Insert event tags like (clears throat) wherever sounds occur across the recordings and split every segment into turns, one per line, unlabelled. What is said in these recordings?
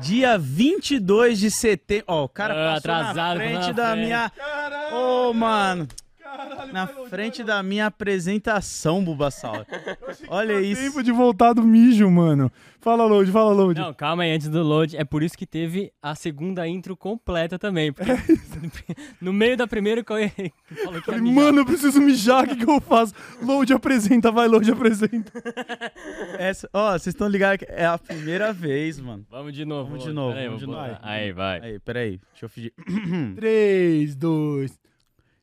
Dia 22 de setembro. Ó, o cara
Ah,
passou na
atrasado,
frente
na
da
frente.
minha.
Caralho!
Ô, mano.
Caralho,
Na
vai longe,
frente
vai
da minha apresentação,
(laughs)
Bulbasaur.
longe.
Olha
Dá
isso.
Tempo de voltar do mijo, mano. Fala, Load, fala, Load.
Não, calma aí, antes do load, é por isso que teve a segunda intro completa também. Porque no meio da primeira que eu falou que é ia
Falei,
mijar.
mano, eu preciso mijar, o que, que eu faço? Load apresenta, vai, Load apresenta.
Essa, ó, vocês estão ligados que é a primeira vez, mano.
Vamos de novo.
Vamos de
load.
novo,
Pera aí,
vamos
vou
de novo.
botar. Aí, vai.
Aí, peraí, deixa eu fingir.
Hum.
3, 2.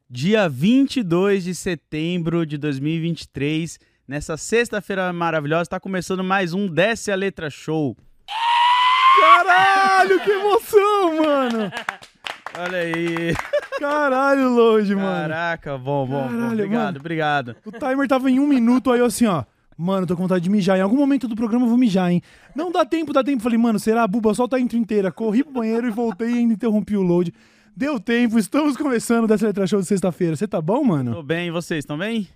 Dia 22 de setembro de 2023, nessa sexta-feira maravilhosa, tá começando mais um Desce a Letra Show.
Caralho, que emoção, mano.
Olha aí.
Caralho, Load, mano.
Caraca, bom, bom, bom.
Caralho,
Obrigado,
mano.
obrigado.
O timer tava em um minuto, aí eu assim, ó. Mano, tô com vontade de mijar. Em algum momento do programa eu vou mijar, hein? Não dá tempo, dá tempo. Falei, mano, será, Buba? Solta a intro inteira. Corri pro banheiro e voltei e ainda interrompi o load. Deu tempo, estamos começando dessa letra show de sexta-feira. Você tá bom, mano?
Tô bem, e vocês estão bem?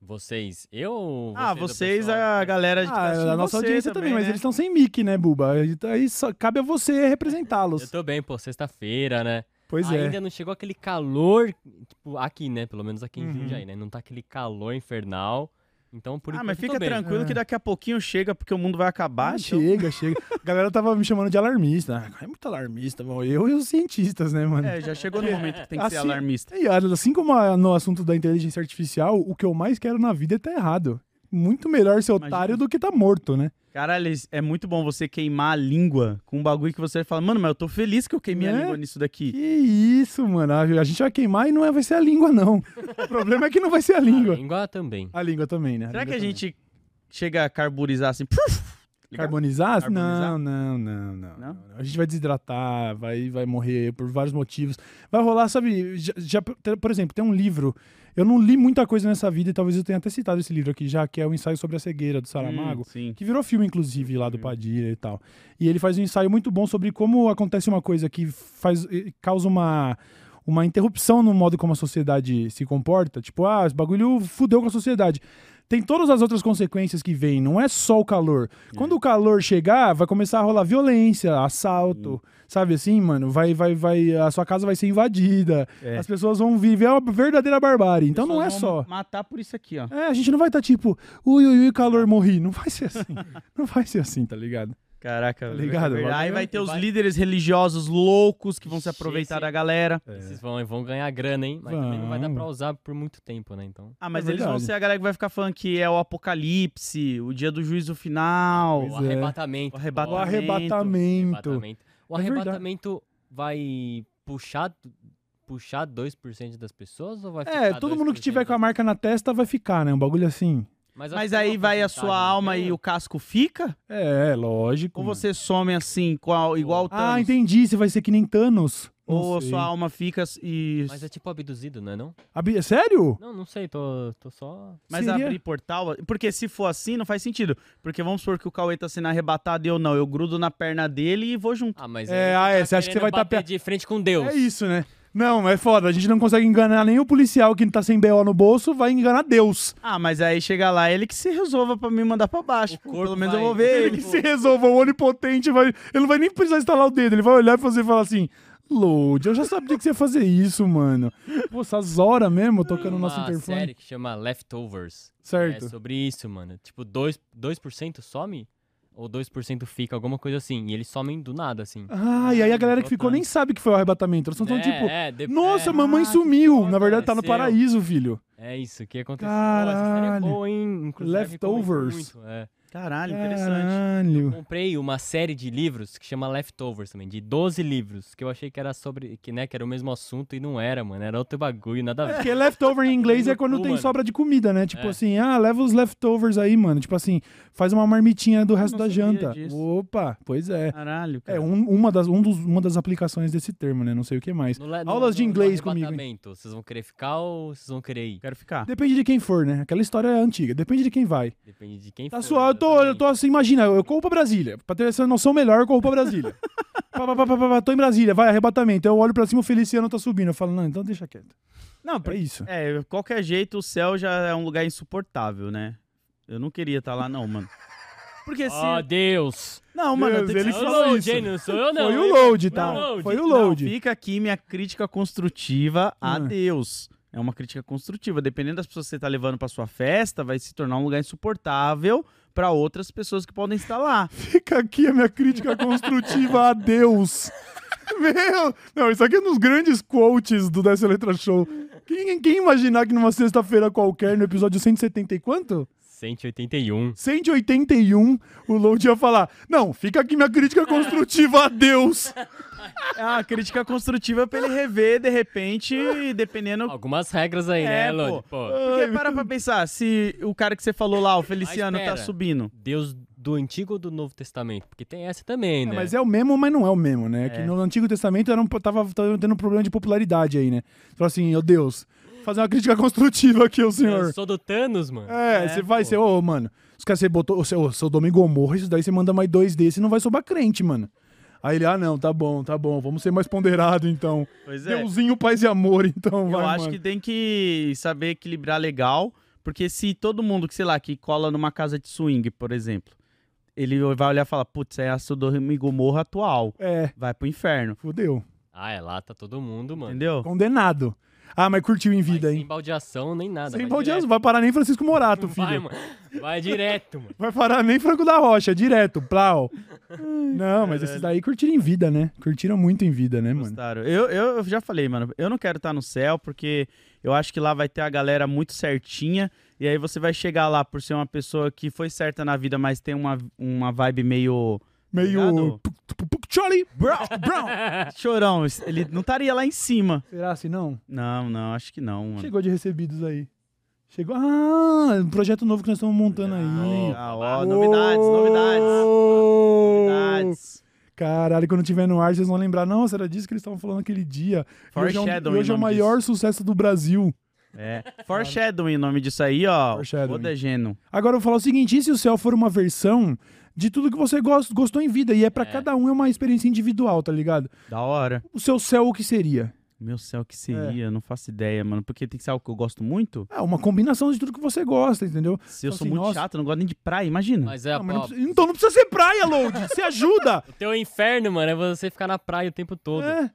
Vocês, eu. ou
ah,
vocês, o
vocês,
pessoal?
a galera de que tá
Ah,
assistindo
a nossa
você
audiência também, mas
né?
eles estão sem mic, né, Buba? Aí só cabe a você
Eu
representá-los.
tô bem, pô, sexta-feira, né?
Pois é.
Ainda não chegou aquele calor, tipo, aqui, né? Pelo menos aqui em
Uhum.
Jundiaí, né? Não tá aquele calor infernal. Então, por
Ah,
enquanto,
mas
eu
fica
tô bem.
tranquilo
É.
que daqui a pouquinho chega, porque o mundo vai acabar.
Ah,
então-
chega, chega. A galera tava me chamando de alarmista. Ah, é muito alarmista, bom. Eu e os cientistas, né, mano?
É, já chegou no momento que tem que ser
Assim-
alarmista.
E olha, assim como a- no assunto da inteligência artificial, o que eu mais quero na vida é tá errado. Muito melhor ser
Imagina.
otário do que tá morto, né?
Caralho, é muito bom você queimar a língua com um bagulho que você fala, mano, mas eu tô feliz que eu queimei a
Né?
língua nisso
Que
daqui.
isso, mano. A a gente vai queimar e não é, vai ser a língua, não. (laughs) O problema é que não vai ser a
A
língua.
língua Ah, também.
A língua também, né?
Será que
língua
a
também.
gente chega a carburizar assim? puf?
Carbonizar?
Carbonizar?
Não, não, não, não,
Não?
não. A gente vai desidratar, vai, vai morrer por vários motivos. Vai rolar, sabe? Já, já- por exemplo, tem um livro. Eu não li muita coisa nessa vida e talvez eu tenha até citado esse livro aqui já, que é o Ensaio sobre a Cegueira do Saramago.
Hum, sim.
Que virou filme, inclusive, lá do Padilha e tal. E ele faz um ensaio muito bom sobre como acontece uma coisa que faz, eh, causa uma, uma interrupção no modo como a sociedade se comporta. Tipo, ah, esse bagulho fudeu com a sociedade. Tem todas as outras consequências que vêm, não é só o calor. Quando o calor chegar, vai começar a rolar violência, assalto,
Hum.
sabe assim, mano? Vai, vai, vai. A sua casa vai ser invadida,
É.
as pessoas vão viver uma verdadeira barbárie. Então não é
Pessoas vão
só.
Matar por isso aqui, ó.
É, a gente não vai estar tipo, ui, ui, ui, calor, morri. Não vai ser assim. não vai ser assim, tá ligado?
Caraca,
Tá
velho.
ligado?
Verdade. Aí vai ter os
Vai.
líderes religiosos loucos que vão se
Ixi,
aproveitar
É. esse-
da galera.
Vocês vão, vão ganhar grana, hein? Mas também não vai dar
É. Vão.
pra usar por muito tempo, né? Então.
Ah, mas
É
eles vão
verdade.
ser a galera que vai ficar falando que é o apocalipse, o dia do juízo final.
o
Pois é.
arrebatamento.
O arrebata-
O
bora.
arrebatamento.
Arrebatamento. O
É verdade.
arrebatamento vai puxar, puxar 2% das pessoas ou vai
É,
ficar
todo mundo que
2%
tiver com a marca na testa vai ficar, né? Um bagulho assim.
Mas, acho
Mas
que tem
aí
uma
vai a
porcentagem, né? É.
sua
não
alma
tem?
e o casco fica?
É, lógico.
Ou
mano.
você some assim, qual, igual o Thanos?
Ah, entendi. Você vai ser que nem Thanos. Não
Ou a
sei.
sua alma fica e.
Mas é tipo abduzido, não é não?
Abi- Sério?
Não, não sei, tô, tô só...
Mas
Seria-
abrir portal. Porque se for assim, não faz sentido. Porque vamos supor que o Cauê tá sendo arrebatado e eu não. Eu grudo na perna dele e vou junto.
Ah, mas... aí
É, ah, é,
tá
você acha que você vai
querendo
tá
bater
pe-
de frente com Deus.
É isso, né? Não, é foda. A gente não consegue enganar nem o policial que tá sem BO no bolso, vai enganar Deus.
Ah, mas aí chega lá, ele que se resolva pra me mandar pra baixo.
O
pô.
corpo
Pelo menos eu
vai-
vou ver
Ele
ele.
que se resolva, o onipotente vai. Ele não vai nem precisar instalar o dedo, ele vai olhar pra você e falar assim: Load, eu já sabia que você ia fazer isso, mano. Pô, essas horas mesmo tocando o
Uma
nosso interfone.
série que chama Leftovers. Ah, É
Certo.
sobre isso, mano. Tipo, 2%, 2 some? Ou 2% fica, alguma coisa assim. E eles somem do nada, assim.
Ah, e aí a galera que ficou nem sabe que foi o arrebatamento. Eles só tão
É,
tipo,
é, de-
nossa,
é.
mamãe
Ah, que
sumiu.
foda,
Na verdade, tá no
aconteceu.
paraíso, filho.
É isso que aconteceu. Pô, essa
Caralho.
série é boa, hein? Inclusive, recomendo
Leftovers.
muito, é.
Caralho, interessante.
Caralho.
Comprei uma série de livros que chama Leftovers também, de 12 livros, que eu achei que era sobre, que, né, que era o mesmo assunto e não era, mano. Era outro bagulho, nada
(laughs)
a ver.
Porque leftover em inglês é quando
Pô,
tem
mano.
sobra de comida, né? Tipo
É.
assim, ah, leva os leftovers aí, mano. Tipo assim, faz uma marmitinha do resto
não
da
sabia
janta.
disso.
Opa, pois é.
Caralho, cara.
É um- uma, das, um dos- uma das aplicações desse termo, né? Não sei o que mais.
No le- no-
Aulas de
no- no
inglês comigo, hein?
arrebatamento, Vocês vão querer ficar ou vocês vão querer ir?
Quero ficar.
Depende de quem for, né? Aquela história é antiga, depende de quem vai.
Depende de quem
Tá
for,
suave, eu tô, eu tô
exatamente.
assim, imagina, eu corro pra Brasília. Pra ter essa noção melhor, eu corro pra Brasília. Pá, pá, pá, pá, pá, pá, tô em Brasília, vai, arrebatamento. Eu olho pra cima, o Feliciano tá subindo. Eu falo, não, então deixa quieto.
Não, pra-
É isso.
é, qualquer jeito o céu já é um lugar insuportável, né? Eu não queria estar lá, não, mano. Porque se.
Ó, Deus.
Não, mano, eu
Ah, Deus,
tenho que
ele
ser-
Não,
falou
não,
isso.
Jay, não sou eu, É, não.
(laughs) Foi o
hein?
load,
Foi o
tá?
load.
Foi o
Não,
load.
fica aqui minha crítica construtiva a
Hum.
Deus. É uma crítica construtiva. Dependendo das pessoas que você tá levando pra sua festa, vai se tornar um lugar insuportável pra outras pessoas que podem estar lá.
Fica aqui a minha crítica construtiva a Deus. Meu, não, isso aqui é um dos grandes quotes do Dessa Letra Show. Quem, quem imaginar que numa sexta-feira qualquer, no episódio 170 e quanto?
181.
181, o Load ia falar: Não, fica aqui minha crítica construtiva a Deus.
É uma crítica construtiva pra ele rever, de repente, dependendo
Ah,
Algumas regras aí,
É,
né,
pô.
Lodi? Pô.
Porque para pra pensar, se o cara que você falou
Ah,
lá, o Feliciano, tá
espera.
subindo.
Deus do Antigo ou do Novo Testamento? Porque tem essa também,
É,
né?
mas é o mesmo, mas não é o mesmo, né? Que
É.
no Antigo Testamento era um, tava, tava tendo um problema de popularidade aí, né? Falou assim: Ô Deus, fazer uma crítica construtiva aqui, ô senhor.
Eu sou do Thanos, mano.
É,
É,
você vai
pô.
ser, ô, mano, os caras você botou, você, ô, seu Domingo Gomorra, isso daí você manda mais dois desses, não vai sobrar crente, mano. Aí ele, ah, não, tá bom, tá bom, vamos ser mais ponderado então.
Pois é.
Deusinho, paz e amor, (laughs) então,
Eu
vai,
acho
mano.
que tem que saber equilibrar legal, porque se todo mundo que, sei lá, que cola numa casa de swing, por exemplo, ele vai olhar e falar, putz, é a Sodoma e Gomorra atual,
É,
vai pro inferno,
fodeu.
Ah, é lá, tá todo mundo, mano.
entendeu?
Condenado. Ah, mas curtiu em vida,
Vai
hein?
Sem baldeação, nem nada.
Sem
vai
baldeação,
direto.
vai parar nem Francisco Morato,
Não
filho.
Vai,
Vai,
mano. Vai direto, mano.
parar nem Franco da Rocha,
(laughs)
direto, plau. não, mas esses daí curtiram em vida, né? Curtiram muito em vida, né, mano?
Gostaram. Eu, eu eu já falei, mano, eu não quero estar no céu, porque eu acho que lá vai ter a galera muito certinha, e aí você vai chegar lá por ser uma pessoa que foi certa na vida, mas tem uma, uma vibe
(laughs)
meio...
Meio.
Obrigado.
Puc, puc, puc, Charlie Brown,
(laughs)
Brown.
Chorão, ele não estaria lá em cima.
Será assim, não?
Não, não, acho que não, mano.
Chegou de recebidos aí. Chegou. Ah, um projeto novo que nós estamos montando aí.
Ah, ó, novidades, novidades.
novidades.
Novidades.
Caralho, quando tiver no ar, vocês vão lembrar. Nossa, era disso que eles estavam falando aquele dia. E Hoje é, um-
Foreshadowing,
e hoje é o
nome
maior sucesso do Brasil.
É. Foreshadowing, o nome disso aí, ó.
Foreshadowing.
Odegeno.
Agora eu vou falar o seguinte: e se o céu for uma versão de tudo que você gosta, gostou em vida? E é pra
É.
cada um, é uma experiência individual, tá ligado?
Da hora.
O seu céu, o que seria?
Meu céu, o que seria? Eu Não faço ideia, mano. Porque tem que ser algo que eu gosto muito.
É uma combinação de tudo que você gosta, entendeu?
Se eu
Então,
sou
assim,
muito
nossa.
chato, eu não gosto nem de praia, imagina.
Mas é,
Não, mas não
pô,
precisa- então não precisa ser praia, Load. Se
(laughs)
ajuda.
o teu inferno, mano, é você ficar na praia o tempo todo.
É.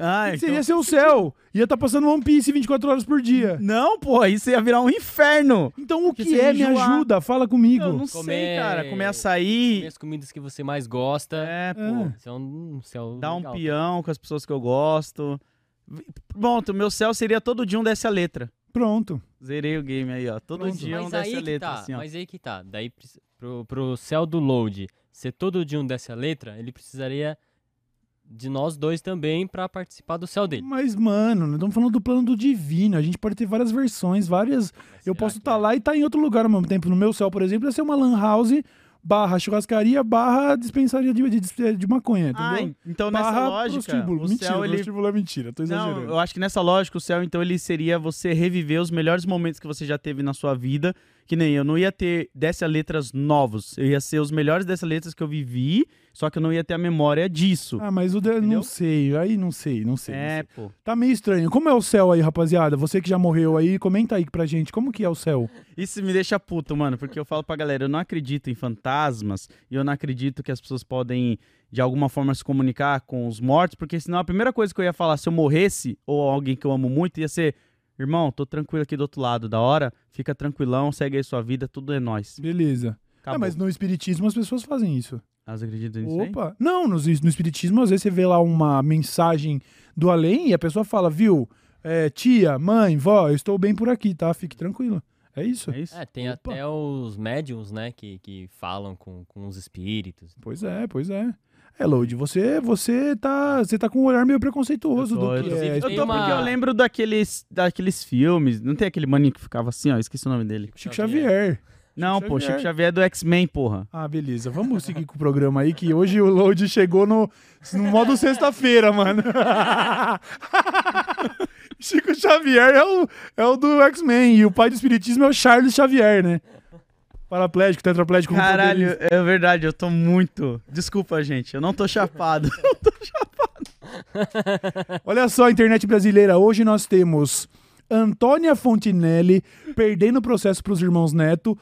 Ah, então-
Seria seu céu. Ia estar passando One Piece 24 horas por dia.
assim? Não, pô, aí você ia virar um inferno.
Então o
Porque
que
você
é?
ia
Me
enjoar.
ajuda, fala comigo.
Eu não sei,
Comer-
cara. Comer açaí.
Comer As comidas que você mais gosta.
É,
É.
pô.
Isso é um, isso é
Dar um
legal.
peão com as pessoas que eu gosto. Bom, o meu céu seria todo dia um dessa letra.
Pronto.
Zerei o game aí, ó. Todo
Pronto.
dia um
Mas
dessa
aí que
letra,
tá,
assim, ó.
mas aí que tá. Daí preci- pro, pro céu do load ser todo de um dessa letra, ele precisaria de nós dois também pra participar do céu dele.
Mas, mano, nós estamos falando do plano do divino. A gente pode ter várias versões, várias. Eu posso
é?
tá estar lá e estar em outro lugar ao mesmo tempo. No meu céu, por exemplo, ia ser uma lan house barra churrascaria barra dispensaria de, de, de maconha,
Ah,
entendeu?
então nessa
barra
lógica,
prostíbulo.
o
mentira,
céu ele
prostíbulo é mentira, tô exagerando.
Não, eu acho que nessa lógica o céu, então, ele seria você reviver os melhores momentos que você já teve na sua vida. Que nem eu não ia ter dessa letras novos. Eu ia ser os melhores dessa letras que eu vivi, só que eu não ia ter a memória disso.
Ah, mas o de... não
Entendeu?
sei, aí não sei, não sei. não
é,
sei.
pô.
Tá meio estranho. Como é o céu aí, rapaziada? Você que já morreu aí, comenta aí pra gente, como que é o céu?
Isso me deixa puto, mano, porque eu falo pra galera, eu não acredito em fantasmas e eu não acredito que as pessoas podem, de alguma forma, se comunicar com os mortos, porque senão a primeira coisa que eu ia falar se eu morresse, ou alguém que eu amo muito, ia ser, irmão, tô tranquilo aqui do outro lado da hora, fica tranquilão, segue aí sua vida, tudo é nóis.
Beleza. Ah,
Acabou.
mas no espiritismo as pessoas fazem isso.
Elas acreditam nisso aí?
Opa! Não, no, no espiritismo, às vezes você vê lá uma mensagem do além e a pessoa fala, viu, é, tia, mãe, vó, eu estou bem por aqui, tá? Fique tranquila. É isso.
É isso?
É, tem
Opa.
até os médiums, né, que, que falam com, com os espíritos.
Pois é, pois é. É, Load, você, você, tá, você tá com um olhar meio preconceituoso
Eu tô,
do que
eu tô-
é.
eu tô
Tem
porque eu
uma-
lembro daqueles, daqueles filmes, não tem aquele maninho que ficava assim, ó, esqueci o nome dele.
Chico Xavier.
Não, pô,
Xavier.
Chico Xavier é do X-Men, porra.
Ah, beleza. Vamos seguir com o programa aí, que hoje o Load chegou no, no modo sexta-feira, mano. (laughs) Chico Xavier é o, é o do X-Men e o pai do espiritismo é o Charles Xavier, né? Paraplégico, tetraplégico. como
Caralho,
poderia-
é verdade, eu tô muito. Desculpa, gente, eu não tô chapado.
Olha só, internet brasileira. Hoje nós temos Antônia Fontinelli perdendo o processo pros irmãos Neto.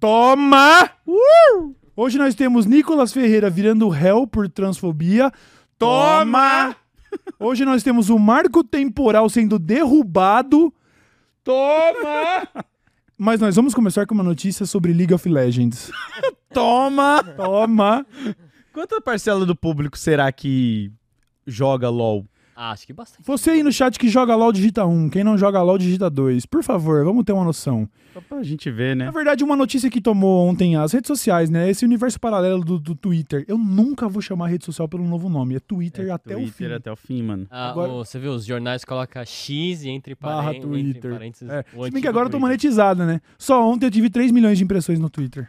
Toma! Uh! Hoje nós temos Nicolas Ferreira virando réu por transfobia. Toma! (laughs) Hoje nós temos o marco temporal sendo derrubado. Toma! (laughs) Mas nós vamos começar com uma notícia sobre League of Legends.
Toma!
(laughs) Toma!
Quanta parcela do público será que joga LOL?
Ah, acho que bastante.
Você aí no chat que joga LOL digita 1, quem não joga LOL digita 2. Por favor, vamos ter uma noção.
Só pra gente ver,
Na
né?
verdade, uma notícia que tomou ontem as redes sociais, né? Esse universo paralelo do, do Twitter. Eu nunca vou chamar a rede social pelo novo nome. É Twitter até o fim.
Twitter é até o fim, mano.
Ah,
Agora-
o- você vê, os jornais colocam X e entre,
Barra
paren- entre
Twitter.
parênteses.
É.
o
Se bem que
antigo
agora eu tô
Twitter.
monetizada, né? Só ontem eu tive 3 milhões de impressões no Twitter.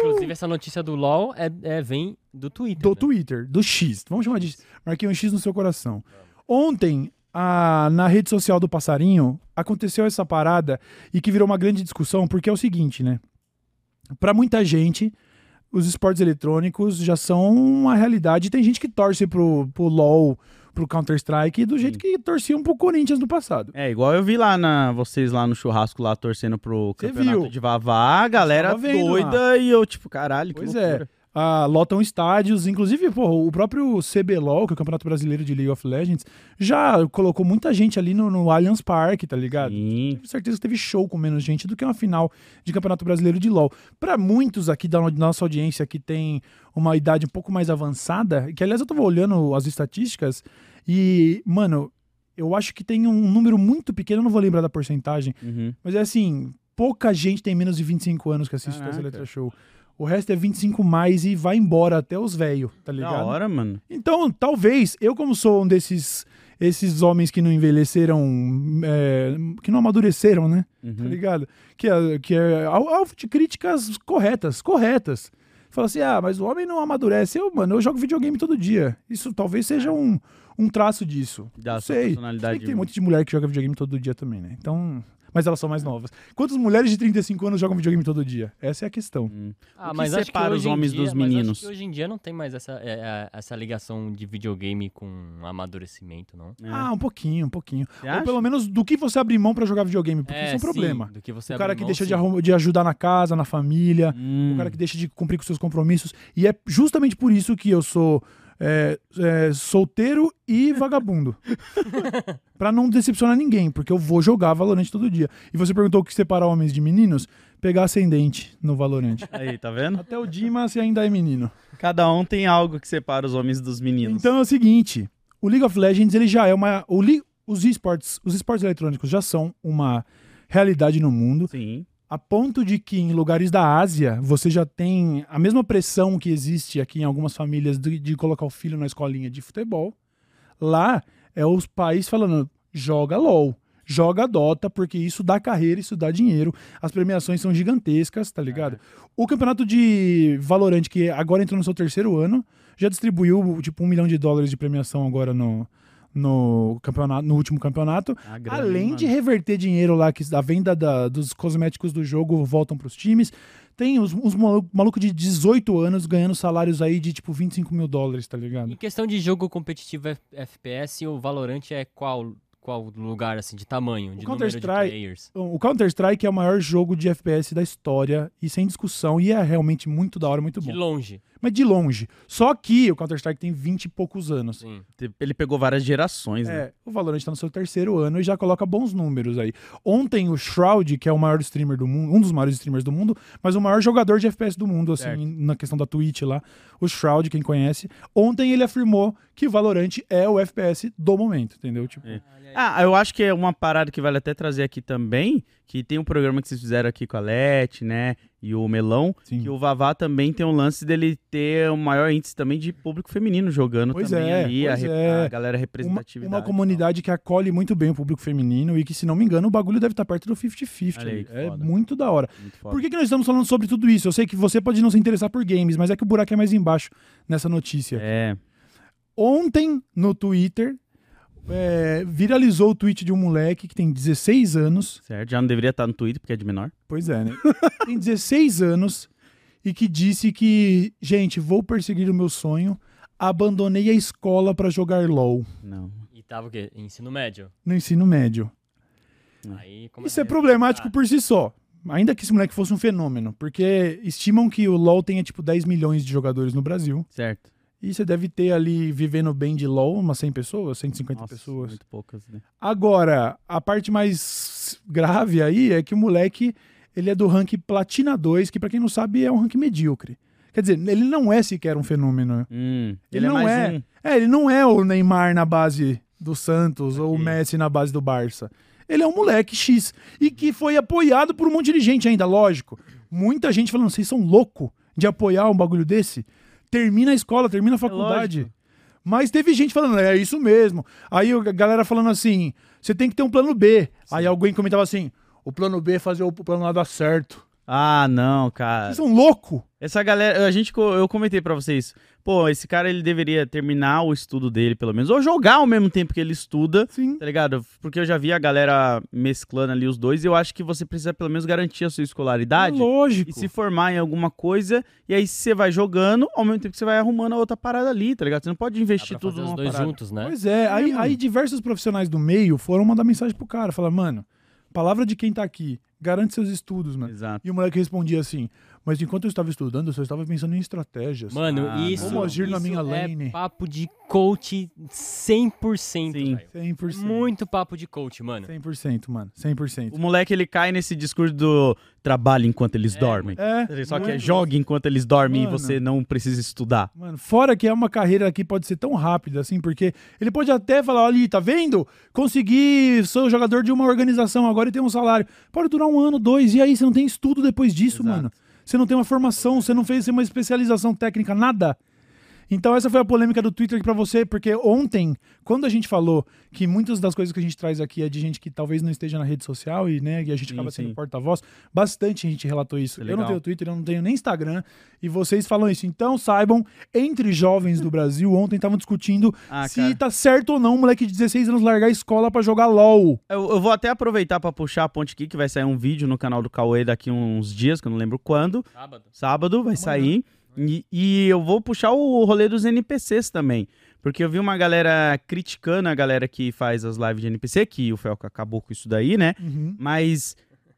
Inclusive, essa notícia do LOL é, é- vem do Twitter.
Do
né?
Twitter, do X. Vamos chamar de X. Marquei um X no seu coração. Ontem, a- na rede social do Passarinho, aconteceu essa parada e que virou uma grande discussão, porque é o seguinte, né? Pra muita gente, os esportes eletrônicos já são uma realidade. Tem gente que torce pro, pro LoL, pro Counter-Strike, do jeito que torciam pro Corinthians no passado.
É, igual eu vi lá na vocês lá no churrasco lá torcendo pro
Cê
campeonato
viu.
de Vavá, a galera
Tava vendo
doida e eu tipo, caralho, que
Pois
loucura.
é. Ah, lotam estádios, inclusive, pô, o próprio CBLOL, que é o Campeonato Brasileiro de League of Legends, já colocou muita gente ali no, no Allianz Parque, tá ligado?
Sim.
Tenho certeza que teve show com menos gente do que uma final de Campeonato Brasileiro de LoL. Pra muitos aqui da no- nossa audiência que tem uma idade um pouco mais avançada, que aliás eu tava olhando as estatísticas e, mano, eu acho que tem um número muito pequeno, eu não vou lembrar da porcentagem,
Uhum.
mas é assim, pouca gente tem menos de 25 anos que assiste essa
Caraca.
letra show. O resto é 25 mais e vai embora até os velhos,
Da
tá ligado?
hora, mano.
Então, talvez, eu como sou um desses esses homens que não envelheceram, é, que não amadureceram, né? Tá
Uhum.
ligado? Que é, que é al- alvo de críticas corretas, corretas. Fala assim, ah, mas o homem não amadurece. Eu, mano, eu jogo videogame todo dia. Isso talvez seja um, um traço disso.
Da
não
sua
sei.
personalidade.
Se bem que tem um monte de mulher que joga videogame todo dia também, né? Então... Mas elas são mais novas. Quantas mulheres de 35 anos jogam videogepame todo dia? Essa é a questão.
Hum.
Ah,
O que
mas acho que
separa os
hoje em
homens
dia-
dos
mas acho
meninos?
que hoje em dia não tem mais essa, é, é, essa ligação de videogame com amadurecimento, não.
É.
Ah, um pouquinho, um pouquinho.
Você
Ou
acha?
pelo menos do que você abrir mão pra jogar videogame, porque isso é um
sim,
problema.
do que você
O cara
abrir
que
mão,
deixa de,
sim.
arrum- de ajudar na casa, na família,
Hum.
o um cara que deixa de cumprir com seus compromissos. E é justamente por isso que eu sou é, é, solteiro
(laughs)
e vagabundo. Pra não decepcionar ninguém, porque eu vou jogar Valorant todo dia. E você perguntou o que separa homens de meninos? Pegar ascendente
(laughs)
no Valorant.
Aí, tá vendo?
Até o Dimas ainda é menino.
Cada um tem algo que separa os homens dos meninos.
Então é o seguinte, o League of Legends ele já é uma o li- os esportes, os esportes eletrônicos já são uma realidade no mundo.
Sim.
A ponto de que em lugares da Ásia você já tem a mesma pressão que existe aqui em algumas famílias de, de colocar o filho na escolinha de futebol. Lá é os pais falando: joga LOL, joga Dota, porque isso dá carreira, isso dá dinheiro. As premiações são gigantescas, tá ligado? O campeonato de Valorant, que agora entrou no seu terceiro ano, já distribuiu tipo um milhão de dólares de premiação agora no, no, campeonato, no último campeonato.
A grana,
Além
mano.
de reverter dinheiro lá, que a venda da- dos cosméticos do jogo voltam pros times. Tem uns, uns malu- maluco de 18 anos ganhando salários aí de tipo 25 mil dólares, tá
Em
ligado?
questão de jogo competitivo F- FPS, o Valorant é qual qual lugar assim de tamanho, de número de
Counter-Strike-
players?
Então, O Counter-Strike é o maior jogo de FPS da história e sem discussão, e é realmente muito da hora, muito
De
bom.
longe,
Mas de longe. Só que o Counter-Strike tem 20 e poucos anos.
sim.
Te- Ele pegou várias gerações, né?
É, o Valorant tá no seu terceiro ano e já coloca bons números aí. Ontem o Shroud, que é o maior streamer do mundo, um dos maiores streamers do mundo, mas o maior jogador de FPS do mundo, assim,
Certo.
na questão da Twitch lá, o Shroud, quem conhece, ontem ele afirmou que o Valorant é o FPS do momento, entendeu? Tipo,
É. Ah, eu acho que é uma parada que vale até trazer aqui também, que tem um programa que vocês fizeram aqui com a Leti, né? E o Melão,
Sim.
que o Vavá também tem um lance dele ter um maior índice também de público feminino jogando
Pois
também
é,
ali, a,
pois
rep-
é.
a galera
uma,
representatividade.
uma comunidade que acolhe muito bem o público feminino e que, se não me engano, o bagulho deve estar perto do 50-50.
Olha aí,
ali.
que
É
foda.
muito da hora.
Muito foda.
Por que, que nós estamos falando sobre tudo isso? Eu sei que você pode não se interessar por games, mas é que o buraco é mais embaixo nessa notícia.
É,
Ontem, no Twitter, é, viralizou o tweet de um moleque que tem 16 anos.
Certo? Já não deveria estar no Twitter, porque é de menor.
Pois é, né? (laughs) tem 16 anos e que disse que, gente, vou perseguir o meu sonho. Abandonei a escola pra jogar LOL
Não.
E tava o quê? Ensino médio.
no ensino médio.
Aí começa
Isso é
a-
problemático
Ah,
por si só. Ainda que esse moleque fosse um fenômeno, porque estimam que o LoL tenha tipo 10 milhões de jogadores no Brasil.
Certo.
E você deve ter ali, vivendo bem de LoL, umas 100 pessoas, 150
Nossa,
pessoas.
Muito poucas, né?
Agora, a parte mais grave aí é que o moleque, ele é do rank Platina 2, que pra quem não sabe é um rank medíocre. Quer dizer, ele não é sequer um fenômeno.
Hum,
Ele
ele é
não
mais
é.
um.
É, ele não é o Neymar na base do Santos ou o
Ok.
Messi na base do Barça. Ele é um moleque X e que foi apoiado por um monte de gente ainda, lógico. Muita gente falando, vocês são louco de apoiar um bagulho desse? Termina a escola, termina a
É
faculdade.
lógico.
Mas teve gente falando, é isso mesmo. Aí a galera falando assim, você tem que ter um plano B. Aí alguém comentava assim, o plano B é fazer o plano A dar certo.
Ah, não, cara.
Vocês são louco?
Essa galera, a gente, co- eu comentei pra vocês, pô, esse cara ele deveria terminar o estudo dele, pelo menos, ou jogar ao mesmo tempo que ele estuda,
Sim.
tá ligado? Porque eu já vi a galera mesclando ali os dois, e eu acho que você precisa pelo menos garantir a sua escolaridade
É lógico.
e se formar em alguma coisa, e aí você vai jogando, ao mesmo tempo que você vai arrumando a outra parada ali, tá ligado? Você não pode
dá
investir
pra
tudo
fazer os
numa
dois
parada.
juntos, né?
Pois é, aí, aí diversos profissionais do meio foram mandar mensagem pro cara, falar, mano, palavra de quem tá aqui, garante seus estudos, mano.
Exato.
E o moleque respondia assim, mas enquanto eu estava estudando, eu só estava pensando em estratégias.
Mano,
Ah,
isso,
não. Vamos
agir na
isso
minha
é
lane.
papo de coach 100%,
Sim.
velho.
100%.
Muito papo de coach, mano.
100%, mano, 100%.
O moleque ele cai nesse discurso do trabalho enquanto eles dormem.
É,
Só que é
muito.
jogue enquanto eles dormem
Mano.
e você não precisa estudar.
Mano, fora que é uma carreira que pode ser tão rápida assim, porque ele pode até falar, ali, tá vendo? Consegui, sou jogador de uma organização agora e tenho um salário. Pode durar um ano, dois, e aí você não tem estudo depois disso,
Exato.
mano. Você não tem uma formação, você não fez uma especialização técnica, nada. Então essa foi a polêmica do Twitter aqui pra você, porque ontem, quando a gente falou que muitas das coisas que a gente traz aqui é de gente que talvez não esteja na rede social e, né, e a gente
Sim,
acaba sendo
sim.
porta-voz, bastante gente relatou
É
isso. eu não
legal.
tenho Twitter, eu não tenho nem Instagram, e vocês falam isso. Então saibam, entre jovens do Brasil, ontem estavam discutindo
Ah,
se
cara.
tá certo ou não um moleque de 16 anos largar a escola pra jogar LOL.
Eu, eu vou até aproveitar pra puxar a ponte aqui, que vai sair um vídeo no canal do Cauê daqui uns dias, que eu não lembro quando.
Sábado.
Sábado vai sair. E, e eu vou puxar o rolê dos NPCs também. Porque eu vi uma galera criticando a galera que faz as lives de NPC, que o Felca acabou com isso daí, né? Mas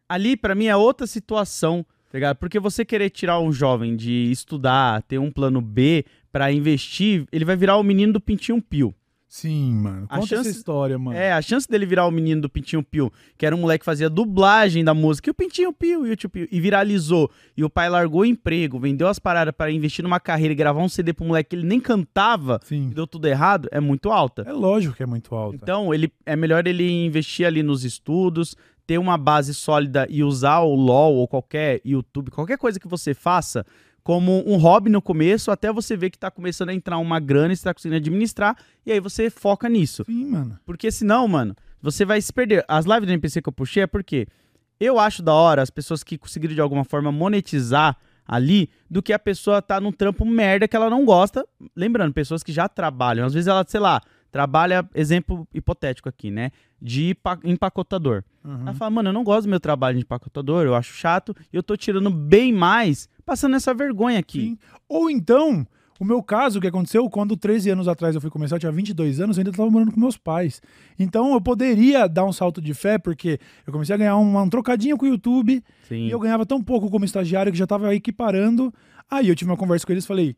ali, pra mim, é outra situação, tá ligado? Porque você querer tirar um jovem de estudar, ter um plano B pra investir, ele vai virar o menino do Pintinho Pio.
Sim, mano.
A
Conta essa
chance-
história, mano.
É, a chance dele virar o menino do Pintinho Pio, que era um moleque que fazia dublagem da música, e o Pintinho Pio e o Tio Pio, e viralizou. E o pai largou o emprego, vendeu as paradas para investir numa carreira e gravar um CD pro moleque que ele nem cantava, e
Sim.
deu tudo errado, é muito alta.
É lógico que é muito alta.
Então, ele é melhor ele investir ali nos estudos, ter uma base sólida e usar o LoL ou qualquer YouTube, qualquer coisa que você faça como um hobby no começo, até você ver que tá começando a entrar uma grana e você tá conseguindo administrar, e aí você foca nisso.
Sim, mano.
Porque senão, mano, você vai se perder. As lives do NPC que eu puxei é porque eu acho da hora as pessoas que conseguiram de alguma forma monetizar ali do que a pessoa tá num trampo merda que ela não gosta. Lembrando, pessoas que já trabalham. Às vezes ela, sei lá, trabalha, exemplo hipotético aqui, né? De pa- empacotador.
Uhum.
Ela fala, mano, eu não gosto do meu trabalho de empacotador, eu acho chato, e eu tô tirando bem mais passando essa vergonha aqui.
Sim. Ou então, o meu caso, o que aconteceu, quando 13 anos atrás eu fui começar, eu tinha 22 anos, eu ainda estava morando com meus pais. Então eu poderia dar um salto de fé, porque eu comecei a ganhar um, um trocadinho com o YouTube,
Sim.
e eu ganhava tão pouco como estagiário que já estava equiparando. Aí eu tive uma conversa com eles e falei,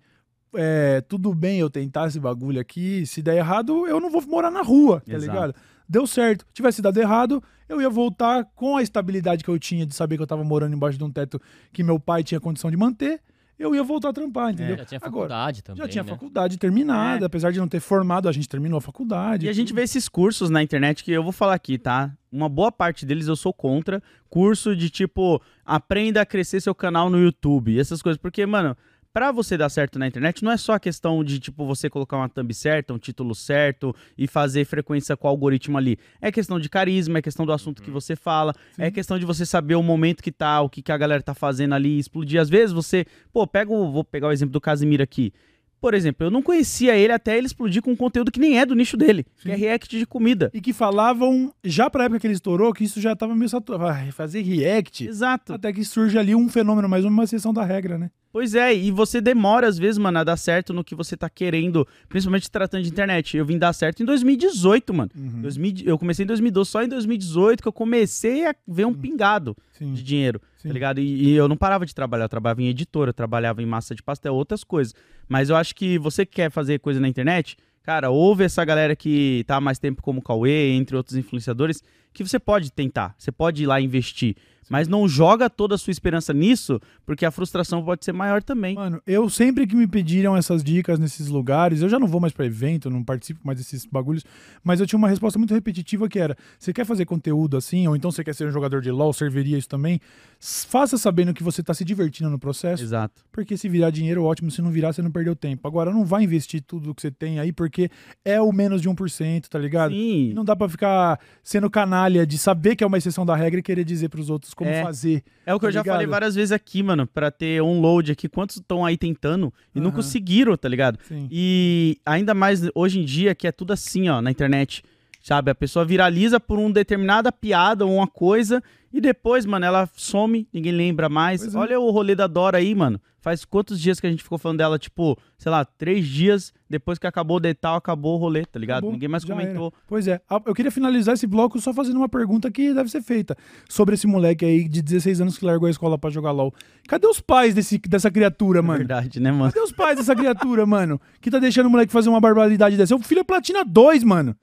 é, tudo bem eu tentar esse bagulho aqui, se der errado, eu não vou morar na rua, tá
Exato.
ligado? Deu certo. Tivesse dado errado, eu ia voltar com a estabilidade que eu tinha de saber que eu tava morando embaixo de um teto que meu pai tinha condição de manter, eu ia voltar a trampar, entendeu?
Já tinha
Agora,
faculdade também,
já tinha
né?
faculdade terminada, apesar de não ter formado, a gente terminou a faculdade.
E a gente vê esses cursos na internet que eu vou falar aqui, tá? Uma boa parte deles eu sou contra. Curso de tipo, aprenda a crescer seu canal no YouTube, essas coisas. Porque, mano, pra você dar certo na internet, não é só a questão de, tipo, você colocar uma thumb certa, um título certo e fazer frequência com o algoritmo ali. É questão de carisma, é questão do assunto que você fala, é questão de você saber o momento que tá, o que, que a galera tá fazendo ali, explodir. Às vezes você, pô, pega o, vou pegar o exemplo do Casimiro aqui. Por exemplo, eu não conhecia ele até ele explodir com um conteúdo que nem é do nicho dele,
Sim.
que é react de comida.
E que falavam, já pra época que ele estourou, que isso já tava meio saturado. Ai, Fazer react.
Exato.
Até que surge ali um fenômeno, mais uma exceção da regra, né?
Pois é, e você demora às vezes, mano, a dar certo no que você tá querendo, principalmente tratando de internet. Eu vim dar certo em 2018, mano.
Uhum.
2000 eu comecei em 2012, só em 2018 que eu comecei a ver um pingado
Sim.
de dinheiro,
Sim.
tá ligado? E, e eu não parava de trabalhar, eu trabalhava em editora, eu trabalhava em massa de pastel, outras coisas. Mas eu acho que você que quer fazer coisa na internet, cara, ouve essa galera que tá há mais tempo como o Cauê, entre outros influenciadores, que você pode tentar, você pode ir lá investir. Mas não joga toda a sua esperança nisso, porque a frustração pode ser maior também.
Mano, eu sempre que me pediram essas dicas nesses lugares, eu já não vou mais pra evento, não participo mais desses bagulhos, mas eu tinha uma resposta muito repetitiva que era: você quer fazer conteúdo assim, ou então você quer ser um jogador de LOL, serviria isso também? S- Faça sabendo que você tá se divertindo no processo,
Exato.
porque se virar dinheiro, ótimo, se não virar, você não perdeu tempo. Agora, não vai investir tudo que você tem aí, porque é o menos de 1%, tá ligado? E
Sim.
Não dá pra ficar sendo canalha de saber que é uma exceção da regra e querer dizer pros outros como
É.
fazer.
É o que
tá
eu já
ligado?
falei várias vezes aqui, mano, pra ter um load aqui. Quantos estão aí tentando e não
Aham.
conseguiram, tá ligado?
Sim.
E ainda mais hoje em dia, que é tudo assim, ó, na internet. Sabe? A pessoa viraliza por uma determinada piada ou uma coisa e depois, mano, ela some, ninguém lembra mais.
Pois é.
Olha o rolê da Dora aí, mano. Faz quantos dias que a gente ficou falando dela? Tipo, sei lá, três dias depois que acabou o detal, acabou o rolê, tá ligado?
Acabou,
ninguém mais
já
comentou.
Pois é, Ah, eu queria finalizar esse bloco só fazendo uma pergunta que deve ser feita sobre esse moleque aí de 16 anos que largou a escola pra jogar LOL. Cadê os pais desse, dessa criatura,
É
mano?
verdade, né,
(laughs)
mano?
Cadê os pais dessa criatura, mano? Que tá deixando o moleque fazer uma barbaridade dessa? O filho é Platina 2, mano.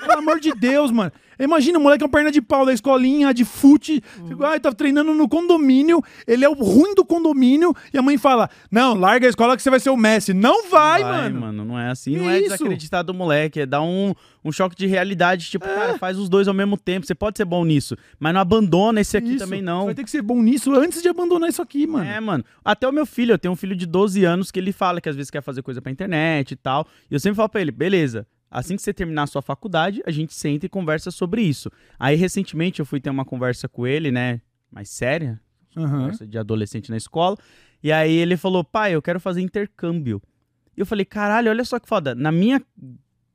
Pelo amor de Deus, mano. Imagina, o moleque é uma perna de pau da escolinha, de fute. Ai, tá treinando no condomínio. Ele é o ruim do condomínio. E a mãe fala: Não, larga a escola que você vai ser o Messi. Não vai, mano.
Não é assim.
Que
não é
isso?
desacreditar do moleque. É dar um, um choque de realidade. Tipo,
É.
cara, faz os dois ao mesmo tempo. Você pode ser bom nisso, mas não abandona esse aqui
Isso.
também,
Você vai
não.
ter que ser bom nisso antes de abandonar isso aqui, mano.
É, mano. Até o meu filho, eu tenho um filho de 12 anos que ele fala que às vezes quer fazer coisa pra internet e tal. E eu sempre falo pra ele, beleza. Assim que você terminar a sua faculdade, a gente senta e conversa sobre isso. Aí, recentemente, eu fui ter uma conversa com ele, né? Mais séria,
Aham.
conversa de adolescente na escola. E aí ele falou, pai, eu quero fazer intercâmbio. E eu falei, caralho, olha só que foda. Na minha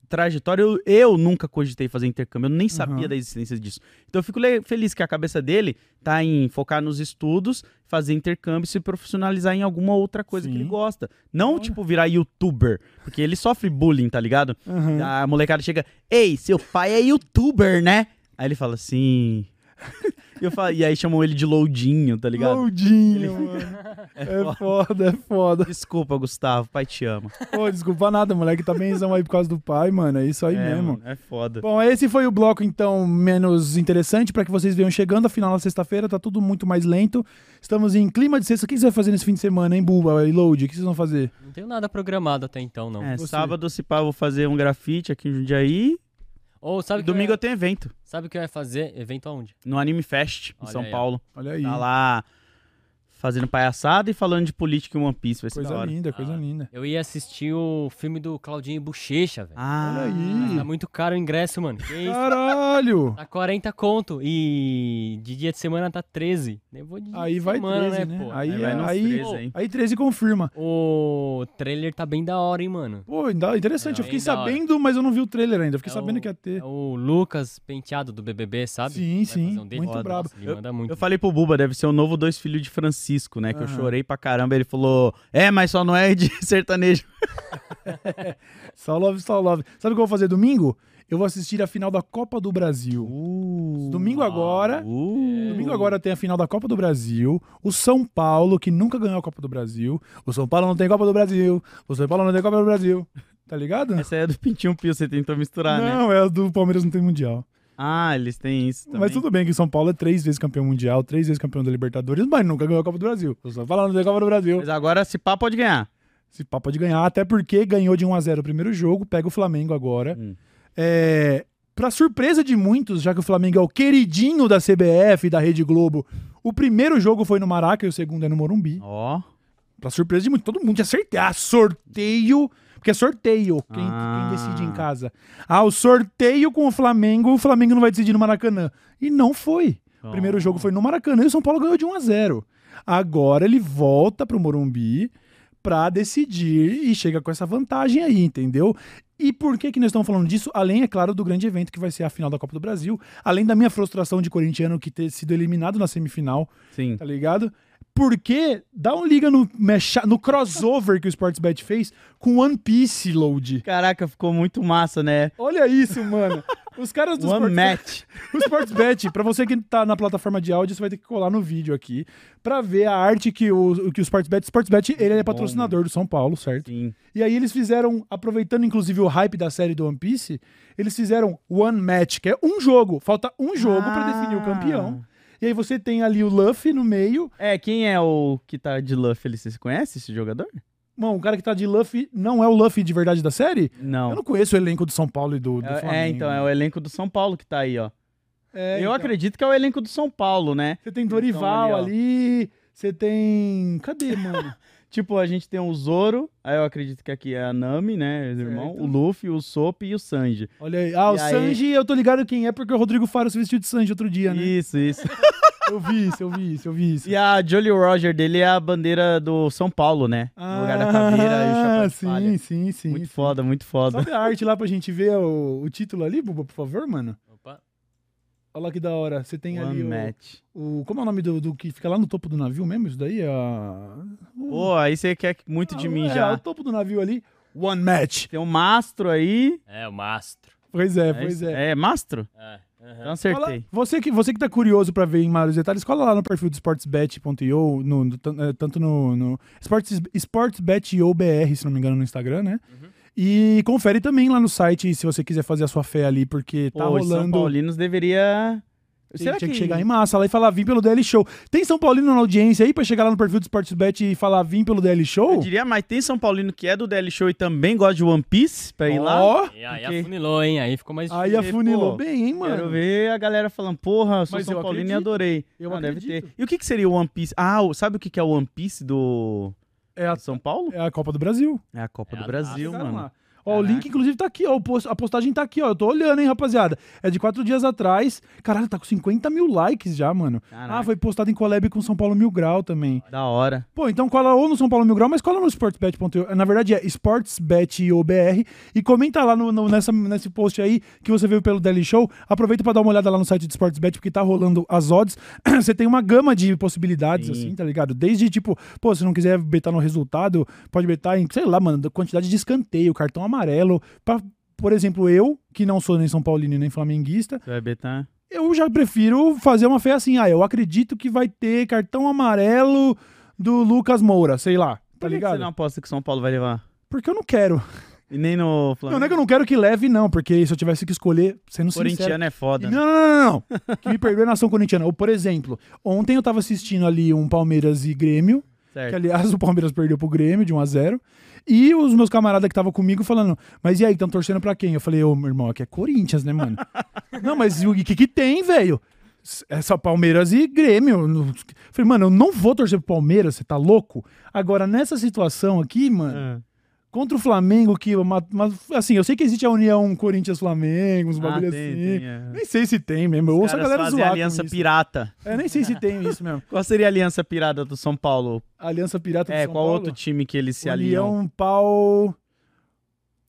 trajetória, eu, eu nunca cogitei fazer intercâmbio, eu nem sabia
Uhum.
da existência disso. Então eu fico le- feliz que a cabeça dele tá em focar nos estudos, fazer intercâmbio e se profissionalizar em alguma outra coisa que
Sim.
ele gosta. Não,
Olha.
tipo, virar youtuber, porque ele sofre bullying, tá ligado?
Aham.
A molecada chega, ei, seu pai é youtuber, né? Aí ele fala, sim. (laughs) E eu falo, e aí chamam ele de loudinho, tá ligado?
Loudinho, mano. (laughs)
(laughs)
É foda, é foda.
Desculpa, Gustavo, pai te ama.
Pô, desculpa nada, moleque. Tá benzão aí por causa do pai, mano. É isso aí
é,
mesmo.
mano, é foda.
Bom, esse foi o bloco, então, menos interessante pra que vocês venham chegando. Afinal, na sexta-feira tá tudo muito mais lento. Estamos em clima de sexta. O que vocês vão fazer nesse fim de semana, hein, Buba e Load? O que vocês vão fazer?
Não tenho nada programado até então, não.
É,
você.
sábado, se pá, eu vou fazer um grafite aqui em Jundiaí.
Ou
E
sabe que
domingo
eu
eu tenho evento.
ia- sabe o que eu ia fazer? Evento aonde?
No Anime Fest, em
Olha
São
aí, ó.
Paulo.
Olha aí.
Tá lá fazendo palhaçada e falando de política em One Piece. Vai ser da
coisa
hora.
linda, coisa
Ah.
linda.
Eu ia assistir o filme do Claudinho e Bochecha, velho.
Ah,
Olha aí.
Tá muito caro o ingresso, mano. Que É
Ah.
isso?
Caralho!
Tá 40 conto. E de dia de semana tá 13. Eu vou de dia
Aí
de
vai
semana, né,
13, né?
pô?
Aí,
Aí vai nos
aí,
13, hein?
aí 13 confirma.
O trailer tá bem da hora, hein, mano.
Pô, ainda-
É,
interessante. eu fiquei
bem da hora.
sabendo, mas eu não vi o trailer ainda. Eu fiquei
É
sabendo
o-
que ia ter.
É o Lucas Penteado do BBB, sabe?
Sim,
Vai
sim,
fazer um dele.
muito
Nossa,
brabo.
Ele manda muito.
Eu falei pro Buba, deve ser o novo Dois Filhos de Francisco, né? Que eu
Aham.
chorei pra caramba. Ele falou, é, mas só não é de (laughs) sertanejo.
Só love, só love. Sabe o que eu vou fazer domingo? Eu vou assistir a final da Copa do Brasil. domingo agora.
Ah, Uh.
Domingo agora tem a final da Copa do Brasil. O São Paulo, que nunca ganhou a Copa do Brasil. O São Paulo não tem Copa do Brasil. O São Paulo não tem Copa do Brasil. Tá ligado?
Essa é do Pintinho Pio, você tentou misturar, né?
não, é a do Palmeiras não tem Mundial.
Ah, eles têm isso também.
Mas tudo bem que o São Paulo é três vezes campeão mundial, três vezes campeão da Libertadores, mas nunca ganhou a Copa do Brasil. O São Paulo não tem Copa do Brasil.
Mas agora, se pá, pode ganhar.
Esse papo de ganhar, até porque ganhou de 1 a 0 o primeiro jogo, pega o Flamengo agora.
Hum.
É, pra surpresa de muitos, já que o Flamengo é o queridinho da CBF e da Rede Globo, o primeiro jogo foi no Maraca e o segundo é no Morumbi.
Ó.
Pra surpresa de muito, todo mundo tinha certeza. Ah, sorteio. Porque é sorteio quem,
Ah.
quem decide em casa. Ah, o sorteio com o Flamengo, o Flamengo não vai decidir no Maracanã. E não foi. O primeiro um jogo foi no Maracanã e o São Paulo ganhou de 1 a 0. Agora ele volta pro Morumbi pra decidir e chega com essa vantagem aí, entendeu? E por que que nós estamos falando disso? Além, é claro, do grande evento que vai ser a final da Copa do Brasil, além da minha frustração de corintiano que ter sido eliminado na semifinal,
Sim.
tá ligado? Porque dá um liga no, mecha- no crossover que o Sportsbet fez com One Piece Load.
Caraca, ficou muito massa, né?
Olha isso, mano. Os caras do
One
Sports-
match.
o Sportsbet, pra você que tá na plataforma de áudio, você vai ter que colar no vídeo aqui pra ver a arte que o, que o Sportsbet... Sportsbet, ele é
Bom,
patrocinador do São Paulo, certo?
Sim.
E aí eles fizeram, aproveitando inclusive o hype da série do One Piece, eles fizeram One Match, que é um jogo. Falta um jogo pra
Ah.
definir o campeão. E aí você tem ali o Luffy no meio.
É, quem é o que tá de Luffy ali? Vocês conhecem esse jogador?
Mano, o cara que tá de Luffy não é o Luffy de verdade da série?
Não.
Eu não conheço o elenco do São Paulo e do, do Flamengo. né?
É, é, então, é o elenco do São Paulo que tá aí, ó.
É,
Eu
então.
acredito que é o elenco do São Paulo, né?
Você tem
Eles
Dorival
tão
ali, você tem...
(laughs)
Cadê, mano?
Tipo, a gente tem o Zoro, aí eu acredito que aqui é a Nami, né, os irmão,
Certo.
o Luffy, o Sop e o Sanji.
Olha aí. Ah, o
E aí-
Sanji, eu tô ligado quem é, porque o Rodrigo Faro se vestiu de Sanji outro dia, né?
Isso, isso.
Eu vi isso, eu vi isso, eu vi isso.
E a Jolly Roger dele é a bandeira do São Paulo, né? o lugar da caveira e o chapéu de
Ah, sim,
palha.
sim, sim.
Muito
sim.
foda, muito foda.
Sobe a arte lá pra gente ver o, o título ali, Buba, por favor, mano.
Opa.
Olha lá que da hora. Você tem
One
ali
match.
o, o- Como é o nome do, do que fica lá no topo do navio mesmo? Isso daí? É a-
Pô, aí você quer muito de mim
é,
já.
o topo do navio ali. One match.
Tem um mastro aí.
É, o mastro.
Pois é, pois é.
É mastro?
É, aham.
Então
Cola-
acertei.
você, que, você que tá curioso pra ver em maiores detalhes, cola lá no perfil do sportsbet.io, no, no tan- eh, tanto no, no Sports, sportsbet.io BR, se não me engano, no Instagram, né?
Uhum.
E confere também lá no site se você quiser fazer a sua fé ali, porque tá
Pô, os São
rolando.
Paulinos deveria.
Tem- tinha que chegar em massa lá e falar, vim pelo DL Show. Tem São Paulino na audiência aí pra chegar lá no perfil do Sportsbet e falar, vim pelo DL
Eu
Show?
diria, mas tem São Paulino que é do DL Show e também gosta É de One Piece pra ir lá.
Ó,
E aí
Ok.
afunilou, hein? Aí ficou mais
Ah, aí afunilou
pô,
bem, hein,
Quero
mano?
ver a galera falando, porra, eu sou
Mas
São
eu
Paulino e
acredito.
adorei.
Eu
Não, deve
acredito.
ter. E o que, que seria o One Piece? Ah, o- sabe o que, que é o One Piece do
É a,
São Paulo?
é Ah, a Copa do Brasil.
É a Copa
É
do
a
Brasil,
Chegaram
mano.
lá. Ó, o link,
Caraca.
inclusive, tá aqui, ó. o post- A postagem tá aqui, ó. Eu tô olhando, hein, rapaziada. É de quatro dias atrás. Caralho, tá com 50 mil likes já, mano.
Caraca.
Ah, foi postado em collab com São Paulo Mil Grau também.
Da hora.
Pô, então cola ou no São Paulo Mil Grau, mas cola no sportsbet.io. Na verdade é sportsbet.obr e comenta lá no, no- nessa, nesse post aí que você viu pelo Daily Show. Aproveita pra dar uma olhada lá no site do Sportsbet, porque tá rolando as odds. (clears throat) Você tem uma gama de possibilidades,
Sim.
assim, tá ligado? Desde, tipo, pô, se não quiser betar no resultado, pode betar em, sei lá, mano, da quantidade de escanteio, cartão amarelo. Pra, por exemplo, eu, que não sou nem São Paulino e nem flamenguista,
Você vai betar?
eu já prefiro fazer uma fé assim. Ah, eu acredito que vai ter cartão amarelo do Lucas Moura, sei lá.
Por
Tá
é que que
ligado?
você não aposta que São Paulo vai levar?
Porque eu não quero.
E nem no
Não,
Flamengo.
não é que eu não quero que leve, não, porque se eu tivesse que escolher, sendo sincero.
Corintiano é foda.
Não, não, não, não, não. que me perdoe a nação corintiana. Ou, por exemplo, ontem eu tava assistindo ali um Palmeiras e Grêmio,
Certo.
que aliás o Palmeiras perdeu pro Grêmio de 1 a 0 E os meus camaradas que estavam comigo falando, mas e aí, estão torcendo pra quem? Eu falei, ô meu irmão, aqui é Corinthians, né, mano? (laughs) não, mas e o que que tem, velho? S- É só Palmeiras e Grêmio. Eu não- Falei, mano, eu não vou torcer pro Palmeiras, você tá louco? Agora, nessa situação aqui, mano,
Ah.
contra o Flamengo, que. Mas, assim, eu sei que existe a união Corinthians-Flamengo, uns
Ah,
bagulho
tem,
assim.
tem, é.
Nem sei se tem mesmo. Eu
Os
ouço a
caras
galera
fazem
zoar. com
aliança
isso.
pirata.
É, nem sei se tem isso mesmo.
Qual seria a aliança pirata do São Paulo?
Aliança Pirata do
é,
São
qual
Paulo.
outro time que eles se aliam?
União Pau.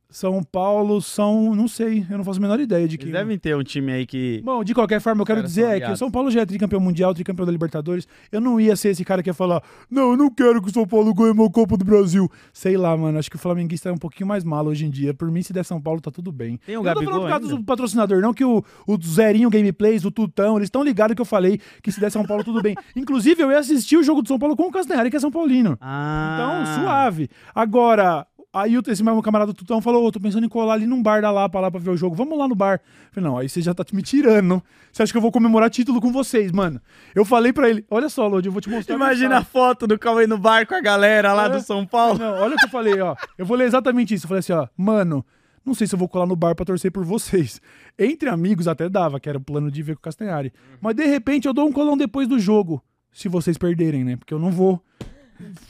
São Paulo, São. Não sei, eu não faço a menor ideia de
Eles
quem.
devem ter um time aí que.
Bom, de qualquer forma, eu quero
caras
dizer
são
é que o
aliados.
São Paulo já é tricampeão mundial, tricampeão da Libertadores. Eu não ia ser esse cara que ia falar, não, eu não quero que o São Paulo ganhe meu Copa do Brasil. Sei lá, mano, acho que o flamenguista é um pouquinho mais malo hoje em dia. Por mim, se der São Paulo, tá tudo bem.
Tem o
eu não
Gabigol
tô falando por causa
ainda?
do patrocinador, não, que o, o Zerinho Gameplays, o Tutão, eles estão ligados que eu falei que se der São Paulo, tudo bem.
(laughs)
Inclusive, eu ia assistir o jogo do São Paulo com o Castanhari, que é São Paulino.
Ah,
Então, suave. Agora, aí o- esse mesmo camarada do Tutão falou: Ô, tô pensando em colar ali num bar da Lapa lá pra ver o jogo. Vamos lá no bar. Eu Falei, não, aí você já tá me tirando. Você acha que eu vou comemorar título com vocês, mano? Eu falei pra ele: olha só, Lodi, eu vou te mostrar. meu
Imagina a
site."
foto do Cauê no bar com a galera lá do São Paulo.
É. Não, olha o que eu falei, ó. Eu vou ler exatamente isso. Eu falei assim, ó, mano. Não sei se eu vou colar no bar pra torcer por vocês. Entre amigos até dava, que era o plano de ver com o Castanhari.
Uhum.
Mas de repente eu dou um colão depois do jogo. Se vocês perderem, né? Porque eu não vou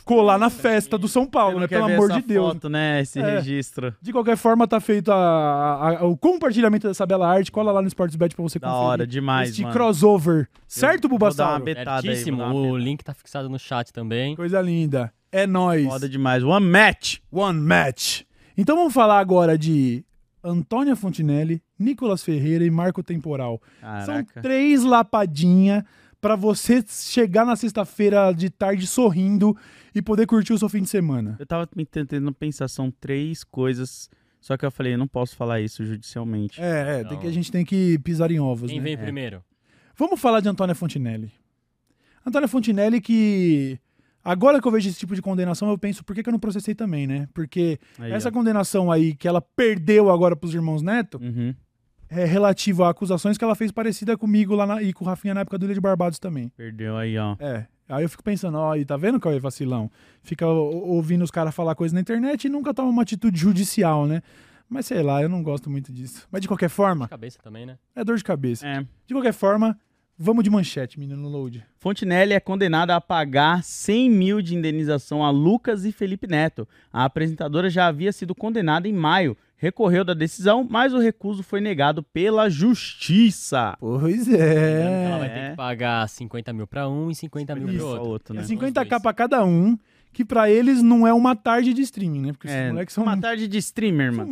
colar na festa do São
Você
Paulo,
não
né?
quer
Pelo
ver
amor
essa
de Deus.
Foto, né? Esse
É.
registro.
De qualquer forma, tá feito a- a- a- o compartilhamento dessa bela arte. Cola lá no Sportsbet pra você
Da
conferir.
hora, demais,
Este
mano.
crossover. Certo,
Vou dar uma
Bubassauro?
betada aí, vou
Certíssimo.
dar uma
O link tá fixado no chat também.
Coisa linda. É nóis.
Foda demais. One match.
One match. Então vamos falar agora de Antônia Fontinelli, Nicolas Ferreira e Marco Temporal. São
Caraca.
três lapadinha pra você chegar na sexta-feira de tarde sorrindo e poder curtir o seu fim de semana.
Eu tava me tentando pensar, são três coisas. Só que eu falei, não posso falar isso judicialmente.
É, é, tem
Então-
que, a gente tem que pisar em ovos,
Quem
né?
vem
É.
primeiro?
Vamos falar de Antônia Fontinelli. Antônia Fontinelli que agora que eu vejo esse tipo de condenação, eu penso, por que, que eu não processei também, né? Porque
Aí,
essa
ó.
condenação aí que ela perdeu agora pros irmãos Neto
Uhum.
é relativa a acusações que ela fez parecida comigo lá na- e com o Rafinha na época do Ilha de Barbados também.
Perdeu aí, ó.
É. Aí eu fico pensando, ó, aí tá vendo, Cauê Vacilão? Fica o- ouvindo os caras falar coisa na internet e nunca toma uma atitude judicial, né? Mas sei lá, eu não gosto muito disso. Mas de qualquer forma,
Cabeça também, né?
é dor de cabeça.
É.
De qualquer forma, vamos de manchete, menino load.
Fontinelli é condenada a pagar 100 mil de indenização a Lucas e Felipe Neto. A apresentadora já havia sido condenada em maio, recorreu da decisão, mas o recuso foi negado pela justiça.
Lembrando
Pois
que Ela vai
é.
ter
É.
que pagar 50 mil pra um e 50 mil
Isso,
pro outro.
outro, né?
É
Os
50k
dois.
pra cada um, que pra eles não é uma tarde de streaming, né? Porque
É,
esses moleques são
Uma tarde de streamer, mano.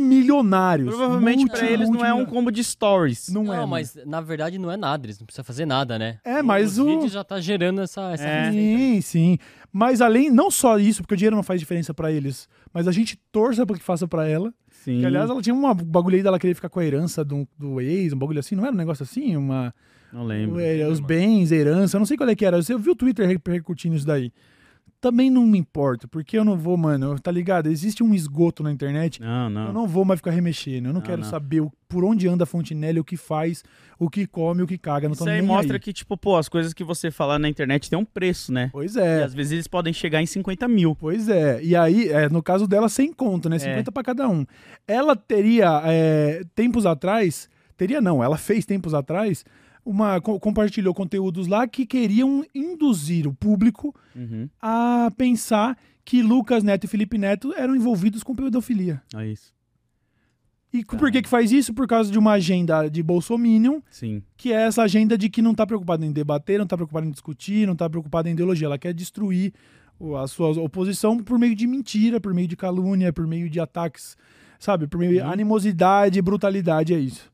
multimilionários.
Provavelmente
Multi-
pra eles não é um
multimilionários.
combo de stories.
né? Não,
Não,
é, mas...
mas na verdade não é nada, eles não precisam fazer nada, né?
É, mas
Os
o-
vídeos já tá gerando essa, essa
É.
receita.
Sim, sim. Mas além, não só isso, porque o dinheiro não faz diferença pra eles, mas a gente torça pra que faça pra ela.
Sim.
Que, aliás, ela tinha um bagulho aí dela querer ficar com a herança do, do ex, um bagulho assim, não era um negócio assim? Uma,
não lembro.
é, os bens, herança, eu não sei qual é que era. Eu vi o Twitter repercutindo isso daí. Também não me importo, porque eu não vou, mano, tá ligado? Existe um esgoto na internet
Não,
Eu
não.
não vou mais ficar remexendo. Eu
Não,
não, quero
não.
saber o- por onde anda a Fontinelli, o que faz, o que come, o que caga. Não tô
Isso aí
nem
mostra
aí.
que, tipo, pô, as coisas que você falar na internet tem um preço, né?
Pois
E
é.
às vezes eles podem chegar em 50 mil.
Pois é. E aí, é, no caso dela, sem conto,
É.
né? 50 pra cada um. Ela teria, é, tempos atrás... Teria não, ela fez tempos atrás... Uma, co- compartilhou conteúdos lá que queriam induzir o público
Uhum.
a pensar que Lucas Neto e Felipe Neto eram envolvidos com pedofilia.
É isso.
E
Tá.
por que que faz isso? Por causa de uma agenda de Bolsominion
Sim.
que é essa agenda de que não está preocupada em debater, não está preocupada em discutir, não está preocupada em ideologia. Ela quer destruir o- a sua oposição por meio de mentira, por meio de calúnia, por meio de ataques, sabe? Por meio de
Uhum.
animosidade, brutalidade, é isso.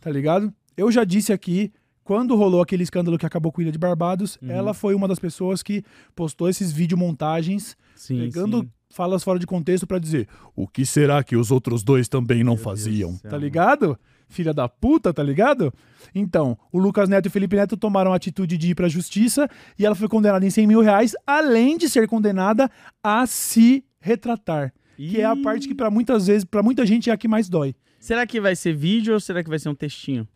Tá ligado? Eu já disse aqui, quando rolou aquele escândalo que acabou com a Ilha de Barbados,
Uhum.
ela foi uma das pessoas que postou esses videomontagens
Sim.
pegando
sim.
falas fora de contexto pra dizer o que será que os outros dois também
Meu
não
Deus
faziam,
do céu,
tá
mano.
ligado? Filha da puta, tá ligado? Então, o Lucas Neto e o Felipe Neto tomaram a atitude de ir pra justiça e ela foi condenada em 100 mil reais, além de ser condenada a se retratar, que é a
Ih.
parte que pra muitas vezes, pra muita gente é a que mais dói.
Será que vai ser vídeo ou será que vai ser um textinho?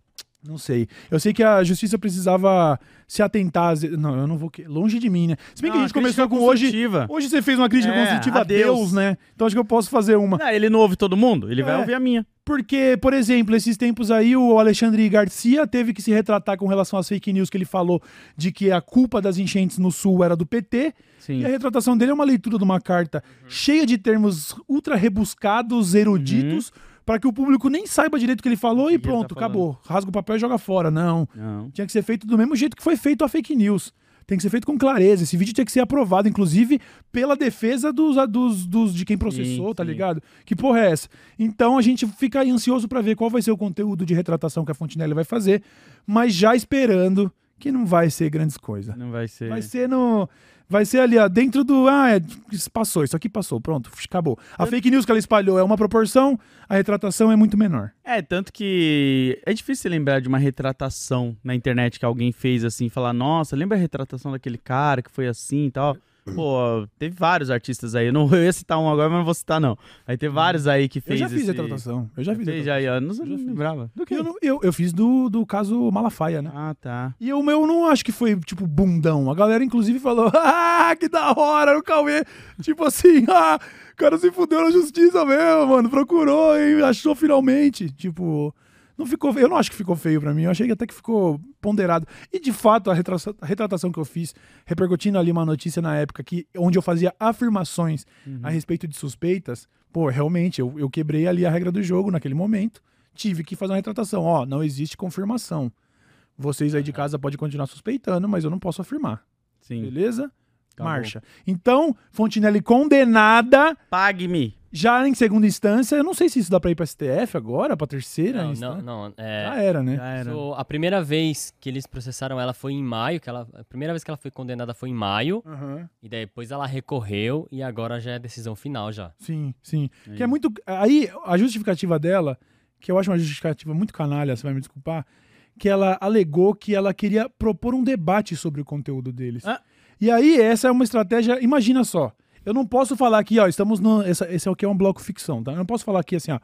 Não sei. Eu sei que a justiça precisava se atentar. às- Não, eu não vou. que- Longe de mim, né? Se bem que
Não,
a gente
a crítica é
começou com hoje.
construtiva.
Hoje você fez uma crítica
É,
construtiva a
adeus.
Deus, né? Então acho que eu posso fazer uma.
Não, Ah, ele não ouve todo mundo? Ele vai
É.
ouvir a minha.
Porque, por exemplo, esses tempos aí o Alexandre Garcia teve que se retratar com relação às fake news que ele falou de que a culpa das enchentes no sul era do PT.
Sim.
E a retratação dele é uma leitura de uma carta cheia de termos ultra rebuscados, eruditos, pra que o público nem saiba direito o que ele falou
Uhum. que
e
ele tá
pronto,
falando.
acabou. Rasga o papel e joga fora. Não.
Não.
Tinha que ser feito do mesmo jeito que foi feito a fake news. Tem que ser feito com clareza. Esse vídeo tinha que ser aprovado, inclusive, pela defesa dos, dos, dos- de quem processou,
Sim,
tá
sim.
ligado? Que porra é essa? Então a gente fica aí ansioso pra ver qual vai ser o conteúdo de retratação que a Fontinelli vai fazer, mas já esperando que não vai ser grandes coisas.
Não vai ser.
Vai ser no. Vai ser ali, ó, dentro do. Ah, é, isso passou, isso aqui passou, pronto, acabou. A fake news que ela espalhou é uma proporção, a retratação é muito menor.
É, tanto que é difícil você lembrar de uma retratação na internet que alguém fez assim, falar, nossa, lembra a retratação daquele cara que foi assim e
(clears throat)
tal? Pô, teve vários artistas aí. Eu não (laughs) eu ia citar um agora, mas não vou citar, não. Aí teve vários aí que
Eu
fez.
já fiz
esse...
retratação. Eu já fiz
Fez aí, ó. Não, sei,
Eu já
não
fiz.
lembrava. Do
Eu, não- eu, eu fiz do, do caso Malafaia, né?
Ah, tá.
E o meu não acho que foi, tipo, bundão. A galera, inclusive, falou: (laughs) Ah, que da hora o Cauê. tipo assim, (laughs) ah, o cara se fudeu na justiça mesmo, mano. Procurou e achou finalmente. Tipo, não ficou feio. Eu não acho que ficou feio pra mim. Eu achei que até que ficou ponderado. E de fato, a, retraça- a retratação que eu fiz, repercutindo ali uma notícia na época que, onde eu fazia afirmações a respeito de suspeitas, pô, realmente, eu, eu quebrei ali a regra do jogo naquele momento. Tive que fazer uma retratação. Ó, não existe
É.
confirmação. Vocês aí de casa podem continuar suspeitando, mas eu não posso afirmar.
Sim.
Beleza?
Acabou.
marcha. Então, Fontinelli condenada,
Pague-me.
já em segunda instância. Eu não sei se isso dá pra ir pra STF agora, pra terceira
Não, não,
instância.
não. É,
Já né? era, né?
Já era.
So, a primeira vez que eles processaram ela foi em maio, que ela, a primeira vez que ela foi condenada foi em maio,
Aham.
e daí depois ela recorreu e agora já é a decisão final já.
Sim, sim. Que é muito. Aí, a justificativa dela, que eu acho uma justificativa muito canalha, você vai me desculpar, que ela alegou que ela queria propor um debate sobre o conteúdo deles.
Ah.
E aí, essa é uma estratégia. Imagina só. Eu não posso falar aqui, ó, estamos no. Essa, esse aqui é um bloco ficção, tá? Eu não posso falar aqui assim, ó.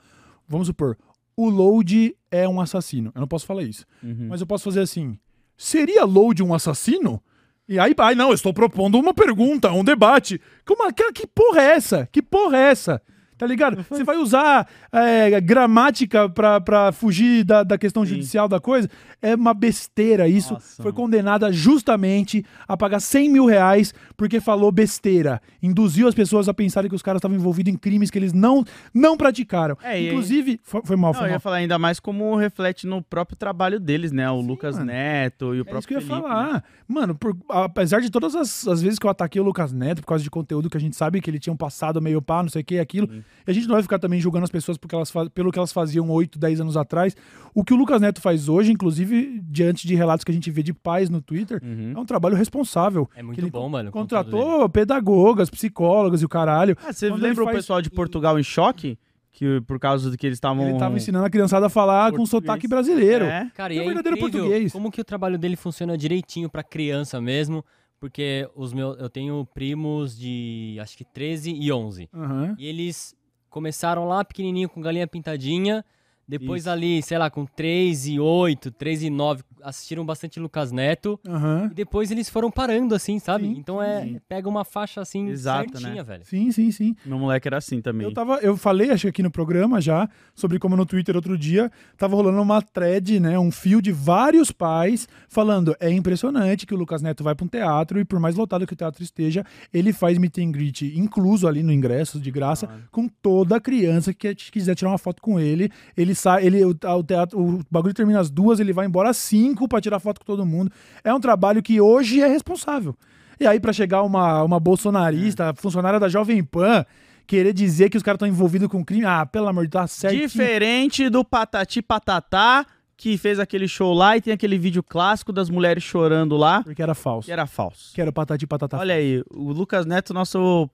Vamos supor, o Load é um assassino. Eu não posso falar isso.
Uhum.
Mas eu posso fazer assim: seria Load um assassino? E aí, ai, não, eu estou propondo uma pergunta, um debate. Como, cara, que porra é essa? Que porra é essa? Tá ligado? Você vai usar é, gramática pra, pra fugir da, da questão
Sim.
judicial da coisa? É uma besteira isso.
Nossa,
Foi
mano.
condenada justamente a pagar 100 mil reais porque falou besteira. Induziu as pessoas a pensarem que os caras estavam envolvidos em crimes que eles não, não praticaram.
É, e-
Inclusive, foi, foi mal,
Não,
foi
eu
mal.
ia falar ainda mais como reflete no próprio trabalho deles, né? O Lucas
mano.
Neto e o
É
próprio
isso que eu ia
Felipe, né?
falar. Mano, por- apesar de todas as, as vezes que eu ataquei o Lucas Neto por causa de conteúdo que a gente sabe que ele tinha um passado meio pá, não sei o que, aquilo, e a gente não vai ficar também julgando as pessoas porque elas fa- pelo que elas faziam 8, 10 anos atrás. O que o Lucas Neto faz hoje, inclusive diante de relatos que a gente vê de pais no Twitter,
Uhum.
é um trabalho responsável.
É
Que
muito
ele
bom, mano. o conteúdo dele.
Contratou pedagogas, psicólogas e o caralho.
Ah, você
Quando ele
lembra o
faz-
pessoal de Portugal em choque? Que por causa do que eles estavam.
Ele tava ensinando a criançada a falar
Português.
com sotaque brasileiro.
É.
Cara,
É
e
o
é
verdadeiro
incrível
português.
como que o trabalho dele funciona direitinho pra criança mesmo, porque os meus, eu tenho primos de acho que 13 e 11.
Aham.
E eles começaram lá pequenininho com galinha pintadinha. Depois
Isso.
ali, sei lá, com 3 e 8, 3 e 9, assistiram bastante Lucas Neto.
Aham.
E depois eles foram parando, assim, sabe?
Sim,
então é. Pega uma faixa assim
Exato,
certinha,
né?
velho.
Sim, sim, sim.
Meu moleque era assim também.
Eu, tava, eu falei, acho que aqui no programa já, sobre como no Twitter outro dia, tava rolando uma thread, né? Um fio de vários pais falando: é impressionante que o Lucas Neto vai pra um teatro e, por mais lotado que o teatro esteja, ele faz meet and greet, incluso ali no ingresso de graça, com toda criança que quiser tirar uma foto com ele. Ele sai, ele, o, o teatro, o bagulho termina às duas, ele vai embora às cinco pra tirar foto com todo mundo. É um trabalho que hoje é responsável. E aí, pra chegar uma, uma bolsonarista, funcionária da Jovem Pan, querer dizer que os caras estão envolvidos com crime. Ah, pelo amor de Deus, tá certinho.
Diferente do Patati Patatá, que fez aquele show lá e tem aquele vídeo clássico das mulheres chorando lá,
Porque era falso.
que era falso.
Que era patati patata.
Olha aí, o Lucas Neto, nosso.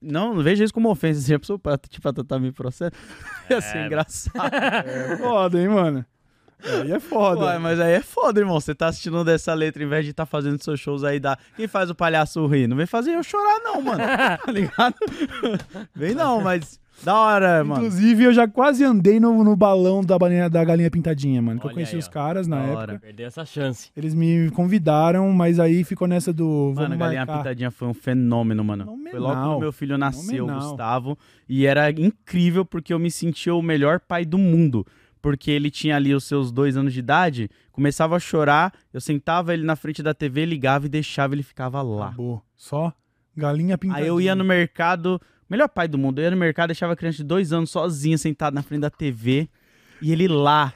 Não, não veja isso como ofensa. (laughs) Se a pessoa Patati Patatá me processa, (laughs) ia ser engraçado.
É foda, hein, mano? Aí é foda.
Ué, mas aí é foda, irmão. Você tá assistindo dessa letra em vez de tá fazendo seus shows aí da. Quem faz o palhaço rir? Não vem fazer eu chorar, não,
(laughs)
mano. tá ligado? Vem não, mas. Da hora, mano.
Inclusive, eu já quase andei no, no balão da, balinha- da galinha pintadinha, mano. Que eu
Olha
conheci
aí,
os
ó.
caras na
Da
época.
hora.
Perdeu essa chance.
Eles me convidaram, mas aí ficou nessa do. Vamos
Mano, a Galinha
marcar.
Pintadinha foi um fenômeno, mano. Foi
Fenomenal.
logo que meu filho nasceu,
Fenomenal.
Gustavo. E era incrível porque eu me sentia o melhor pai do mundo. Porque ele tinha ali os seus dois anos de idade, começava a chorar, eu sentava ele na frente da TV, ligava e deixava, ele ficava lá.
Acabou. Só galinha pintadinha.
Aí eu ia no mercado, melhor pai do mundo, eu ia no mercado, deixava a criança de dois anos sozinha, sentada na frente da TV, e ele lá.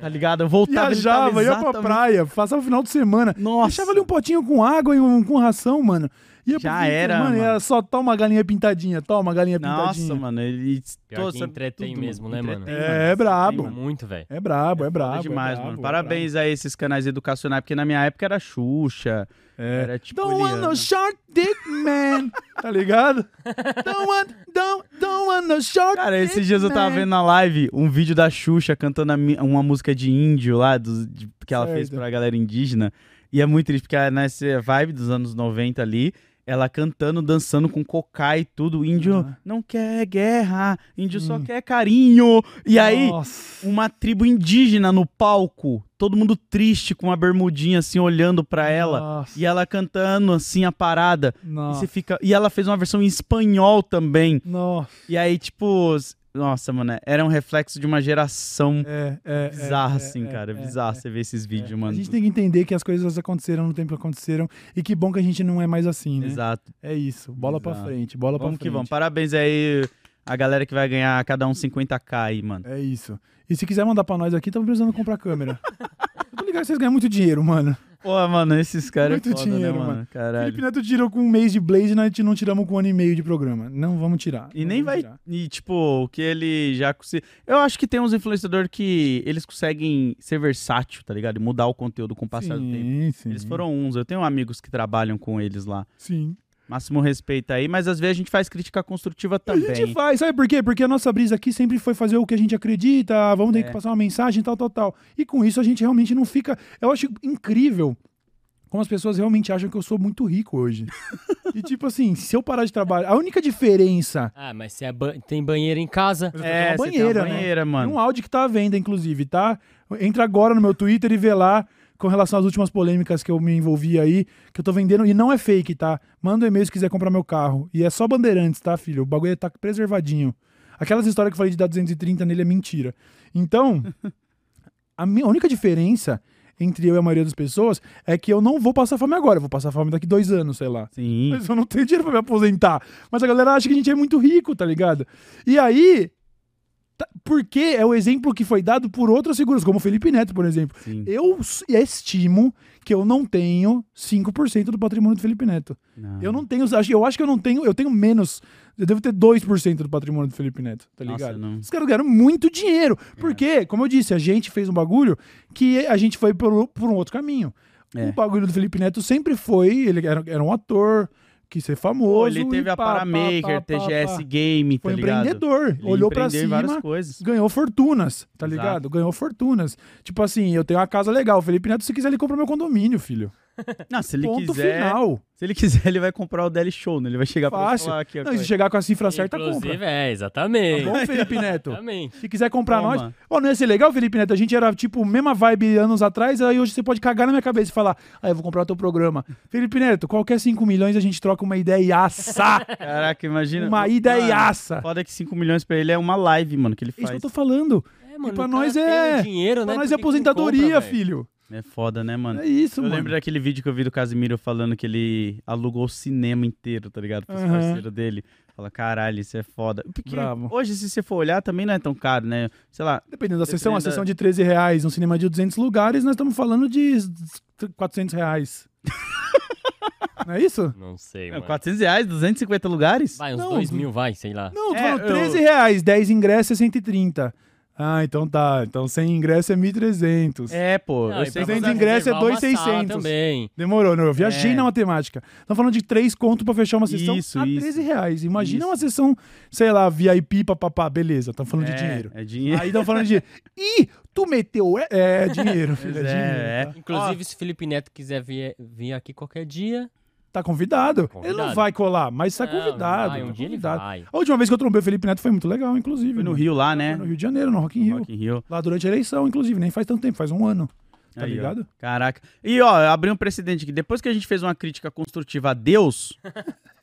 Tá ligado? Eu voltava ele tava
Viajava, ia pra
exatamente-
praia, passava o final de semana.
Nossa.
Deixava ali um potinho com água e um, com ração, mano. Ia pro
Já
fim de
era,
semana,
mano.
Era só toma galinha pintadinha, toma galinha
Nossa,
pintadinha.
mano, ele.
Pior que
sabe
entretém
tudo,
mesmo, né, mano?
Entretém,
É, é brabo.
Entretém, mano.
Muito, velho.
É brabo, é brabo.
Foda
é
demais,
brabo,
mano.
é
Parabéns a esses canais educacionais, porque na minha época era Xuxa.
É.
Era tipo.
Don't want
Eliana.
no short dick man. (laughs) tá ligado? Don't want, don't, don't want no short
Cara,
dick
esses dias eu tava
man.
vendo na live um vídeo da Xuxa cantando a mi- uma música de índio lá, dos- de- que ela fez
Certo.
pra galera indígena. E é muito triste, porque ela, nessa vibe dos anos 90 ali, ela cantando, dançando com cocá e tudo. O índio
Aham.
não quer guerra, índio só
Hum.
quer carinho. E aí, um
Nossa.
uma tribo indígena no palco, todo mundo triste, com uma bermudinha assim, olhando pra ela.
Nossa.
E ela cantando assim a parada. E,
Nossa.
você fica... e ela fez uma versão em espanhol também.
Nossa.
E aí, tipo. s- Nossa, mano, era um reflexo de uma geração
É, é. é,
bizarra,
é,
assim,
é,
cara.
é,
bizarro você ver esses
é.
vídeos,
A
mano.
gente tem que entender que as coisas aconteceram no tempo que aconteceram e que bom que a gente não é mais assim, né?
Exato.
É isso. Bola pra
Exato.
frente, bola
Vamos
pra
que
frente.
vamos. Parabéns aí a galera que vai ganhar cada um 50k aí, mano.
É (laughs) isso. E se quiser mandar pra nós aqui, estamos precisando comprar câmera. Eu tô ligado que vocês ganham muito dinheiro, mano.
Pô, mano, esses caras
É. Muito
é foda,
dinheiro,
né, mano?
mano.
Caralho.
Felipe Neto tirou com um mês de Blaze, nós não tiramos com um ano e meio de programa. Não vamos tirar.
E
Não
nem vai.
vamos tirar.
E, tipo, o que ele já conseguiu. Eu acho que tem uns influenciadores que eles conseguem ser versátil, tá ligado? E mudar o conteúdo com o passar do tempo.
Sim, sim.
Eles foram uns. Eu tenho amigos que trabalham com eles lá.
Sim.
Máximo respeito aí, mas às vezes a gente faz crítica construtiva também.
A gente faz, sabe por quê? Porque a nossa brisa aqui sempre foi fazer o que a gente acredita, vamos ter
É.
que passar uma mensagem, tal, tal, tal. E com isso a gente realmente não fica. Eu acho incrível como as pessoas realmente acham que eu sou muito
(laughs)
rico hoje. e tipo assim, se eu parar de trabalhar, a única diferença.
Ah, mas se é ba- tem banheiro em casa.
Mas eu
É,
tô
você
numa
tem uma
banheira, né?
banheira,
Tem
mano.
um áudio que tá à venda, inclusive, tá? Entra agora no meu Twitter e vê lá com relação às últimas polêmicas que eu me envolvi aí, que eu tô vendendo, e não é fake, tá? Manda um e-mail se quiser comprar meu carro. E é só bandeirantes, tá, filho? O bagulho tá preservadinho. Aquelas histórias que eu falei de dar 230 nele é mentira. Então, a, mi- a única diferença entre eu e a maioria das pessoas é que eu não vou passar fome agora, eu vou passar fome daqui dois anos, sei lá.
Sim.
Mas eu não tenho dinheiro pra me aposentar. Mas a galera acha que a gente é muito rico, tá ligado? E aí. tá- Porque é o exemplo que foi dado por outras figuras, como o Felipe Neto, por exemplo.
Sim.
Eu s- estimo que eu não tenho 5% do patrimônio do Felipe Neto. Eu não tenho. acho- Eu acho que eu não tenho. Eu tenho menos. Eu devo ter 2% do patrimônio do Felipe Neto, tá
Nossa,
ligado?
não. É.
Os caras ganharam muito dinheiro. Porque, como eu disse, a gente fez um bagulho que a gente foi por, por um outro caminho.
É.
O bagulho do Felipe Neto sempre foi. Ele era, era um ator, quis ser famoso.
Pô, ele teve
e
a
pá, pá,
Paramaker,
pá, pá,
TGS
pá.
Game, tá
Foi um
ligado?
empreendedor.
Ele
Olhou pra
empreendeu em várias
cima.
coisas.
Ganhou fortunas, tá
Exato.
ligado? Ganhou fortunas. Tipo assim, eu tenho uma casa legal. O Felipe Neto, se quiser, ele compra meu condomínio, filho.
Não, se ele
Ponto
quiser,
final.
se ele (laughs) quiser, ele vai comprar o Daily Show, né? Ele vai chegar pra você
Fácil.
falar aqui
Não, e se
agora.
chegar com a cifra certa,
Inclusive,
compra. Tá
é, exatamente. (laughs)
Bom, Felipe Neto.
Exatamente.
Se quiser comprar
Toma.
nós. Ô, não ia ser legal, Felipe Neto? A gente era, tipo, mesma vibe anos atrás, aí hoje você pode cagar na minha cabeça e falar: ah, eu vou comprar o teu programa. Felipe Neto, qualquer 5 milhões a gente troca uma
(laughs)
ideiaça.
Caraca, imagina.
uma
Mano,
ideiaça.
Foda que 5 milhões pra ele é uma live, mano, que ele
É isso que eu
faz.
tô falando.
É, mano,
E pra
o
nós
cara
é-
tem Dinheiro,
Pra
né?
nós
Por
é
que que não
aposentadoria,
compra, velho?
filho.
É foda, né, mano?
É isso,
Eu
mano.
lembro daquele vídeo que eu vi do Casimiro falando que ele alugou o cinema inteiro, tá ligado? Pros
Aham.
parceiros dele. Fala, caralho, isso é foda. Porque
Bravo.
hoje, se você for olhar, também não é tão caro, né? Sei lá,
Dependendo da sessão, a
Dependendo da-
sessão de 13 reais, um cinema de 200 lugares, nós estamos falando de 400
(laughs)
reais. não é isso?
Não sei,
é,
mano.
400 reais, 250 lugares?
Vai, uns
Não,
dois
du-
mil, vai, sei lá.
Não, tô
É,
falando
eu-
13 reais, 10 ingressos é 130. Ah, então tá. Então sem ingresso é 1.300.
É, pô.
Não,
eu
e
sei
pra
que-
Dentro
você
de ingresso é
reservar uma sala
2.600.
também.
Demorou, não. Eu viajei
É.
na matemática. Estamos falando de três conto pra fechar uma sessão
Isso,
a
isso.
13 reais. Imagina
Isso.
uma sessão, sei lá, VIP, papapá, beleza, estamos falando
é,
de dinheiro.
É dinheiro.
Aí estamos falando de. Ih, tu meteu. É, é
(laughs)
dinheiro, filho.
(laughs)
É,
Pois é,
dinheiro.
é.
Tá?
Inclusive, se o Felipe Neto quiser vir, vir aqui qualquer dia.
Tá convidado. Ele não
Convidado.
vai colar, mas tá
Não, ele
convidado.
vai, um
tá
dia ele
convidado.
vai.
A última vez que eu trombei o Felipe Neto foi muito legal, inclusive.
Foi no
mano.
Rio lá, né?
Foi no Rio de Janeiro, no Rock in Rio.
Rock in Rio.
Lá durante a eleição, inclusive, nem faz tanto tempo, faz um ano. Tá
Aí, ó.
ligado?
Caraca. E, ó, abri um precedente aqui. Depois que a gente fez uma crítica construtiva a
(laughs)
Deus,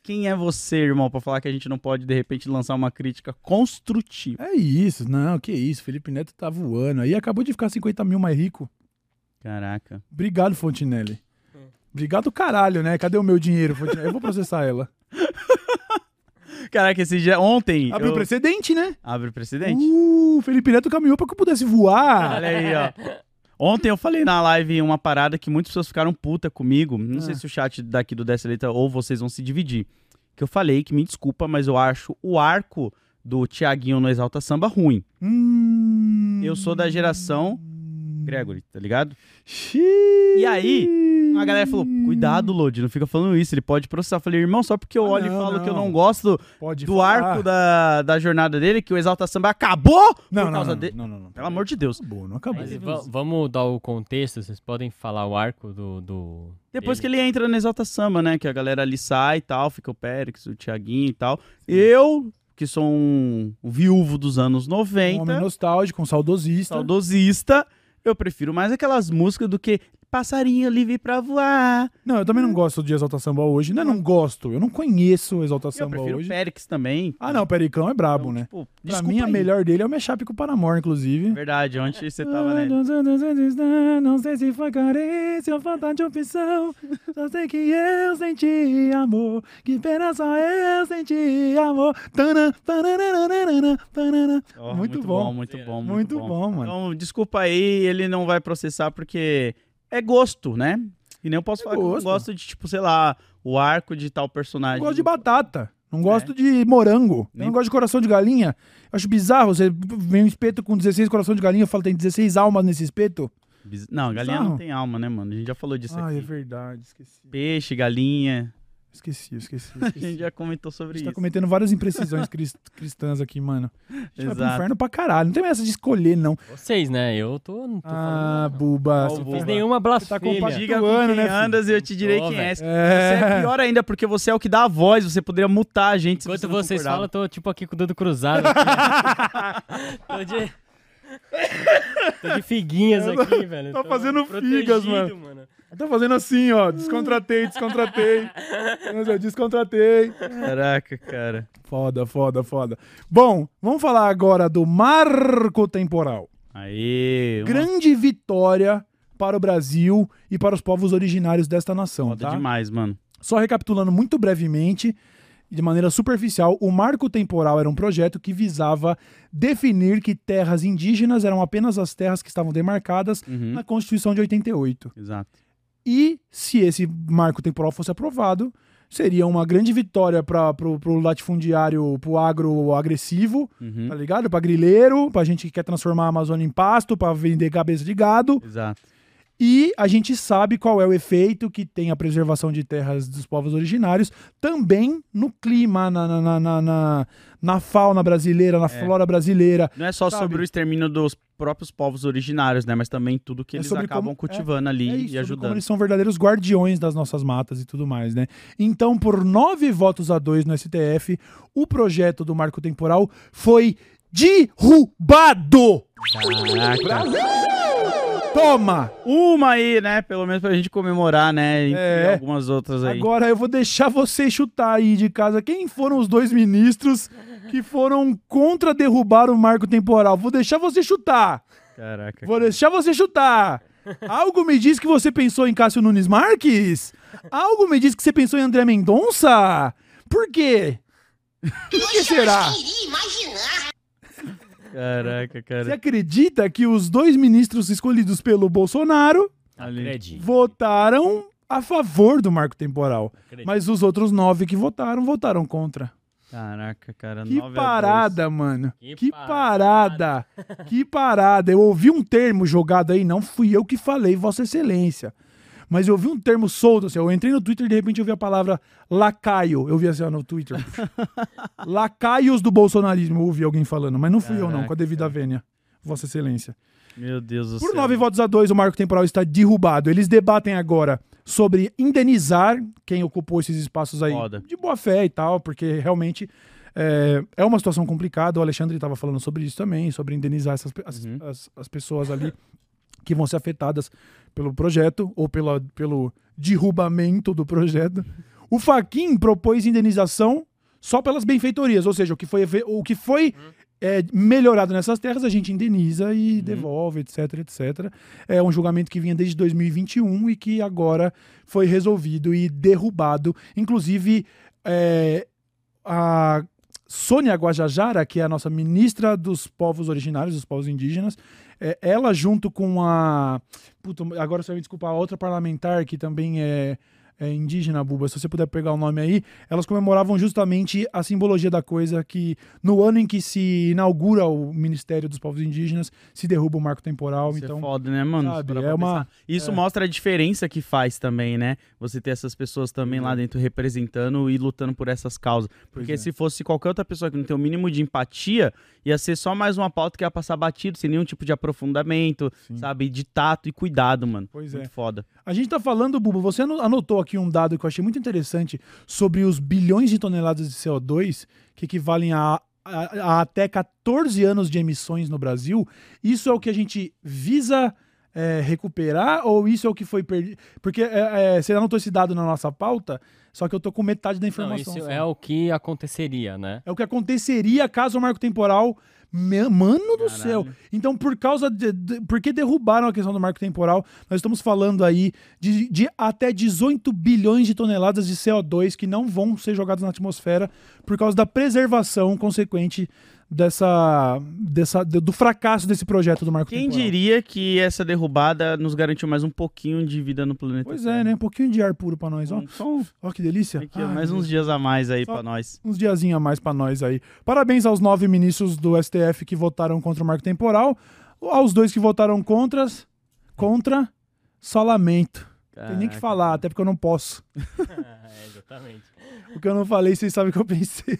quem é você, irmão, pra falar que a gente não pode, de repente, lançar uma crítica construtiva?
É isso, não, que isso. Felipe Neto tá voando. Aí acabou de ficar 50 mil mais rico.
Caraca.
Obrigado, Fontinelli. Obrigado, caralho, né? Cadê o meu dinheiro, Fontinelli? Eu vou processar
(laughs)
ela.
Caraca, esse dia. Ontem.
Abriu
eu-
precedente, né?
Abre o precedente.
Uh, Felipe Neto caminhou pra que eu pudesse voar.
Olha aí, ó. Ontem eu falei na live uma parada que muitas pessoas ficaram puta comigo. Não
Ah.
sei se o chat daqui do Dessa Letra ou vocês vão se dividir. Que eu falei que me desculpa, mas eu acho o arco do Tiaguinho no Exalta Samba ruim.
Hum.
Eu sou da geração Gregory, tá ligado?
Xiii.
E aí, A galera falou:
Hum.
cuidado, Lodi, não fica falando isso, ele pode processar. Eu falei, irmão, só porque eu
Ah,
olho
não,
e falo que eu
não.
não gosto do,
Pode
do
falar.
arco da, da jornada dele, que o Exalta Samba acabou
Não,
por
não,
causa
não,
dele.
não, não, não.
Pelo amor de Deus.
Acabou, não acabou. Um
Mas va- vamos dar o contexto, vocês podem falar o arco do. do
Depois que
dele.
ele entra no Exalta Samba, né? Que a galera ali sai e tal, fica o Périx, o Thiaguinho e tal. Eu, que sou um viúvo dos anos
Um
90,
homem nostálgico, um saudosista.
saudosista, eu prefiro mais aquelas músicas do que Passarinho livre pra voar.
Não, eu
Hum.
também não gosto de Exalta Samba hoje. Não, é não gosto. Eu não conheço Exalta
eu
Samba
prefiro
hoje.
Périx também.
Ah, não, o Pericão é brabo,
Então,
né?
Tipo,
Pra
desculpa
mim, a
aí. É
melhor dele é o Mashup com o Paramore, inclusive.
Verdade, ontem você tava,
Ah,
né?
Não sei se foi carência ou falta de opção. Só sei que eu senti amor. Que pena só eu senti amor. Tanã, tananana, tanana.
Ó,
Muito bom.
muito bom,
Muito bom, mano.
Então, desculpa aí, ele não vai processar porque é gosto, né? E nem eu posso
Eu
falar que eu não
gosto.
gosto de, tipo, sei lá, o arco de tal
Eu
personagem.
gosto de batata. Não gosto de morango. Eu
É. Nem-
não gosto de coração de galinha. Eu acho bizarro. Você vem um espeto com 16 coração de galinha. Eu falo, tem 16 almas nesse espeto.
Biz- Não, galinha não
Bizarro.
tem alma, né, mano? A gente já falou disso
Ai, é
aqui.
verdade. Esqueci.
Peixe, galinha.
Esqueci, esqueci.
(laughs) A gente
esqueci.
já comentou
A
sobre
gente
isso.
tá cometendo várias imprecisões cris- cristãs aqui, mano. A gente vai pro
Exato.
inferno pra caralho. Não tem essa de escolher, não.
Vocês, né? Eu tô, não tô
né,
Ah,
falando. nada,
buba.
Ó,
você tá
o
Não
Buba.
fiz
fala-
nenhuma blasfêmia.
compartilhando.
Diga com
Ano,
quem
né, filho?
andas e eu te direi
Tô,
quem
velho.
é. Você
É.
é pior ainda porque você é o que dá a voz. Você poderia mutar a gente se
Enquanto
você não
vocês
concordava.
falam, eu tô tipo aqui com o dedo cruzado.
(laughs)
aqui. tô de. Tô de figuinhas aqui, velho.
tá
Tô
fazendo figas,
protegido, mano.
Eu tô fazendo assim, ó.
(laughs)
Descontratei, descontratei. Mas eu descontratei.
Caraca, cara.
Foda, foda, foda. Bom, vamos falar agora do marco temporal.
Aê. uma
Grande vitória para o Brasil e para os povos originários desta nação,
Foda
tá?
demais, mano.
Só recapitulando muito brevemente, e de maneira superficial, o Marco Temporal era um projeto que visava definir que terras indígenas eram apenas as terras que estavam demarcadas
Uhum,
na Constituição de 88.
Exato.
E se esse marco temporal fosse aprovado, seria uma grande vitória para o latifundiário, para o agro agressivo,
Uhum,
tá ligado? Para grileiro, para gente que quer transformar a Amazônia em pasto, para vender cabeça de gado.
Exato.
E a gente sabe qual é o efeito que tem a preservação de terras dos povos originários também no clima, na, na, na, na, na- na fauna brasileira,
É.
na flora brasileira.
Não é só
Sabe?
sobre o extermínio dos próprios povos originários, né? Mas também tudo que
É
eles
sobre
acabam
como- é,
cultivando ali
é isso,
e
sobre como
ajudando.
eles são verdadeiros guardiões das nossas matas e tudo mais, né? Então, por nove votos a dois no STF, o projeto do marco temporal foi derrubado!
Caraca.
Toma!
Uma aí, né? Pelo menos pra gente comemorar, né? Entre
É.
algumas outras aí.
Agora eu vou deixar vocês chutar aí de casa quem foram os dois ministros que foram contra derrubar o marco temporal. Vou deixar você chutar.
Caraca.
Vou deixar você chutar. Algo me diz que você pensou em Cássio Nunes Marques? Algo me diz que você pensou em André Mendonça? Por quê? Por que será?
Queria imaginar.
Caraca,
Você
cara.
acredita que os dois ministros escolhidos pelo Bolsonaro
Ali.
Acredito.
votaram a favor do marco temporal?
acredito.
Mas os outros nove que votaram, votaram contra.
Caraca, cara.
Que
nove a dois.
parada, mano.
Que
Que,
parada.
parada. (laughs) que parada. Eu ouvi um termo jogado aí, não fui eu que falei, Vossa Excelência. Mas eu ouvi um termo solto, assim, eu entrei no Twitter e de repente eu vi a palavra lacaio. Eu vi assim, ó,
(laughs)
no Twitter. Lacaios do bolsonarismo, eu ouvi alguém falando, mas não fui eu não, com
Caraca,
a devida vênia. Vossa Excelência.
Meu Deus do
Por
céu.
nove votos a dois, o marco temporal está derrubado. Eles debatem agora sobre indenizar quem ocupou esses espaços aí
Foda.
de boa fé e tal, porque realmente é, é uma situação complicada. O Alexandre estava falando sobre isso também, sobre indenizar essas, pe- as,
Uhum.
as- as pessoas ali que vão ser afetadas pelo projeto ou pela, pelo derrubamento do projeto. O Faquin propôs indenização só pelas benfeitorias, ou seja, o que foi, efe- o que foi
Uhum.
é, melhorado nessas terras, a gente indeniza e devolve, etc, etc. É um julgamento que vinha desde 2021 e que agora foi resolvido e derrubado. Inclusive, é, a Sônia Guajajara, que é a nossa ministra dos povos originários, dos povos indígenas, é, ela junto com a... Puta, agora você vai me desculpar, a outra parlamentar que também é... é indígena, Buba, se você puder pegar o nome aí, elas comemoravam justamente a simbologia da coisa que no ano em que se inaugura o Ministério dos Povos Indígenas, se derruba o marco temporal,
Isso é
então...
foda, né, mano?
sabe,
Pra
é uma-
pensar. Isso mostra a diferença que faz também, né? Você ter essas pessoas também lá dentro representando e lutando por essas causas. Porque
Uhum. é.
se fosse qualquer outra pessoa que não tem o mínimo de empatia, ia ser só mais uma pauta que ia passar batido, sem nenhum tipo de aprofundamento, sabe? De tato e cuidado, mano.
Pois
Muito
é.
foda.
A gente tá falando, Bubo, você ano- anotou aqui um dado que eu achei muito interessante sobre os bilhões de toneladas de CO2 que equivalem a, a- a até 14 anos de emissões no Brasil. Isso é o que a gente visa é, recuperar ou isso é o que foi perdido? Porque é, é, você anotou esse dado na nossa pauta, só que eu tô com metade da
Não,
informação.
isso
só.
é o que aconteceria, né?
É o que aconteceria caso o marco temporal. Me- Mano do
Caralho.
céu! Então, por causa de, de- Por que derrubaram a questão do marco temporal? Nós estamos falando aí de, de até 18 bilhões de toneladas de CO2 que não vão ser jogadas na atmosfera por causa da preservação consequente dessa, dessa do do fracasso desse projeto do Marco
Quem
Temporal.
diria que essa derrubada nos garantiu mais um pouquinho de vida no planeta?
Pois
Terra?
é, né? Um pouquinho de ar puro pra nós, ó.
Então, só
Ó que delícia.
um- aqui, ó,
Ai,
mais
meu
uns dias a mais aí
Ah, Só-
pra nós.
uns diazinhos a mais pra nós aí. Parabéns aos nove ministros do STF que votaram contra o marco temporal. Aos dois que votaram contra, contra só lamento. Tem nem que
Caraca.
falar, até porque eu não posso.
(laughs) é, exatamente.
O que eu não falei, vocês sabem o que eu pensei.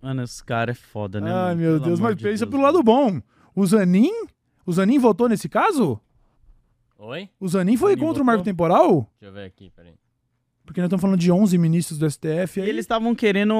Mano, esse cara é foda, né?
(laughs) Ai,
mano?
meu
Pelo
Deus,
amor
mas
de
pensa
Deus,
pelo
mano.
lado bom. O Zanin? O Zanin votou nesse caso?
Oi?
O Zanin foi
Zanin
contra o
votou?
marco temporal?
Deixa eu ver aqui, peraí.
Porque nós estamos falando de 11 ministros do STF. Aí...
Eles estavam querendo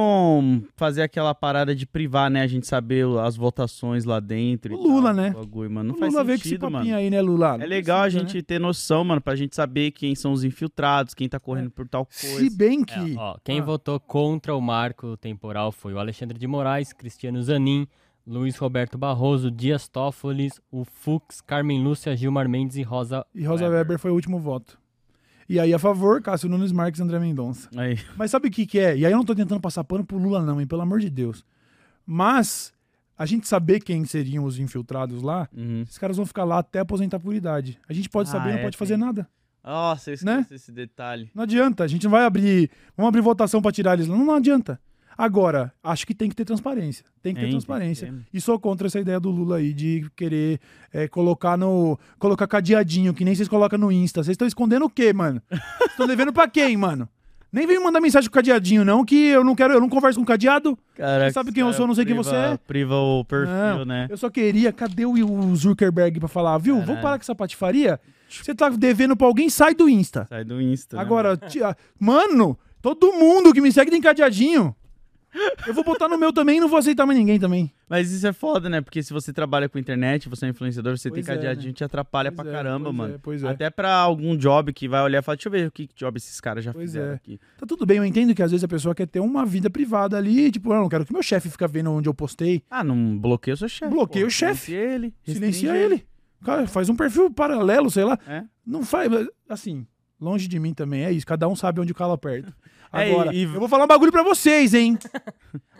fazer aquela parada de privar, né? A gente saber o- as votações lá dentro. e
O Lula,
tal,
né?
o Bagulho, mano. Não
o
faz
Lula veio com esse
sentido,
papinho
mano.
aí, né, Lula?
É
Não
legal a
precisa, né?
gente ter noção, mano, pra gente saber quem são os infiltrados, quem tá correndo por tal coisa.
É. né? Se bem
É,
que.
ó, quem
Ah.
votou contra o marco temporal foi o Alexandre de Moraes, Cristiano Zanin, Luiz Roberto Barroso, Dias Toffoli, o Fux, Carmen Lúcia, Gilmar Mendes e Rosa
E Rosa Weber. foi o último voto. E aí, a favor, Cássio Nunes Marques e André Mendonça.
Aí,
Mas sabe o que, que é? E aí eu não tô tentando passar pano pro Lula, não, hein? Pelo amor de Deus. Mas a gente saber quem seriam os infiltrados lá,
uhum.
esses caras vão ficar lá até aposentar por idade. A gente pode
Ah,
saber, não
é,
pode
tem-
fazer nada.
Nossa, eu
Né?
esqueci esse detalhe.
Não adianta. A gente não vai abrir. Vamos abrir votação pra tirar eles lá. Não, não adianta. Agora, acho que tem que ter transparência. Tem
Tem,
que ter
tem
transparência.
que ter.
E sou contra essa ideia do Lula aí de querer é, colocar no. colocar cadeadinho, que nem vocês colocam no Insta. Vocês estão escondendo o quê, mano? Vocês estão devendo pra quem, mano? Nem vem me mandar mensagem com cadeadinho, não, que eu não quero, eu não converso com cadeado.
Caraca,
Você sabe quem eu sou, não sei quem
priva-
você é?
Priva o perfil,
Não,
né?
Eu só queria, cadê o Zuckerberg pra falar, viu? Vamos
Caralho.
parar com essa patifaria? Você tá devendo pra alguém, sai do Insta.
Sai do Insta. né,
Agora, tia- mano, todo mundo que me segue tem cadeadinho. Eu vou botar no meu também e não vou aceitar mais ninguém também.
Mas isso é foda, né? Porque se você trabalha com internet, você é influenciador, você
Pois é,
tem cadeadinho, te atrapalha pra
Pois é,
caramba,
pois
mano.
é, pois é.
Até pra algum job que vai olhar e falar, deixa eu ver o que que job esses caras já
Pois
fizeram
é.
aqui.
Tá tudo bem, eu entendo que às vezes a pessoa quer ter uma vida privada ali, tipo, eu não quero que meu chefe fica vendo onde eu postei.
Ah, não bloqueia o seu chefe.
Bloqueia
pô.
o chefe.
Silencia ele.
Silencia
restringe
ele. Cara, faz um perfil paralelo, sei lá.
É.
Não faz, mas, assim, longe de mim também, é isso. Cada um sabe onde o calo aperta.
(laughs) É,
Agora,
e- e-
eu vou falar um bagulho pra
(laughs)
vocês, hein?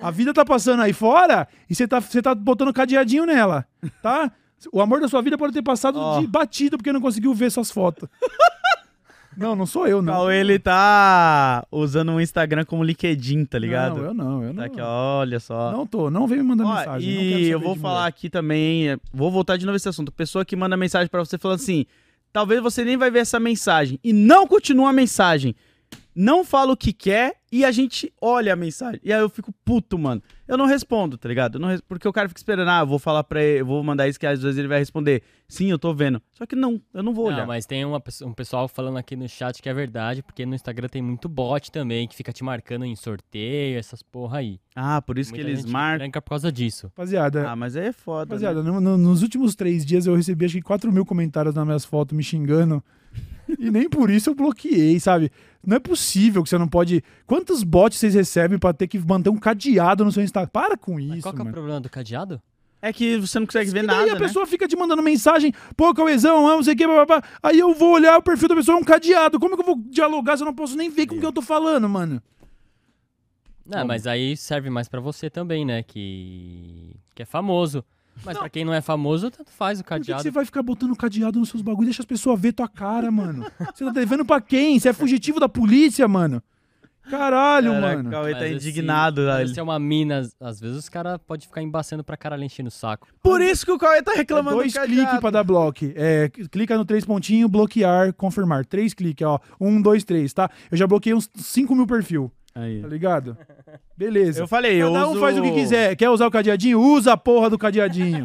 A vida tá passando aí fora e você tá, você tá botando cadeadinho nela, tá? O amor da sua vida pode ter passado
Ó.
de batido porque não conseguiu ver suas
(laughs)
fotos. Não, não sou eu, não.
Não, ele tá usando o Instagram como LinkedIn, tá ligado?
Não, eu não, eu não.
Tá aqui, ó, olha só.
Não tô, não vem me mandar
Ó,
mensagem. não quero
e eu
saber
vou
de
falar
mulher.
aqui também, é, vou voltar de novo esse assunto. Pessoa que manda mensagem pra você falando assim: talvez você nem vai ver essa mensagem. E não continua a mensagem. Não fala o que quer e a gente olha a mensagem. E aí eu fico puto, mano. Eu não respondo, tá ligado? Eu não res- Porque o cara fica esperando, ah, eu vou falar pra ele, eu vou mandar isso que às vezes ele vai responder. Sim, eu tô vendo. Só que não, eu não vou olhar.
Não, mas tem uma pesso- um pessoal falando aqui no chat que é verdade, porque no Instagram tem muito bot também, que fica te marcando em sorteio, essas porra aí.
Ah, por isso que
Muita
eles
gente
marcam.
Tranca por causa disso.
Rapaziada,
Ah, mas aí é foda. né?
Rapaziada, no- no- nos últimos três dias eu recebi acho que 4 mil comentários nas minhas fotos
(laughs)
me xingando. e nem por isso eu bloqueei, sabe? Não é possível que você não pode. Quantos bots vocês recebem pra ter que manter um cadeado no seu Instagram? Para com
Mas
isso.
qual que é o
mano.
problema do cadeado?
É que você não consegue ver
E
nada.
daí a
né?
pessoa fica te mandando mensagem, pô, Cauezão, ah, não sei o que, babá. Aí eu vou olhar o perfil da pessoa, é um cadeado. Como que eu vou dialogar se eu não posso nem ver com quem eu tô falando, mano?
Não, mas aí serve mais pra você também, né? Que, que é famoso. Mas pra quem não é famoso, tanto faz o
Por que que,
cadeado.
você vai ficar botando cadeado nos seus bagulhos? Deixa as pessoas ver tua cara, mano. Você tá devendo pra quem? Você é fugitivo da polícia, mano. Caralho,
Caraca,
mano.
O Cauê tá
Mas esse-
indignado.
mas
ele-
Se é uma mina, às- às vezes os caras podem ficar embaçando pra caralho enchendo o saco.
Por isso que o Cauê tá reclamando
É Dois
do cadeado.
cliques pra dar bloco. É, clica no três pontinhos, bloquear, confirmar. Três cliques, ó. Um, dois, três, tá? Eu já bloqueei uns 5 mil perfil, tá ligado? Beleza.
Eu falei, eu
Cada um
uso-
faz o que quiser. Quer usar o cadeadinho? Usa a porra do
(laughs)
cadeadinho.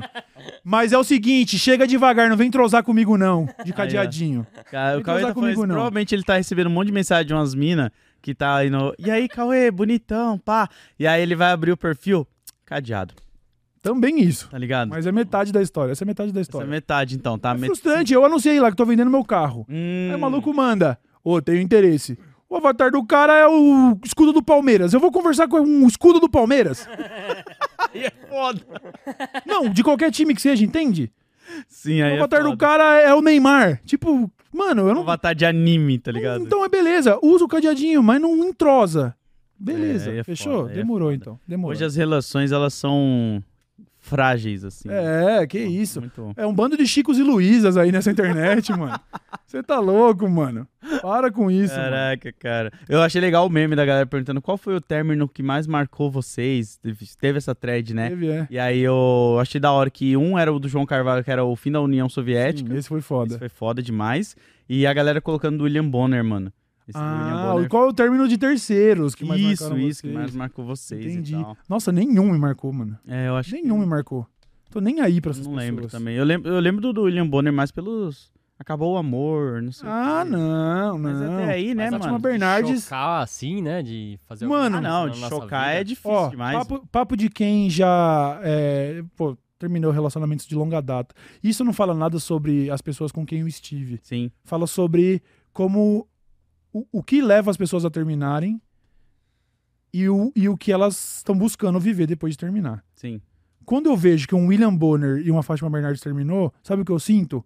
Mas é o seguinte, chega devagar, não vem trozar comigo não, de cadeadinho.
Ca-
Vem
O Cauê
transar
tá falando
comigo,
isso.
não.
Provavelmente ele tá recebendo um monte de mensagem de umas minas que tá aí no... E aí, Cauê, bonitão, pá. E aí ele vai abrir o perfil, cadeado,
Também isso.
tá ligado?
Mas é metade da história. Essa é metade da
Essa é
história.
metade, então, tá?
É
Met...
frustrante, eu anunciei lá que tô vendendo meu carro.
Hum,
Aí o maluco manda, ô, tenho interesse. O avatar do cara é o escudo do Palmeiras. Eu vou conversar com um escudo
(laughs)
do Palmeiras?
aí é foda.
Não, de qualquer time que seja, entende?
Sim, aí
O
é
avatar
foda.
do cara é o Neymar. Tipo, mano, eu
Um
não...
avatar de anime, tá ligado?
Então é beleza, usa o cadeadinho, mas não entrosa. Beleza,
É, aí é
fechou?
foda, é aí é
Demorou
foda.
então, demorou.
Hoje as relações, elas são frágeis, assim.
É, que isso.
Muito bom.
É um bando de Chicos e Luísas aí nessa internet, (laughs) mano. Você tá louco, mano. Para com isso, mano.
Caraca, cara. Eu achei legal o meme da galera perguntando qual foi o término que mais marcou vocês. Teve teve essa thread, né?
Teve, é.
E aí eu achei da hora que um era o do João Carvalho, que era o fim da União Soviética.
Sim, esse foi
Isso
foda.
foi foda demais. E a galera colocando do William Bonner, mano. Esse do William
Ah,
Bonner.
qual é o término de terceiros que mais
isso,
marcaram
isso, que
vocês?
mais marcou vocês
Entendi.
e tal.
Nossa, nenhum me marcou, mano.
É, eu acho
Nenhum me marcou. Tô nem aí pra
que
essas
não
pessoas.
lembro também. Eu lembro, eu lembro do, do William Bonner mais pelos Acabou o Amor, não sei
Ah,
o quê.
não, não.
Mas até aí, né,
Mas a
mano?
Fátima Bernardes-
De chocar assim, né? De fazer
Mano,
Ah,
alguma
não,
coisa
de
na nossa
chocar
vida.
é difícil
Ó,
demais.
papo, papo de quem já é, pô, terminou relacionamentos de longa data. Isso não fala nada sobre as pessoas com quem eu estive.
Sim.
Fala sobre como o, o que leva as pessoas a terminarem e o, e o que elas estão buscando viver depois de terminar.
Sim.
Quando eu vejo que um William Bonner e uma Fátima Bernardes terminou, sabe o que eu sinto?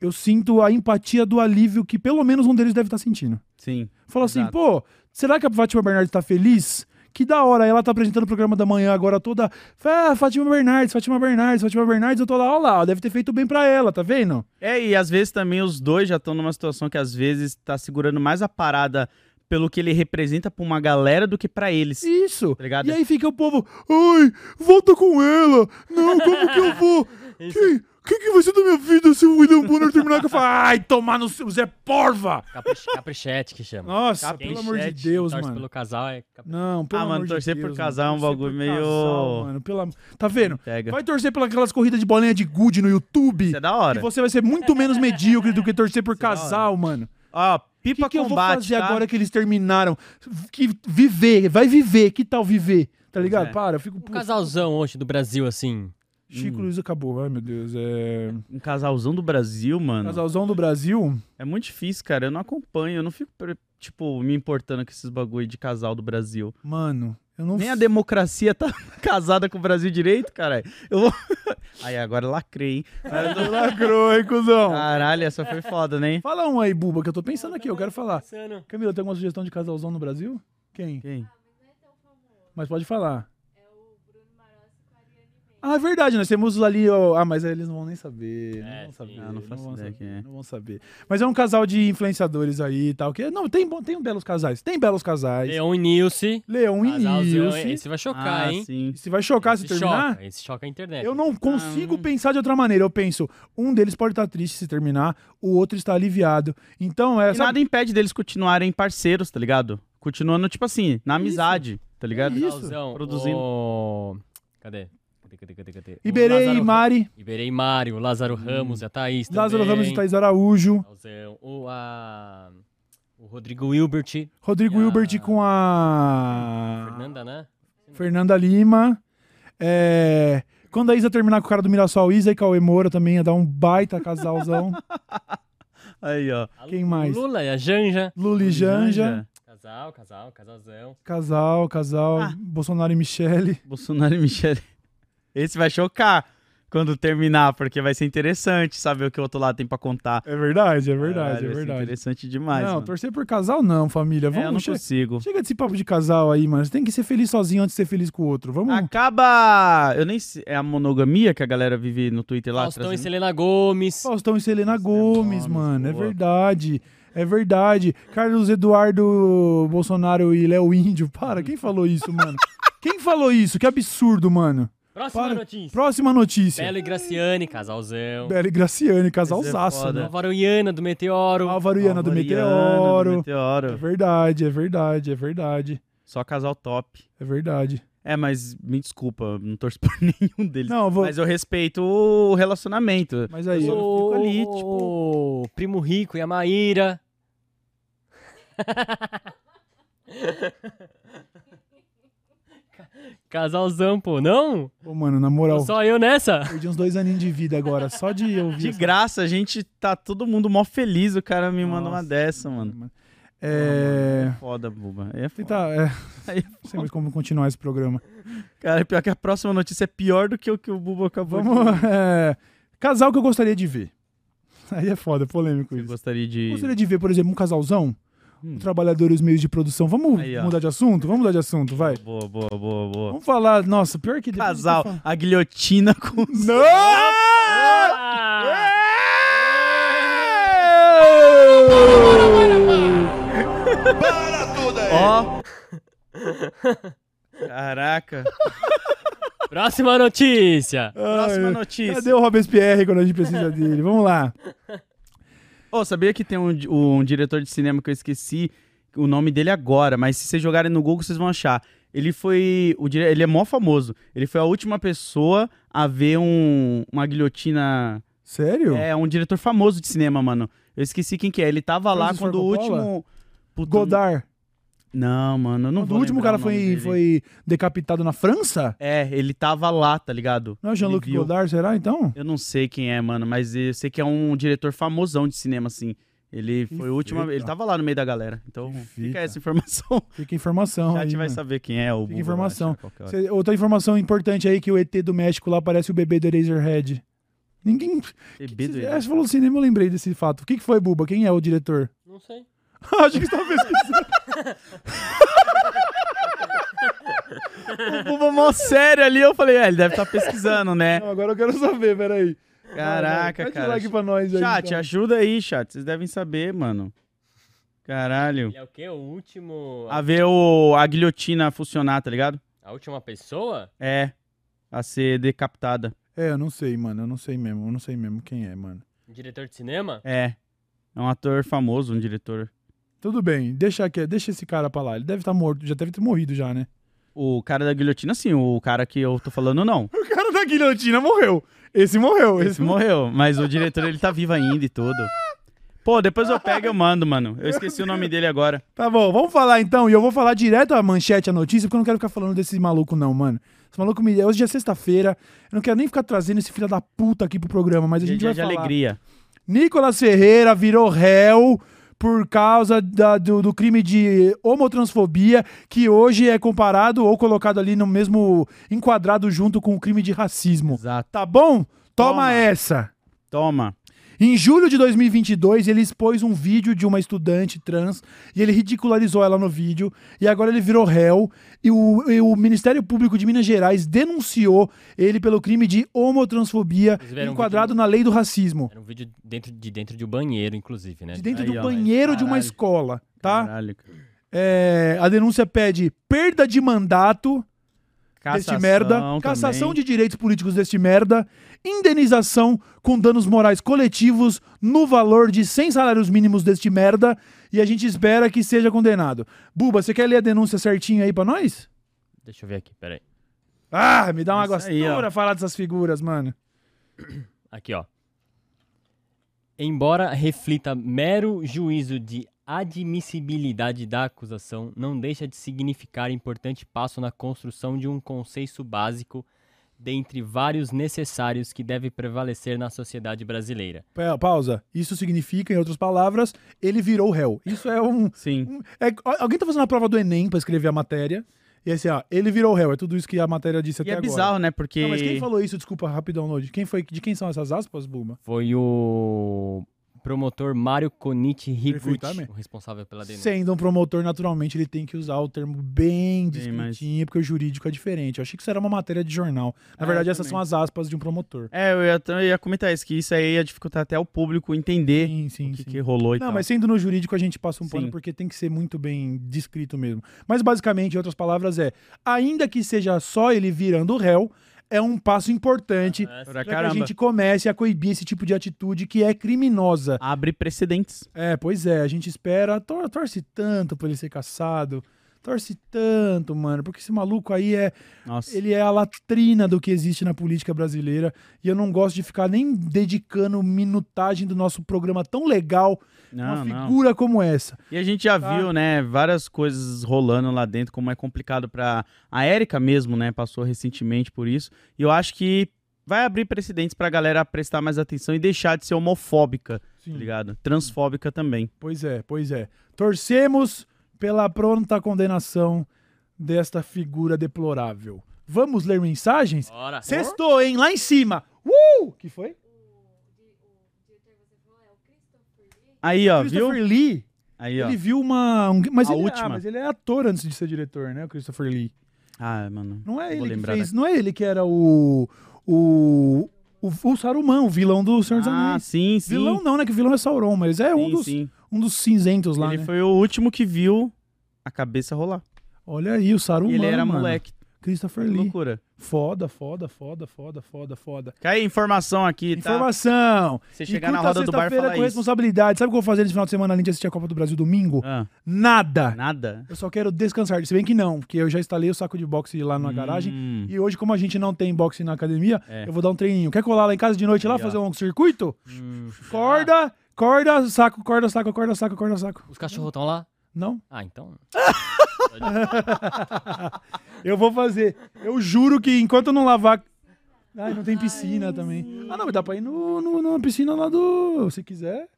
Eu sinto a empatia do alívio que pelo menos um deles deve estar sentindo.
Sim.
Fala assim,
Exato.
pô, será que a Fátima Bernardes tá feliz? Que da hora, ela tá apresentando o programa da manhã agora toda. Ah, Fátima Bernardes, Fátima Bernardes, Fátima Bernardes, eu tô lá, ó lá, ó, deve ter feito bem pra ela, tá vendo?
É, e às vezes também os dois já estão numa situação que às vezes tá segurando mais a parada pelo que ele representa pra uma galera do que pra eles.
Isso.
Tá ligado?
E aí fica o povo, ai, volta com ela. Não, como que eu vou? Quem, quem que vai ser da minha vida se o William Bonner terminar com eu falo, ai, tomar no seu Zé Porva.
Caprich- Caprichete que chama.
Nossa,
Quem
pelo amor de
chete,
Deus,
Torce
mano.
pelo casal é cap-
Não, pelo
Ah, mano,
amor de
torcer por
Deus,
casal é um
Torcer
bagulho
por
meio-
casal, mano, pelo am- Tá vendo?
Pega.
Vai torcer pelas aquelas corridas de bolinha de gude no YouTube.
Isso é da
E
hora. é
você vai ser muito menos medíocre do que torcer por casal, mano.
Ó,
O que,
pipa
que eu vou
combate,
fazer
tá?
agora que eles terminaram? Que viver, vai viver, que tal viver? Tá ligado?
é.
Para, eu fico.
Um
puto.
casalzão hoje do Brasil, assim.
Hum.
Chico Luiz acabou. Ai, meu Deus. É.
Um casalzão do Brasil, mano.
Casalzão do Brasil.
É muito difícil, cara. Eu não acompanho, eu não fico, pre- tipo, me importando com esses bagulho de casal do Brasil.
Mano, eu não
Nem a democracia tá (laughs) casada com o Brasil direito, caralho. Eu vou. (laughs) Aí, agora eu lacrei, hein? Mas eu tô-
Lacrou, hein, cuzão?
Caralho, essa foi foda, né?
Fala um aí, Buba, que eu tô pensando aqui, eu quero falar.
Pensando.
Camila, tem alguma sugestão de casalzão no Brasil? Quem?
Quem?
Mas pode falar. Ah, é verdade, nós temos ali. ó, ah, mas eles não vão nem saber.
É, sim.
não vão saber.
Ah, não faço
vão
ideia
saber,
quem é.
Não vão saber. Mas é um casal de influenciadores aí e tal. Que, não, tem, bom- tem belos casais. Tem belos casais.
Leon e Nilce.
Leão e
Casalzão,
Um Nilce.
Esse vai chocar,
ah,
hein?
sim.
Se vai chocar se
Esse
terminar?
choca, esse choca a
é.
internet.
Eu não consigo
não-
pensar de outra maneira. Eu penso, um deles pode estar triste se terminar, o outro está aliviado. Então, é.
E
sabe-
nada impede deles continuarem parceiros, tá ligado? Continuando, tipo assim, na amizade, tá ligado?
É isso.
Casalzão.
Produzindo.
o- Cadê? Cadê, cadê, cadê, cadê? O
Iberê
Lázaro
e
Ra-
Mari,
Iberê e Mari, o Lázaro Ramos e a Thaís
Lázaro
também.
Ramos e Thaís Araújo,
Casalzão. O, a... o Rodrigo Wilbert.
Rodrigo
Ah.
E a-
Hilbert com a.
Fernanda, né?
Fernanda Lima. É, Quando a Isa terminar com o cara do Mirassol, Isa e Cauê Moura também ia dar um
(laughs)
baita casalzão.
Aí, ó.
A
Quem mais?
Lula e a Janja.
Lula e Janja.
Casal, casal, casalzão.
Casal, casal.
Ah.
Bolsonaro e Michele.
Bolsonaro e Michele. Esse vai chocar quando terminar, porque vai ser interessante saber o que o outro lado tem pra contar.
É verdade, é verdade,
Caralho,
é
vai ser
verdade.
interessante demais.
não,
mano.
torcer por casal não,
É,
família.
eu não
Vamos che-
consigo.
Chega desse papo de casal aí, mano. Você tem que ser feliz sozinho antes de ser feliz com o outro. Vamos.
Acaba. Eu nem sei. É a monogamia que a galera vive no Twitter lá?
Faustão
né?
e
trazendo?
Selena Gomes.
Faustão e Selena Gomes,
Gomes,
mano. É
é boa.
verdade. É verdade. Carlos Eduardo Bolsonaro e Léo Índio. Para, quem falou
(laughs)
isso, mano? quem falou isso? Que absurdo, mano.
Próxima
Para.
notícia.
Próxima notícia.
Belo e Graciane, casalzão.
Bela e Graciane,
Isso é
casalzaço,
foda.
né?
Álvaro e Ana, do Meteoro.
Álvaro e Ana do
Alvariana, do
Meteoro. É
Meteoro.
verdade, é verdade, é verdade.
Só casal top.
É verdade.
É, mas me desculpa, eu não torço (laughs) pra nenhum deles.
Não, eu vou. Mas,
Mas eu respeito o relacionamento.
aí.
eu sou- fico
O-
ali, tipo-
o Primo Rico e a
(laughs)
Maíra. Casalzão, pô, não?
Ô, mano, na moral,
Só eu nessa?
perdi uns dois aninhos de vida agora, só de
(laughs)
ouvir.
De
essa-
graça, a gente tá todo mundo mó feliz. O cara me manda uma
Nossa,
dessa, mano.
É.
Foda, boba. É foda.
Tentar. É...
Aí-
Não sei mais como continuar esse programa.
Cara, pior que a próxima notícia é pior do que o que o Bubo acabou de...
Vamos. (laughs) é, Casal que eu gostaria de ver. Aí é foda, é polêmico
Você
isso.
gostaria de...
Gostaria de ver, por exemplo, um casalzão.
Hum.
o trabalhador e os meios de produção. Vamos
Aí, ó.
mudar de assunto? Vamos mudar de assunto, vai.
Boa, boa, boa, boa.
Vamos falar, nossa, pior que depois
Casal,
eu tô falando-
a guilhotina com os-
Não! É!
Ah!
Para tudo aí!
Ó. Caraca.
Próxima notícia.
Próxima
Ai,
notícia.
Cadê o Robespierre quando a gente precisa dele? Vamos lá.
Ô, sabia que tem um, di- um diretor de cinema que eu esqueci o nome dele agora, mas se vocês jogarem no Google, vocês vão achar. Ele foi. O, dire- ele é mó famoso. Ele foi a última pessoa a ver um, uma guilhotina.
Sério?
É, um diretor famoso de cinema, mano. Eu esqueci quem que é. Ele tava lá
Francis
quando o
Ford Coppola?
último. Puta,
Godard.
Não, mano, eu não
Quando
vou
o último
lembrar
cara
o nome
foi,
dele.
foi decapitado na França?
É, ele tava lá, tá ligado?
Não é
Ele
Jean-Luc
viu.
Godard, será então?
Eu não sei quem é, mano, mas eu sei que é um diretor famosão de cinema, assim. Ele foi o último.
fita.
Ele tava lá no meio da galera. Então,
Que
fica
fita.
essa (laughs) informação.
Fica a informação.
Já a
aí, né?
gente vai
mano.
saber quem é o
Fica
Google vai
informação.
achar qualquer hora.
Cê- Outra informação importante aí que o ET do México lá parece o bebê do Eraserhead. Ninguém.
Bebê do
Cê- é, Você falou do cinema, eu lembrei desse fato. O que, que foi, Buba? Quem é o diretor? (laughs) Ah,
Não sei.
Acho que você tava pesquisando.
O (laughs) Buba um mó sério ali, eu falei, é, ele (laughs) deve estar pesquisando, né?
Não, agora eu quero saber, peraí.
Caraca,
Vai tirar
cara.
aqui pra nós aí.
Chat, é.
então.
ajuda aí, chat. Vocês devem saber, mano. Caralho.
E é o quê? O último.
A
A,
ver o, a guilhotina funcionar, tá ligado?
última pessoa?
É. A ser decapitada.
É, eu não sei, mano. Eu não sei mesmo. Eu não sei mesmo quem é, mano.
Diretor de cinema?
É. É um ator famoso, um diretor.
Tudo bem, deixa, aqui, deixa esse cara pra lá. Ele deve estar morto, já deve ter morrido já, né?
O cara da guilhotina, sim. O cara que eu tô falando,
(laughs)
não.
O cara da guilhotina morreu. Esse morreu.
Esse morreu. Mas o diretor, ele tá vivo ainda e tudo. Pô, depois eu pego e eu mando, mano. Eu esqueci o nome dele agora.
Tá bom, vamos falar então. E eu vou falar direto a manchete, a notícia, porque eu não quero ficar falando desse maluco, não, mano. Esse maluco me. Hoje é sexta-feira. Eu não quero nem ficar trazendo esse filho da puta aqui pro programa, mas a gente
Dia
vai
é de
falar.
alegria.
Nicolas Ferreira virou réu por causa da- do, do crime de homotransfobia, que hoje é comparado ou colocado ali no mesmo. enquadrado junto com o crime de racismo.
Exato.
Tá bom?
Toma.
Toma. essa!
Toma.
Em julho de 2022, ele expôs um vídeo de uma estudante trans e ele ridicularizou ela no vídeo. E agora ele virou réu. E o, e o Ministério Público de Minas Gerais denunciou ele pelo crime de homotransfobia,
Eles viram um
enquadrado na lei do racismo.
Era um vídeo dentro, de dentro de um banheiro, inclusive, né?
De dentro
Aí,
do
ó.
banheiro de uma
Caralho.
escola, tá?
Caralho. cara.
É, a denúncia pede perda de mandato deste merda, cassação de direitos políticos deste merda, indenização com danos morais coletivos no valor de 100 salários mínimos deste merda e a gente espera que seja condenado. Buba, você quer ler a denúncia certinha aí pra nós?
Deixa eu ver aqui, peraí.
Ah, me dá uma
Isso aí,
gostura falar dessas figuras, mano.
Aqui, ó. Embora reflita mero juízo de admissibilidade da acusação, não deixa de significar importante passo na construção de um consenso básico dentre vários necessários que deve prevalecer na sociedade brasileira.
Pa- Pausa. Isso significa, em outras palavras, ele virou réu. Isso é um.
Sim.
é- al- alguém tá fazendo a prova do Enem pra escrever a matéria. E assim, ó, ele virou réu. É tudo isso que a matéria
E
disse até
é
agora.
bizarro, né? Porque.
Não, mas quem falou isso? Desculpa, rapidão, Lodi. Quem foi? De quem são essas aspas, Buma?
Foi o promotor Mário Conichi Higuchi,
Perfeitamente.
o responsável pela denúncia.
Sendo um promotor, naturalmente, ele tem que usar o termo bem discretinho, porque o jurídico é diferente. Eu achei que isso era uma matéria de jornal. Na
É,
verdade,
eu
essas
também.
são as aspas de um promotor.
É, eu ia, eu ia comentar isso, que isso aí ia dificultar até o público entender
Sim, sim,
o que,
sim.
que rolou e
Não,
tal.
mas sendo no jurídico a gente passa um
Sim.
pano porque tem que ser muito bem descrito mesmo. Mas basicamente, em outras palavras, é ainda que seja só ele virando réu, é um passo importante
Ah,
Pra
para que a
caramba.
gente comece a coibir esse tipo de atitude que é criminosa.
Abre precedentes.
É, pois é, a gente espera, tor- torce tanto pra ele ser caçado, torce tanto, mano, porque esse maluco aí é,
Nossa.
ele é a latrina do que existe na política brasileira, e eu não gosto de ficar nem dedicando minutagem do nosso programa tão legal a
Não,
é uma
não.
figura como essa.
E a gente já
Tá.
viu, né, várias coisas rolando lá dentro, como é complicado pra. A Érica mesmo, né, passou recentemente por isso. E eu acho que vai abrir precedentes pra galera prestar mais atenção e deixar de ser homofóbica, tá ligado? Transfóbica também.
Pois é, pois é. Torcemos pela pronta condenação desta figura deplorável. Vamos ler mensagens?
Bora.
Sextou, hein? Lá em cima. Uh! Que foi?
Aí, ó, viu? Ah,
Christopher Lee?
Aí, ó.
Ele viu uma. um- mas,
A
ele,
última.
Ah, mas ele é ator antes de ser diretor, né? O Christopher Lee.
Ah, mano.
Não é
Vou
ele que
lembrar né?
fez. Não é ele que era o. O. O, o Saruman, o vilão do Senhor dos
Ah,
Anéis.
sim, sim.
Vilão não, né? Que vilão é Sauron, mas é um
Sim,
dos,
sim.
um dos cinzentos lá,
Ele
né?
foi o último que viu a cabeça rolar.
Olha aí, o Saruman,
E ele era
mano.
moleque.
Christopher
Que
Lee.
loucura.
Foda, foda, foda, foda, foda, foda.
Cai informação aqui, tá?
Informação!
Você
E
chegar na
curta a
roda do bar e
sexta-feira
falar
com
isso.
responsabilidade. Sabe o que eu vou fazer nesse final de semana, além de assistir a Copa do Brasil domingo?
Ah,
Nada!
nada?
Eu só quero descansar. Se bem que não, porque eu já instalei o saco de boxe lá na garagem.
Hum.
E hoje, como a gente não tem boxe na academia,
É.
eu vou dar um treininho. Quer colar lá em casa de noite, lá
Aí, ó.
fazer um circuito?
Hum,
Corda, corda, saco, corda, saco, corda, saco, corda, saco.
os cachorros estão lá?
Não?
Ah, então.
Eu vou fazer. Eu juro que enquanto eu não lavar. Ai, não tem piscina também. Ah, não, mas dá pra ir no, no, numa piscina lá do.
(laughs)
Se quiser.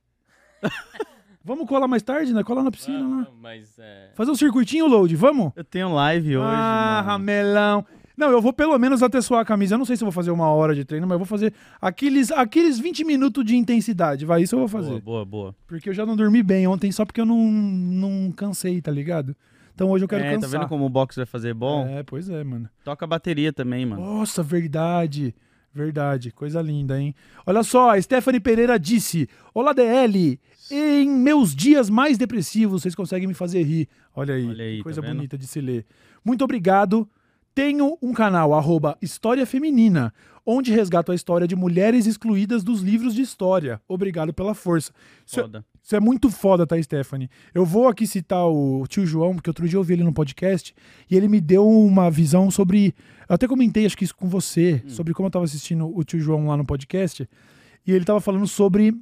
vamos colar mais tarde, né? Colar na piscina lá.
Mas é.
Fazer um circuitinho load, vamos?
Eu tenho live hoje,
ah,
mano.
ramelão. Não, eu vou pelo menos até suar a camisa. Eu não sei se eu vou fazer uma hora de treino, mas eu vou fazer aqueles, aqueles 20 minutos de intensidade. Vai, isso eu vou fazer.
Boa, boa, boa.
Porque eu já não dormi bem ontem só porque eu não, não cansei, tá ligado? Então hoje eu quero
é,
cansar.
tá vendo como o box vai fazer bom?
É, pois é, mano.
Toca a bateria também, mano.
Nossa, verdade. Verdade, coisa linda, hein? Olha só, a Stephanie Pereira disse: Olá, DL. Em meus dias mais depressivos, vocês conseguem me fazer rir. Olha aí,
Olha aí,
que
tá
coisa
vendo?
bonita de se ler. Muito obrigado. Tenho um canal, arroba História Feminina, onde resgato a história de mulheres excluídas dos livros de história. Obrigado pela força. Isso é-
Foda.
isso é muito foda, tá, Stephanie? Eu vou aqui citar o tio João, porque outro dia eu ouvi ele no podcast e ele me deu uma visão sobre. Eu até comentei, acho que isso com você,
Hum.
sobre como eu tava assistindo o tio João lá no podcast. E ele tava falando sobre.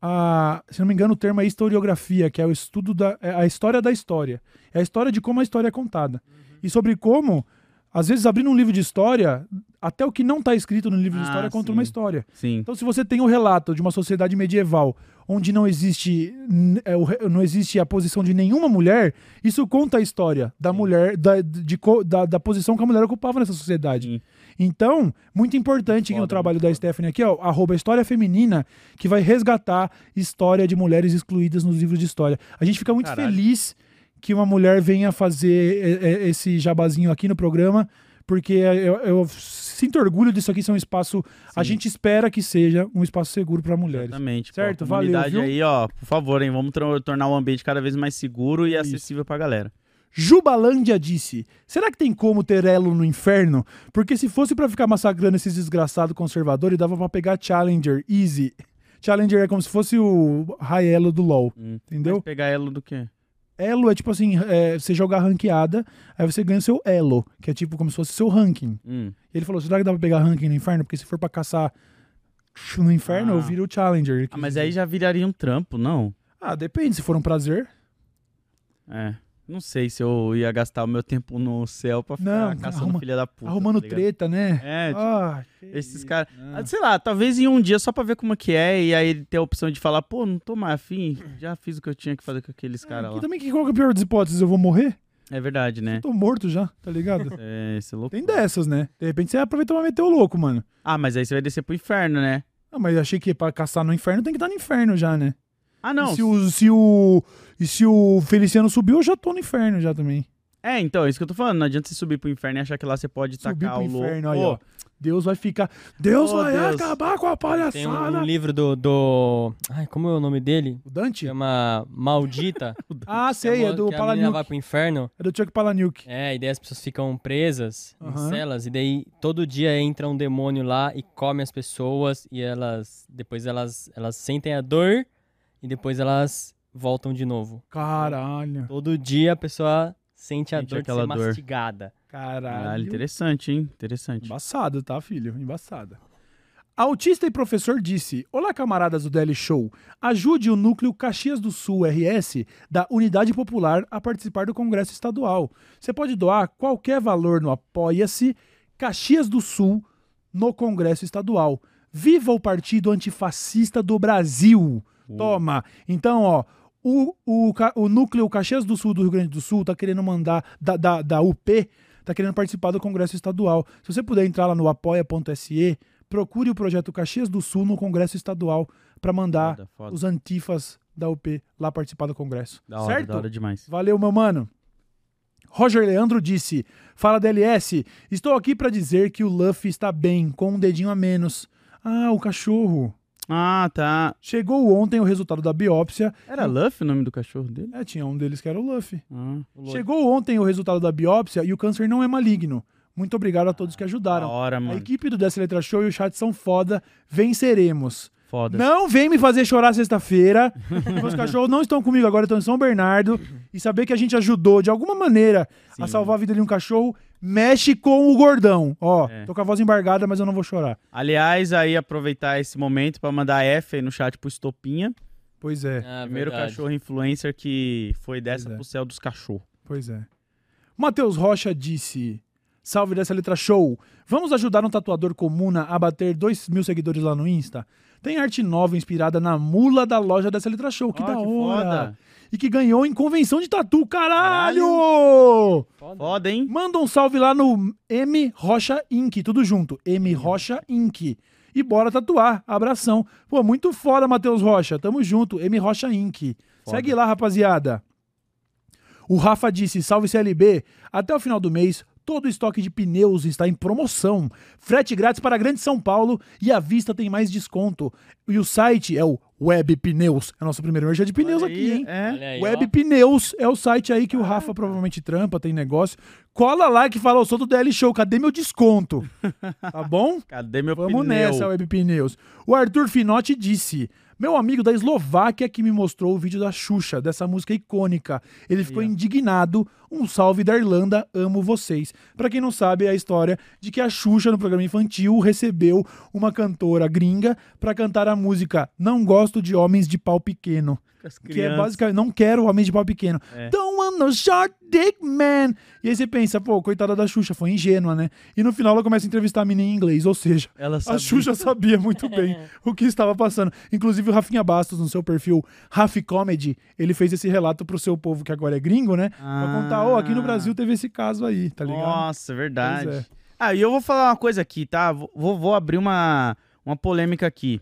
A, se não me engano, o termo é historiografia, que é o estudo da. é a história da história. É a história de como a história é contada.
Uhum.
E sobre como, às vezes, abrindo um livro de história, até o que não tá escrito no livro de
Ah,
história conta
sim.
uma história.
Sim.
Então, se você tem um relato de uma sociedade medieval onde não existe, n- é, o re- não existe a posição de nenhuma mulher, isso conta a história da mulher, da, de co- da- da posição que a mulher ocupava nessa sociedade.
Sim.
Então, muito importante
Foda,
o trabalho da Stephanie aqui, ó, arroba História Feminina, que vai resgatar história de mulheres excluídas nos livros de história. A gente fica muito
Caralho.
feliz que uma mulher venha fazer é, é, esse jabazinho aqui no programa, porque é, eu, eu sinto orgulho disso aqui ser um espaço. A gente espera que seja um espaço seguro para mulheres.
Exatamente. pô,
Certo,
a
valeu,
comunidade
viu?
aí, ó, por favor, hein, vamos tro- tornar o ambiente cada vez mais seguro e acessível pra galera.
Jubalândia disse: Será que tem como ter elo no inferno? Porque se fosse pra ficar massacrando esses desgraçados conservadores, dava pra pegar Challenger, Easy. Challenger é como se fosse o high elo do LoL,
Hum.
entendeu?
Mas pegar elo do quê?
Elo é tipo assim: é, você jogar ranqueada, aí você ganha seu elo, que é tipo como se fosse seu ranking.
Hum.
E ele falou: Será que dá pra pegar ranking no inferno? Porque se for pra caçar no inferno,
Ah.
eu viro o Challenger. Ele
Ah,
quis
mas
dizer.
aí já viraria um trampo, não?
Ah, depende, se for um prazer.
É. Não sei se eu ia gastar o meu tempo no céu pra ficar
Não,
caçando
arruma-
filha da puta.
Arrumando
tá ligado?
treta, né?
É, tipo,
Ah, né?
esses caras.
não.
Ah, Sei lá, talvez em um dia só pra ver como que é e aí ter a opção de falar, pô, não tô mais afim, já fiz o que eu tinha que fazer com aqueles caras
E
lá.
também que qual que é a pior das hipóteses? Eu vou morrer?
É verdade, né?
Tô morto já, tá
(laughs)
ligado?
É, esse é louco.
Tem dessas, né? De repente você aproveitou pra meter o louco, mano.
Ah, mas aí você vai descer pro inferno, né?
Ah, mas eu achei que pra caçar no inferno tem que estar no inferno já, né?
Ah,
E
não.
se o, se o, e se o Feliciano subiu, eu já tô no inferno já também.
É, então, é isso que eu tô falando. Não adianta você subir pro inferno e achar que lá você pode
Subiu
tacar
pro
o louco.
inferno aí,
Pô,
ó. Deus vai ficar. Deus
Ô,
vai
Deus.
acabar com a
Tem um,
palhaçada.
um livro do, do. Ai, como é o nome dele?
O Dante?
Chama
(laughs)
Maldita. é
Ah,
que a
sei, é
mo-
do
que a menina vai
Palaniuk.
pro inferno.
É do Chuck Palaniuk.
É, e daí as pessoas ficam presas em
Aham.
celas, e daí todo dia entra um demônio lá e come as pessoas, e elas. Depois elas, elas sentem a dor, e depois elas voltam de novo.
Caralho.
Todo dia a pessoa sente a
Sente
dor de
aquela
ser
dor.
mastigada.
Caralho,
Caralho.
interessante, hein? Interessante.
Embaçado, tá, filho? Embaçado. Autista e professor disse: Olá, camaradas do DL Show. Ajude o núcleo Caxias do Sul RS da Unidade Popular a participar do Congresso Estadual. Você pode doar qualquer valor no Apoia-se Caxias do Sul no Congresso Estadual. Viva o Partido Antifascista do Brasil!
Uh.
Toma! Então, ó, o, o, ca- o núcleo Caxias do Sul do Rio Grande do Sul tá querendo mandar, da, da, da UP, tá querendo participar do Congresso Estadual. Se você puder entrar lá no apoia.se, procure o projeto Caxias do Sul no Congresso Estadual para mandar
Foda, foda.
os antifas da UP lá participar do congresso.
Da hora,
certo?
da hora demais.
Valeu, meu mano. Roger Leandro disse: Fala DLS, estou aqui pra dizer que o Luffy está bem, com um dedinho a menos. Ah, o cachorro.
Ah, tá.
Chegou ontem o resultado da biópsia.
Era Luffy o nome do cachorro dele?
É, tinha um deles que era o Luffy.
Ah,
O loiro.
Chegou ontem o resultado da biópsia e o câncer não é maligno. Muito obrigado a todos que
da
ajudaram.
hora,
A
Ah, mano.
equipe do Dessa Letra Show e o chat são foda. Venceremos.
Foda.
Não vem me fazer chorar sexta-feira. (laughs) Meus cachorros não estão comigo agora, estão em São Bernardo. E saber que a gente ajudou de alguma maneira a
Sim.
salvar a vida de um cachorro mexe com o gordão. Ó,
É.
tô com a voz embargada, mas eu não vou chorar.
Aliás, aí aproveitar esse momento pra mandar F aí no chat pro Estopinha.
Pois é,
Ah,
Primeiro
verdade.
cachorro influencer que foi dessa
Pois é.
pro céu dos cachorros.
pois é. Matheus Rocha disse: Salve dessa letra show. Vamos ajudar um tatuador comuna a bater 2 mil seguidores lá no Insta? Tem arte nova inspirada na mula da loja dessa letra show. Que
Ó,
da
que
hora!
foda.
E que ganhou em convenção de tatu, caralho!
Foda.
Foda, hein?
Manda um salve lá no M Rocha Inc, tudo junto. M Rocha Inc. E bora tatuar. Abração. Pô, muito foda, Matheus Rocha. Tamo junto. M Rocha Inc. Segue lá, rapaziada. O Rafa disse: salve CLB. Até o final do mês, todo o estoque de pneus está em promoção. Frete grátis para a Grande São Paulo e à vista tem mais desconto. E o site é o Web Pneus. É nosso primeiro merchan de pneus
Olha
aqui,
aí,
hein?
É.
Olha aí,
Web
ó.
Pneus é o site aí que o Rafa provavelmente trampa, tem negócio. Cola lá que fala, eu sou do DL Show, cadê
(laughs)
meu desconto? tá bom?
Cadê meu
Vamos
pneu?
nessa, Web Pneus. O Arthur Finotti disse: Meu amigo da Eslováquia que me mostrou o vídeo da Xuxa, dessa música icônica. Ele ficou indignado. Um salve da Irlanda, amo vocês. Pra quem não sabe, é a história de que a Xuxa, no programa infantil, recebeu uma cantora gringa pra cantar a música Não Gosto de Homens de Pau Pequeno.
Com as
Que é
crianças.
basicamente, não quero homem de pau pequeno.
É.
Don't want no short dick man. E aí você pensa, pô, coitada da Xuxa, foi ingênua, né? E no final ela começa a entrevistar a menina em inglês, ou seja,
Ela
a
sabia.
Xuxa sabia muito bem o que estava passando. Inclusive o Rafinha Bastos, no seu perfil Raf Comedy, ele fez esse relato pro seu povo que agora é gringo, né? Pra
Ah.
contar, ó, aqui no Brasil teve esse caso aí, tá ligado?
Nossa, verdade.
Pois é.
Ah, e eu vou falar uma coisa aqui, tá? Vou, vou- vou abrir uma, uma polêmica aqui.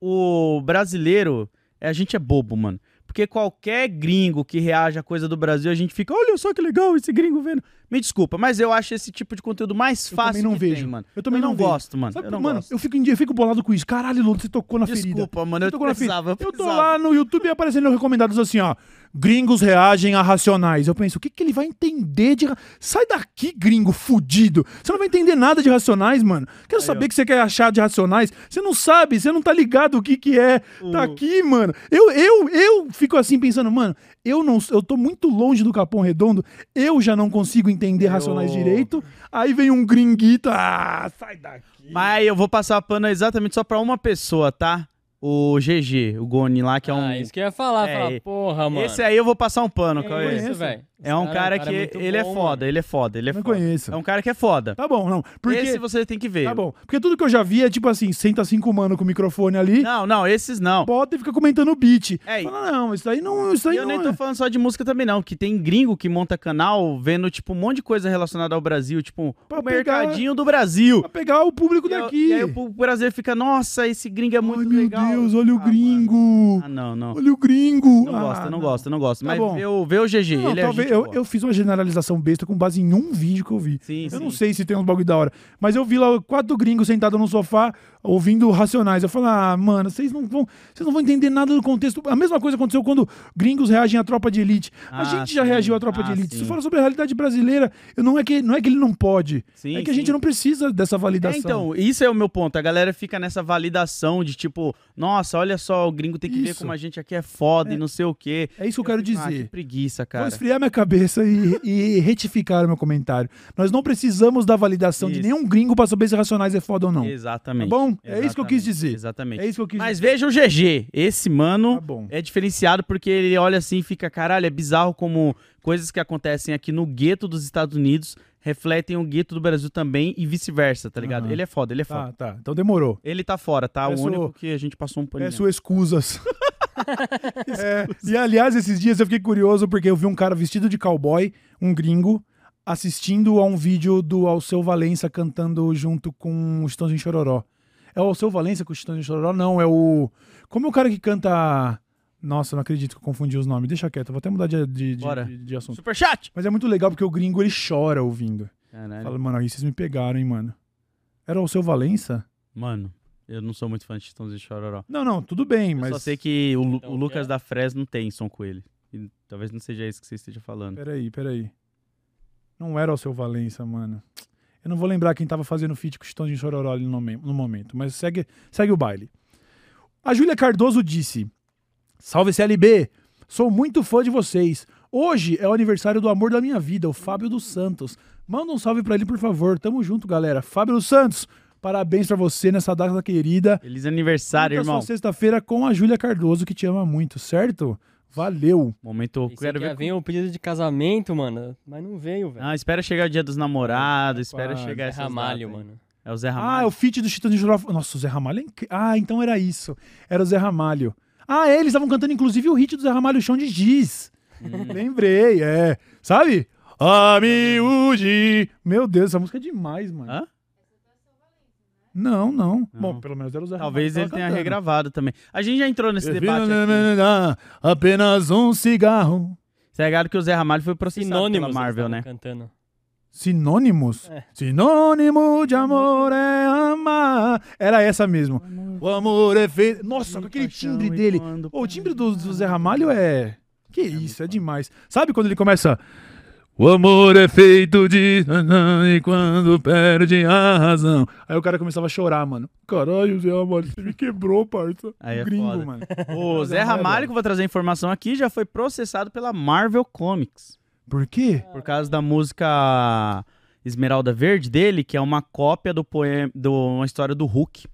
O brasileiro, é, a gente é bobo, mano. Porque qualquer gringo que reage a coisa do Brasil, a gente fica, olha só que legal esse gringo vendo. Me desculpa, mas eu acho esse tipo de conteúdo mais
Eu também
fácil
não
que
vejo.
tem, mano.
Eu também
eu não,
não vejo.
gosto, mano.
Sabe,
eu não
mano,
gosto.
eu fico, indi- eu fico bolado com isso. Caralho, Lodo, você tocou na ferida.
Desculpa, mano, eu
tô com a
precisava, eu
Eu tô
precisava.
lá no YouTube aparecendo recomendados assim, ó. Gringos reagem a racionais. Eu penso, o que, que ele vai entender de. ra- Sai daqui, gringo fudido. Você não vai entender nada de racionais, mano. Quero saber o que você quer achar de racionais. Você não sabe, você não tá ligado o que que é. Tá aqui, mano. Eu, eu, eu fico assim pensando, mano, eu não, eu tô muito longe do Capão Redondo. Eu já não consigo
É,
entender racionais
Eu-
direito. Aí vem um gringuito. Ah, sai daqui.
Mas eu vou passar a pano exatamente só pra uma pessoa, tá? O GG, o Goni lá, que é um...
Ah, isso que eu ia falar.
É,
falar,
e-
porra, mano.
Esse aí eu vou passar um pano,
Que
Cauê.
isso, velho?
É um
Esse
cara, que
muito
ele
bom,
é foda,
mano.
ele é foda, ele é
Não
foda.
conheço.
É um cara que é foda.
Tá bom, não. Porque.
Esse você tem que ver.
Tá bom. Porque tudo que eu já vi é tipo assim: senta cinco mano com o microfone ali,
Não, não, esses não.
bota e fica comentando o beat.
É, e-
Fala, não, isso aí não. Isso aí
E eu
não
nem
é.
tô falando só de música também, não. Que tem gringo que monta canal vendo, tipo, um monte de coisa relacionada ao Brasil, tipo,
Pra
o
pegar-
mercadinho do Brasil.
Pra pegar o público
E eu-
daqui.
E aí o brasileiro fica, nossa, esse gringo é muito
Ai, meu
legal.
Deus, olha o
Ah,
gringo.
mano. Ah, não, não.
Olha o gringo.
Não
Ah,
gosto, não gosto, não gosto.
Tá
Mas
bom.
vê o, vê o GG,
Não,
ele é
talvez
gente
eu,
boa.
eu fiz uma generalização besta com base em um vídeo que eu vi.
Sim,
eu
sim.
não sei se tem uns bagulho da hora. Mas eu vi lá quatro gringos sentados no sofá ouvindo Racionais. Eu falo, ah, mano, vocês não vão. Vocês não vão entender nada do contexto. A mesma coisa aconteceu quando gringos reagem à tropa de elite. a
Ah,
gente já
sim.
reagiu à tropa de
Ah,
elite. Isso
sim.
fala sobre a realidade brasileira. Eu não é que, não é que ele não pode.
Sim,
é que a
sim.
gente não precisa dessa validação.
É, então, isso é o meu ponto. A galera fica nessa validação de tipo, nossa, olha só, o gringo tem que ver
Isso.
como a gente aqui é foda e não sei o quê.
é isso que eu quero
fico, ah,
dizer.
que preguiça,
Vou
cara.
esfriar minha cabeça e, e retificar o meu comentário. Nós não precisamos da validação de
Isso.
nenhum gringo pra saber se Racionais é foda ou não.
Exatamente.
Tá bom? É isso que eu quis
Exatamente,
dizer.
Exatamente.
É isso que eu quis
Mas veja o GG. Esse mano
Tá bom.
é diferenciado porque ele olha assim e fica, caralho, é bizarro como coisas que acontecem aqui no gueto dos Estados Unidos refletem o gueto do Brasil também e vice-versa, tá ligado?
Aham.
Ele é foda, ele é foda.
Tá, tá. Então demorou.
Ele tá fora, tá?
Peço-
O único que a gente passou um paninho. (laughs)
Peço escusas. É, e aliás, esses dias eu fiquei curioso porque eu vi um cara vestido de cowboy, um gringo, assistindo a um vídeo do Alceu Valença cantando junto com o Chitãozinho Chororó. É o Alceu Valença com o Chitãozinho Chororó? Não, é o... Como é o cara que canta... Nossa, não acredito que eu confundi os nomes. Deixa quieto, eu vou até mudar de, de, de-
Bora.
de- de assunto.
Superchat!
Mas é muito legal porque o gringo ele chora ouvindo.
Caralho.
Fala, mano, aí vocês me pegaram, hein, mano. Era o seu Valença?
Mano, eu não sou muito fã de Titãs e Chororó.
Não, não, tudo bem,
Eu
mas.
só sei que o, Lu-
Então,
o Lucas
é.
da Fresno não tem som com ele. E talvez não seja isso que você esteja falando.
Peraí, peraí. Não era o seu Valença, mano. Eu não vou lembrar quem tava fazendo feat com o Chitãozinho Chororó ali no, mem- no momento, mas segue, segue o baile. A Júlia Cardoso disse: Salve CLB! Sou muito fã de vocês. Hoje é o aniversário do amor da minha vida, o Fábio dos Santos. Manda um salve pra ele, por favor. Tamo junto, galera. Fábio dos Santos, parabéns pra você nessa data querida.
Feliz é aniversário,
Muita sua
irmão.
sexta-feira com a Júlia Cardoso, que te ama muito, certo? Valeu.
Momento.
Pensei
Quero
que ia
ver.
vir é o pedido de casamento, mano, mas não veio, velho.
Ah, espera chegar o dia dos namorados, espera
Rapaz,
chegar
é
essas
Ramalho,
datas aí.
mano.
É o Zé
Ah, é
Ramalho.
o feat do Chitãozinho Chororó. Nossa, o Zé Ramalho é incri... Ah, então era isso. Era o Zé Ramalho. Ah, é, eles estavam cantando inclusive o hit do Zé Ramalho, Chão de Giz. Lembrei, é. Sabe? Amiúde. Meu Deus, essa música é demais, mano.
Hã?
Não, não,
Não.
Bom, pelo menos era o Zé
Talvez ele
Ramalho. que
tenha
tava cantando.
regravado também. A gente já entrou nesse debate aqui.
Apenas um cigarro.
Você é ligado que o Zé Ramalho foi processado
Sinônimos
pela
eles
Marvel,
estavam
né?
Cantando.
Sinônimos?
É.
Sinônimo de amor é amar. Era essa mesmo. O amor é feito. Nossa, com aquele timbre dele. Ô, o timbre do, do Zé Ramalho é. Que isso, é demais. Sabe quando ele começa. O amor é feito de. nanã, E quando perde a razão. Aí o cara começava a chorar, mano. Caralho, Zé Ramalho, você me quebrou, parça.
Aí é
Gringo,
foda.
mano.
O Zé Ramalho, que eu vou trazer informação aqui, já foi processado pela Marvel Comics.
Por quê?
Por causa da música Esmeralda Verde dele, que é uma cópia do poema, de uma história do Hulk.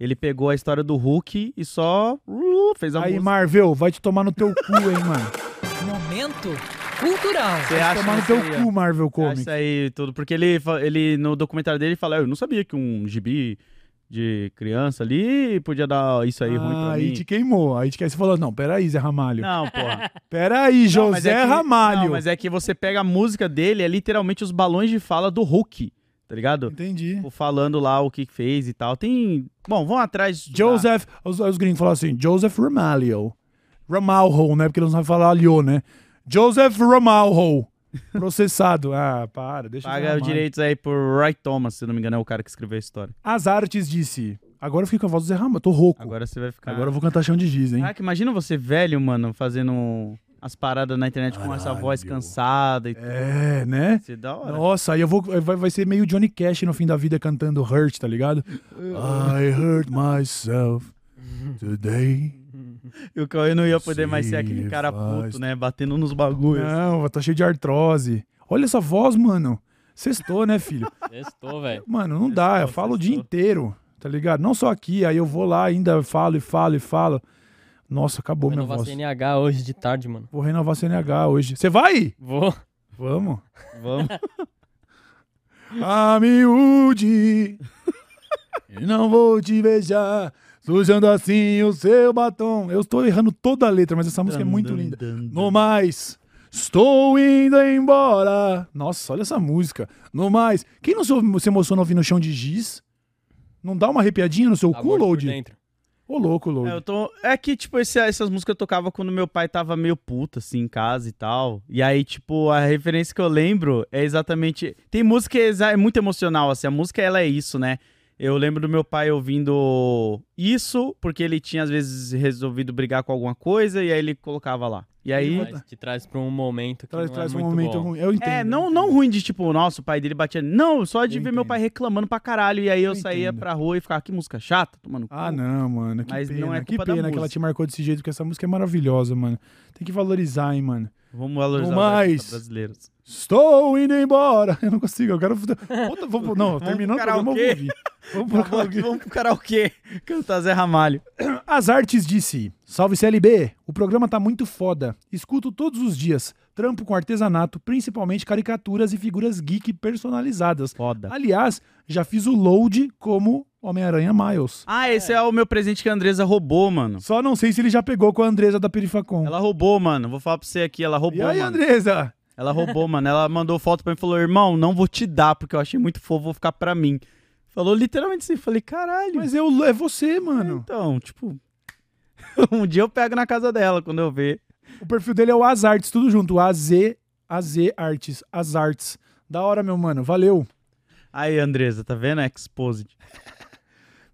Ele pegou a história do Hulk e só uh, fez a
Aí,
música.
Marvel, vai te tomar no teu cu, hein, mano.
(laughs) Momento cultural.
Você
Vai te
acha
tomar no
isso
teu
aí, ó?
cu, Marvel
Você acha
Comics.
Isso aí tudo. Porque ele, fa- ele no documentário dele, ele fala, eu não sabia que um gibi de criança ali podia dar isso aí é ruim pra
Ah, aí
mim.
te queimou. Aí te queimou. Você falou, não, peraí, Zé Ramalho.
Não, porra.
Peraí,
Não, mas
José
é que-
Ramalho.
Não, mas é que você pega a música dele, é literalmente os balões de fala do Hulk, tá ligado?
Entendi.
Tipo, falando lá o que fez e tal. Tem. Bom, vão atrás. de estudar.
Joseph, os, os gringos falam assim, Joseph Ramalho. Ramalho, né? Porque eles não sabem falar alho, né? Joseph
(laughs)
Ramalho. Processado. Ah, para, deixa Zé
Paga os
Ramalho.
direitos aí por Roy Thomas, se não me engano, é o cara que escreveu a história.
As artes disse. Agora eu fico com a voz do Zé Ramalho, tô rouco. Agora,
Agora tá. você vai ficar.
eu vou cantar chão de giz, hein?
Caraca, imagina você velho, mano, fazendo as paradas na internet com essa voz
Caralho.
cansada e tudo.
É, né?
Isso é da hora.
Nossa, aí eu vou. Vai, vai ser meio Johnny Cash no fim da vida cantando Hurt, tá ligado? I hurt myself today.
E o Cauê não ia poder mais ser
Sim,
aquele cara
faz.
puto, né? Batendo nos bagulhos.
Não, tá cheio de artrose. Olha essa voz, mano. Sextou, né, filho?
Estou, velho.
Mano, não dá. Eu falo o dia inteiro, tá ligado? Não só aqui, aí eu vou lá ainda, falo e falo e falo. Nossa,
Vou
acabou minha
renovar
voz.
CNH hoje de tarde, mano. Tá
Vou renovar CNH hoje. Você vai?
Vou.
Vamos.
Vamos.
A miúde, e não vou te beijar, sujando assim o seu batom. Eu estou errando toda a letra, mas essa música é muito linda. No mais, estou indo embora. Nossa, olha essa música. No mais, quem não se se emociona ouvindo o chão de giz? Não dá uma arrepiadinha no seu
Tá
cu,
morto por
Load?
dentro.
Ô, louco,
É, eu
Load.
tô... é que, tipo, esse- essas músicas eu tocava quando meu pai tava meio puto, assim, em casa e tal. E aí, tipo, a referência que eu lembro é exatamente. Tem música que é exa- é muito emocional, assim. A música, ela é isso, né? Eu lembro do meu pai ouvindo isso, porque ele tinha, às vezes, resolvido brigar com alguma coisa, e aí ele colocava lá. E aí.
Mas te traz pra um momento que
Traz,
não
traz
é
um
muito
momento
bom.
ruim. Eu entendo.
É,
eu
não,
entendo.
não ruim de tipo, nossa, o pai dele batia. Não, só de
Eu
ver meu
entendo.
pai reclamando pra caralho. E aí eu,
Eu
saía
entendo.
pra rua e ficava, que música chata, tomando
Ah,
cu."
não, mano. Que
Mas
pena.
não é
que
culpa da
pena que ela
música.
te marcou desse jeito, porque essa música é maravilhosa, mano. Tem que valorizar, hein, mano.
Vamos valorizar
No
os artistas
mais.
brasileiros.
Estou indo embora. (laughs) Eu não consigo, eu quero. Outra- vou- não, terminando o programa, eu vou
karaokê.
ouvir. (laughs) Vamos pro karaokê.
Vamos pro karaokê (laughs) cantar Zé Ramalho.
As Artes disse: Salve CLB, o programa tá muito foda. Escuto todos os dias. Trampo com artesanato, principalmente caricaturas e figuras geek personalizadas.
Foda.
Aliás, já fiz o load como Homem-Aranha Miles.
Ah, esse é o meu presente que a Andresa roubou, mano.
Só não sei se ele já pegou com a Andresa da Perifacon.
Ela roubou, mano. Vou falar pra você aqui, ela roubou,
e aí,
mano.
Andresa?
Ela roubou, mano. Ela mandou foto pra mim e falou: irmão, não vou te dar, porque eu achei muito fofo, vou ficar pra mim. Falou literalmente assim. Falei, caralho.
Mas eu, é você, mano.
Então, tipo. (laughs) um dia eu pego na casa dela quando eu ver.
O perfil dele é o Azartes, tudo junto. AZ, AZ Artes, Azartes. Da hora, meu mano. Valeu.
Aí, Andresa, tá vendo? Exposed.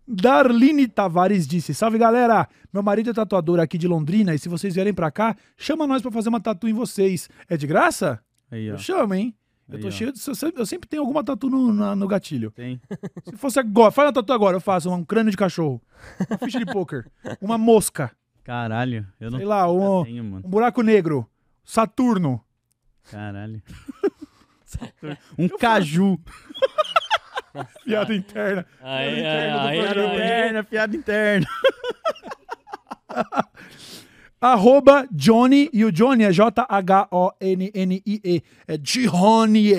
Darlene Tavares disse: Salve galera, meu marido é tatuador aqui de Londrina e se vocês vierem pra cá, chama nós pra fazer uma tatu em vocês. É de graça?
Aí, ó.
Eu chamo, hein? Eu tô
Aí, ó.
cheio de. Eu sempre- eu sempre tenho alguma tatu no, na- no gatilho.
Tem.
Se fosse agora, faz a tatu agora, eu faço um crânio de cachorro, uma ficha de pôquer, uma mosca,
Caralho, eu não
sei lá, um,
tenho, mano.
um buraco negro, Saturno. (laughs)
Caralho. um caju.
Piada interna. (laughs)
Aí,
interno do
É, aí, aí,
programa.
aí.
piada interna.
Arroba Johnny, e o Johnny é J-H-O-N-N-I-E, é Johnny,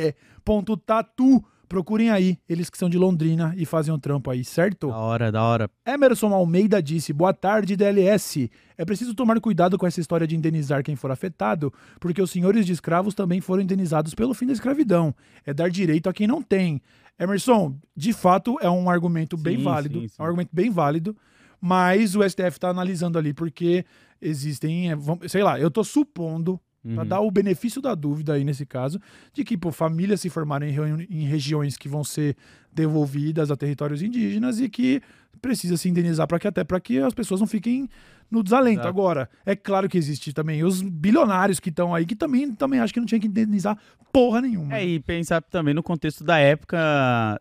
ponto tatu. Procurem aí, eles que são de Londrina e fazem um trampo aí, certo?
Da hora, da hora.
Emerson Almeida disse: Boa tarde, DLS. É preciso tomar cuidado com essa história de indenizar quem for afetado, porque os senhores de escravos também foram indenizados pelo fim da escravidão. É dar direito a quem não tem. Emerson, de fato, é um argumento bem
Sim,
válido.
sim, sim.
É um argumento bem válido, mas o STF está tá analisando ali porque existem, é, vam- sei lá, eu tô supondo, para
Uhum.
dar o benefício da dúvida aí nesse caso, de que pô, famílias se formaram em, reuni- em regiões que vão ser devolvidas a territórios indígenas e que precisa se indenizar para que até para que as pessoas não fiquem no desalento.
Exato.
Agora, é claro que existe também os bilionários que estão aí que também também acho que não tinha que indenizar porra nenhuma.
É, e pensar também no contexto da época.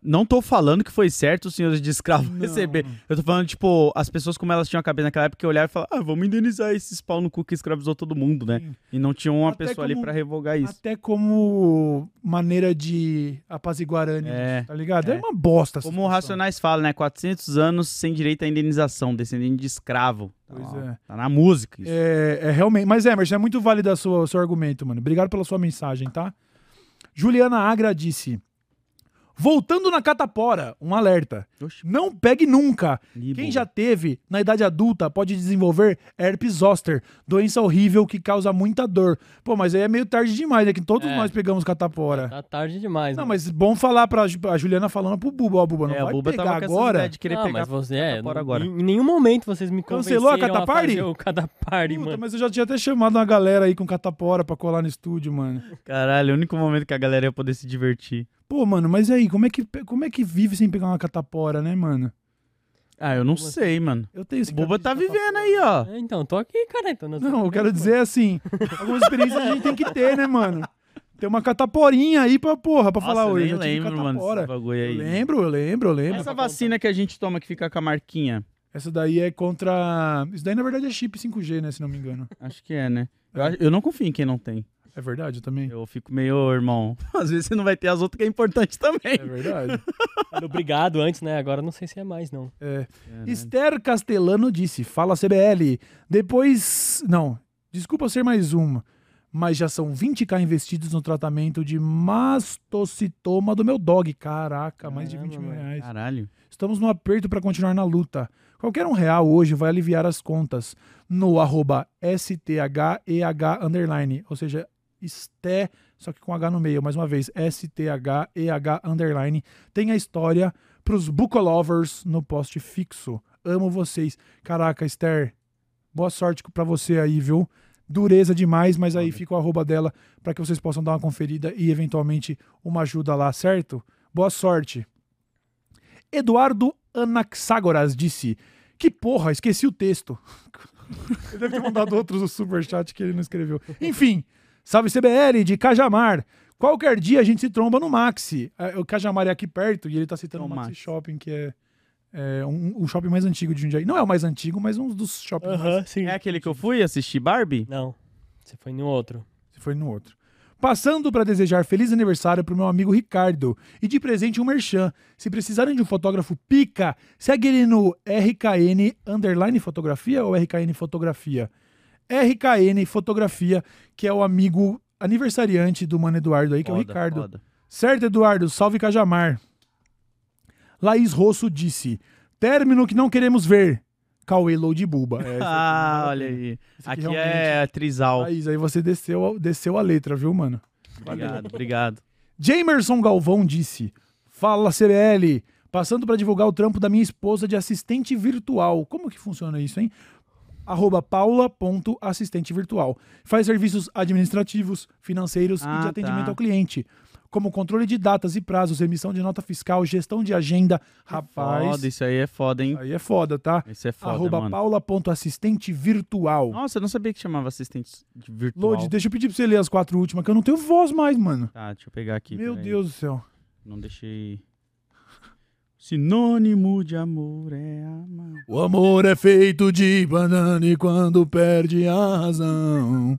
Não tô falando que foi certo os senhores de escravo
Não.
receber. Eu tô falando, tipo, as pessoas como elas tinham a cabeça naquela época que olhavam e falavam, ah, vamos indenizar esses pau no cu que escravizou todo mundo, né?
Sim.
E não tinha uma
Até
pessoa ali
como-
pra revogar isso.
Até como maneira de apaziguar ânimos,
É,
tá ligado? É,
é.
uma bosta. essa
Como o
situação.
Racionais fala, né? 400 anos sem direito à indenização, descendente de escravo. Tá,
Pois
lá,
é.
tá na música isso.
É, é realmente. Mas, Emerson, é muito válido a sua- o seu argumento, mano. Obrigado pela sua mensagem, tá? Juliana Agra disse: Voltando na catapora, um alerta.
Oxi,
Não pegue nunca.
Ih,
Quem
boa.
já tá, teve, na idade adulta, pode desenvolver herpes zoster, doença horrível que causa muita dor. Pô, mas aí é meio tarde demais, é que todos
É.
nós pegamos
É,
catapora.
Tá tarde demais.
Não,
mano.
mas bom falar pra Ju- a Juliana falando pro Buba, ó, Buba, não
É, a
vai
Buba
pegar
tava com essa
agora.
ideia de querer
não,
pegar
mas você é.
catapora
não-
agora.
Em nenhum momento vocês me
Cancelou a
convenceram a
cataparty?
fazer o cataparty,
Puta,
mano.
mas eu já tinha até chamado uma galera aí com catapora pra colar no estúdio, mano.
Caralho, é o único momento que a galera ia poder se divertir.
Pô, mano, mas aí, como é que, pe- como é que vive sem pegar uma catapora, né, mano?
Ah, eu não
Como assim?
sei, mano.
Eu tenho esse
O Buba
cara de
tá
catapora.
vivendo aí, ó.
É, Então, tô aqui, cara. Então, nós-
Não, eu quero dizer assim, algumas experiências a gente tem que ter, né, mano? Tem uma cataporinha aí pra porra, pra falar
Nossa, eu
hoje.
nem lembro, mano,
catapora.
desse bagulho
Eu
aí.
lembro, eu lembro, eu
Tá
lembro.
Essa vacina que a gente toma que fica com a marquinha,
Essa daí é contra. Isso daí, na verdade, é chip 5G, né? Se não me engano.
acho que é, né? Eu, acho- eu não confio em quem não tem.
É verdade, eu também.
Eu fico meio, "Ô, irmão, (laughs) às vezes você não vai ter as outras que é importante também.
É verdade.
(laughs) Era Obrigado antes, né? Agora não sei se é mais, não.
É. Esther Castelano disse: Fala CBL. Depois. Não, desculpa ser mais uma, mas já são 20k investidos no tratamento de mastocitoma do meu dog. Caraca, mais de 20
Caramba,
mil
mano.
reais.
Caralho.
Estamos no aperto para continuar na luta. Qualquer um real hoje vai aliviar as contas no arroba STHEH underline, ou seja, esté, só que com H no meio, mais uma vez, STHEH underline. Tem a história pros Bookolovers no post fixo. Amo vocês. Caraca, Esther, boa sorte pra você aí, viu? Dureza demais, mas aí fica o arroba dela para que vocês possam dar uma conferida e eventualmente uma ajuda lá, certo? Boa sorte. Eduardo Anaxágoras disse: Que porra, esqueci o texto. (laughs) Ele deve ter mandado outros no superchat que ele não escreveu. Enfim, salve CBL de Cajamar. Qualquer dia a gente se tromba no Maxi. Ah, O Cajamar é aqui perto e ele tá citando
É
o
o
Maxi,
Maxi.
Shopping, que é, é um, o shopping mais antigo de Jundiaí. Não é o mais antigo, mas um dos shoppings mais
sim.
É aquele que eu fui assistir Barbie?
Não. Você foi no outro.
Se foi no outro. Passando para desejar feliz aniversário pro meu amigo Ricardo e de presente um merchan. Se precisarem de um fotógrafo pica, segue ele no RKN underline fotografia ou RKN fotografia. RKN fotografia, que é o amigo aniversariante do mano Eduardo aí, que é o
Foda,
Ricardo.
foda.
Certo, Eduardo? Salve Cajamar. Laís Rosso disse: término que não queremos ver. Cauê Load Buba. É, esse aqui
Ah,
não vale a
olha
pena.
aí.
Esse
Aqui
realmente-
é trisal.
Laís, aí tá você desceu, desceu a letra, viu, mano?
Obrigado, obrigado.
Jamerson Galvão disse: Fala CBL, passando para divulgar o trampo da minha esposa de assistente virtual. Como que funciona isso, hein? arroba paula.assistente virtual. Faz serviços administrativos, financeiros e
Ah,
de atendimento
tá.
ao cliente, como controle de datas e prazos, emissão de nota fiscal, gestão de agenda. Rapaz,
Foda, isso aí é foda, hein?
aí é foda, tá?
Isso é foda,
arroba
mano.
paula.assistente virtual.
Nossa, eu não sabia que chamava assistente de virtual.
Lodi, deixa eu pedir pra você ler as quatro últimas, que eu não tenho voz mais, mano.
Tá, deixa eu pegar aqui.
Meu
peraí.
Deus do céu.
Não deixei. Sinônimo de amor é amar.
O amor é feito de banana e quando perde a razão.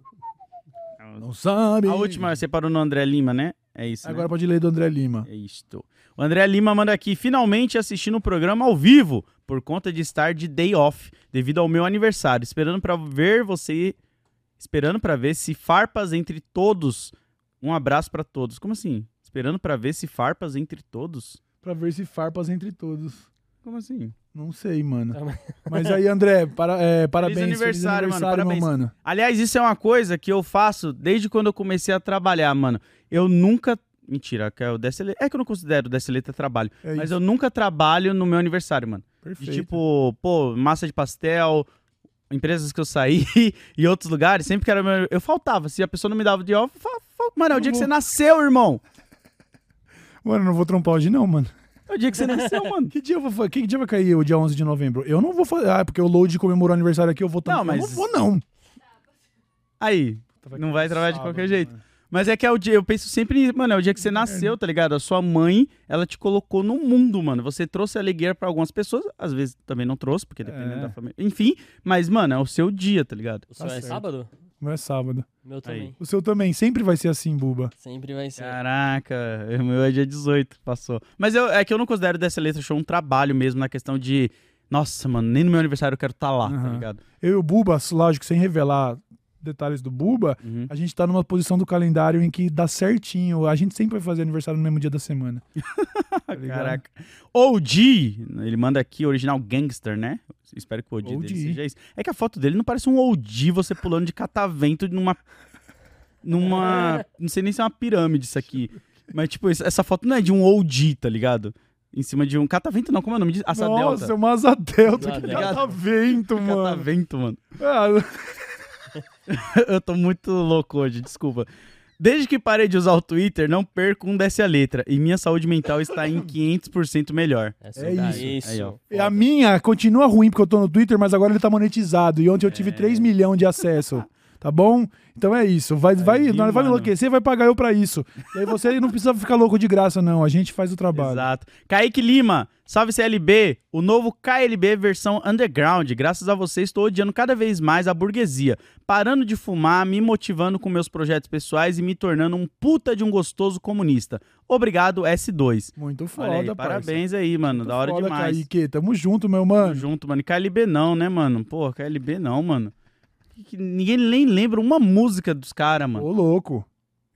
Não sabe.
A última você parou no André Lima, né? É isso. né?
Agora pode ler do André Lima.
É isto. O André Lima manda aqui, finalmente assistindo o programa ao vivo, por conta de estar de day off, devido ao meu aniversário, esperando pra ver você, esperando pra ver se farpas entre todos. Um abraço pra todos. Como assim? Esperando pra ver se farpas entre todos?
Pra ver se farpas entre todos.
Como assim?
Não
(laughs)
sei, mano.
Tá, mas-
(laughs) Mas aí, André, para- é, parabéns. feliz
aniversário, mano,
aniversário, meu
parabéns.
mano.
Aliás, isso é uma coisa que eu faço desde quando eu comecei a trabalhar, mano. Eu nunca Mentira, que é o DSL... É que eu não considero o DSLeta trabalho.
É
mas
isso.
eu nunca trabalho no meu aniversário, mano. De
Perfeito.
tipo, pô, massa de pastel, empresas que eu saí (laughs) e outros lugares, sempre que era meu. Eu faltava. Se a pessoa não me dava de off, eu falava, "Fa- mano, é o
Eu
dia que
vou."
você nasceu, irmão.
Mano, eu não vou trompar hoje, não, mano.
É o dia que você nasceu, (laughs) mano.
Que dia, eu vou, fa- que dia vai cair o dia 11 de novembro? Eu não vou fazer. Ah, porque o Load comemorou o aniversário aqui, eu vou
Não,
tampar. Eu
mas-
não vou, não.
Aí. Não vai trabalhar de qualquer jeito. Mas é que é o dia, eu penso sempre, mano, é o dia que
Uhum.
você nasceu, tá ligado? A sua mãe, ela te colocou no mundo, mano. Você trouxe alegria pra algumas pessoas, às vezes também não trouxe, porque dependendo
É.
da família. Enfim, mas, mano, é o seu dia, tá ligado?
O seu é
certo.
sábado?
Não é sábado.
O Meu também.
Aí.
O seu também, sempre vai ser assim, Buba.
Sempre vai ser.
Caraca, (laughs) o meu é dia 18, passou. Mas eu- é que eu não considero dessa letra show um trabalho mesmo na questão de. Nossa, mano, nem no meu aniversário eu quero estar lá, tá
Aham.
ligado?
Eu e o Buba, lógico, sem revelar detalhes do Buba,
Uhum.
a gente tá numa posição do calendário em que dá certinho. A gente sempre vai fazer aniversário no mesmo dia da semana. (laughs) Tá ligado?
Caraca. OG, ele manda aqui, original gangster, né? Espero que o OG,
OG.
dele seja isso. É que a foto dele não parece um OG você pulando de catavento numa.
(laughs)
Numa. Não sei nem se é uma pirâmide isso aqui. Mas, tipo, esse- essa foto não é de um OG, tá ligado? Em cima de um catavento, não, como é o nome disso? Asa
Nossa,
Delta.
uma asa delta.
Asa
Que
delta.
catavento, mano.
Catavento, mano.
Ah,
(laughs) Eu tô muito louco hoje, desculpa. Desde que parei de usar o Twitter, não perco um dessa letra. E minha saúde mental está
(laughs)
em 500% melhor.
Essa
É
dá-
isso.
Aí, ó.
e a minha continua ruim porque eu tô no Twitter, mas agora ele tá monetizado. E ontem eu tive
É.
3 milhões de acesso. Tá bom? Então é isso. Vai, vai,
viu,
não, vai me
mano?
enlouquecer, vai pagar eu pra isso. E aí você não precisa ficar louco de graça, não. A gente faz o trabalho.
Exato. Kaique Lima, salve CLB, o novo KLB versão underground. Graças a você, estou odiando cada vez mais a burguesia. Parando de fumar, me motivando com meus projetos pessoais e me tornando um puta de um gostoso comunista. Obrigado, S2.
Muito
Olha
foda,
aí,
parça.
parabéns aí, mano.
Muito
da hora
foda,
demais.
Kaique. Tamo junto, meu
Tamo
mano.
junto, mano. E KLB não, né, mano? Pô, KLB não, mano. Que- que ninguém nem lembra uma música dos caras, mano.
Ô, louco.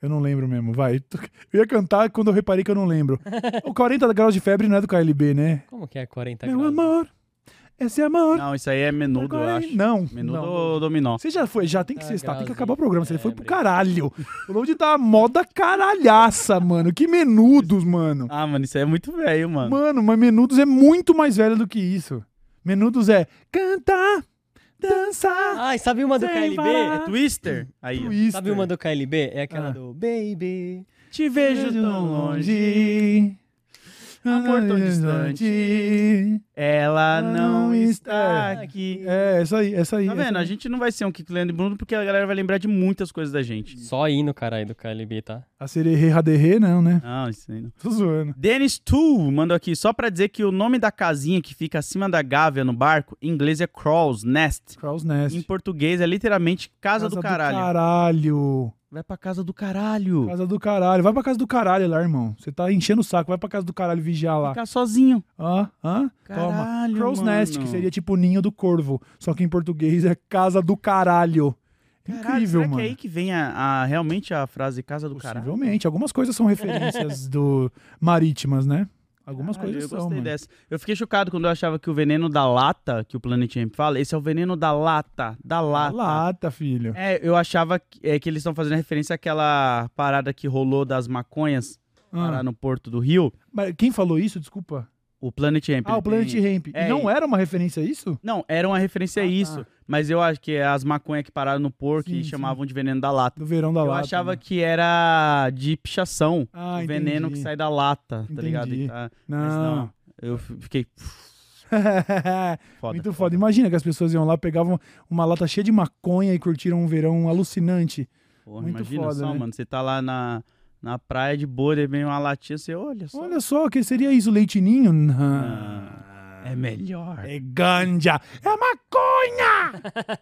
Eu não lembro mesmo, vai. (laughs) Eu ia cantar quando eu reparei que eu não lembro. o 40 graus de febre não é do KLB, né?
Como que é 40
meu
graus?
amor, esse amor.
Não, isso aí é menudo, eu
agora é-
acho.
Não,
Menudo
não.
ou dominó?
Você já foi, já tem que
Ah,
cestar, tem que
grauzinho.
acabar o programa. Você
É,
foi pro
obrigado.
caralho. O Load tá moda caralhaça, mano. Que menudos, mano.
Ah, mano, isso aí é muito velho, mano.
Mano, mas menudos é muito mais velho do que isso. Menudos é cantar, dançar.
Ai, sabe uma do
Sem
KLB?
parar.
É Twister? Aí, ó.
twister.
Sabe uma do KLB? É aquela
Ah.
do Baby.
Te vejo tão longe,
amor
tão distante. ela não está
É.
aqui.
É, essa aí, essa aí.
Tá
essa
vendo?
aí.
A gente não vai ser um Kiko Leandro e Bruno porque a galera vai lembrar de muitas coisas da gente.
Só hino, caralho, do KLB, tá?
A sererê raderê, não, né?
Não, isso aí não.
Tô zoando.
Dennis Tu mandou aqui só pra dizer que o nome da casinha que fica acima da gávea no barco, em inglês é Crawl's Nest.
Crow's
Em
Nest.
português é literalmente casa, do caralho.
caralho.
Vai pra casa do caralho.
Casa do caralho. Vai pra casa do caralho lá, irmão. Você tá enchendo o saco. Vai pra casa do caralho vigiar lá.
Ficar sozinho.
Hã? Hã? Toma.
Caralho,
Crow's
mano.
Nest, que seria tipo ninho do corvo. Só que em português é casa do caralho.
Caralho,
Incrível,
será
mano.
que é aí que vem a, a- realmente a frase casa do caralho?
Possivelmente. Algumas coisas são
(laughs)
referências do marítimas, né? Algumas
Caralho, Ah,
coisas
eu
são,
gostei
mano.
dessa. Eu fiquei chocado quando eu achava que o veneno da lata, que o Planet Hemp fala, esse é o veneno da lata, da lata.
Lata, filho.
É, eu achava que, é, que eles estão fazendo referência àquela parada que rolou das maconhas
Ah,
lá no Porto do Rio.
mas quem falou isso? Desculpa.
O Planet Hemp.
Ah, o
ele
Planet
tem-
Hemp.
É,
e não
e-
era uma referência a isso?
Não, era uma referência a
Ah, tá.
isso. Mas eu acho que é as maconhas que pararam no porco
Sim,
e
sim.
chamavam de veneno da lata.
Do verão da
eu
lata.
achava
né?
que era de pichação.
Ah,
o veneno que
entendi.
sai da lata, tá ligado?
Entendi.
E
Ah.
tá- Mas
Não.
não.
(laughs)
Eu f- fiquei. pff, Foda.
Muito foda. Imagina que as pessoas iam lá, pegavam uma lata cheia de maconha e curtiram um verão alucinante.
Porra,
Muito
imagina
foda,
só,
né?
mano. Você tá lá na, na praia de boa, de vem uma latinha, você olha só.
Olha só, o que seria isso? Leitinho? Não.
Ah, é melhor.
É ganja.
(laughs)
É maconha!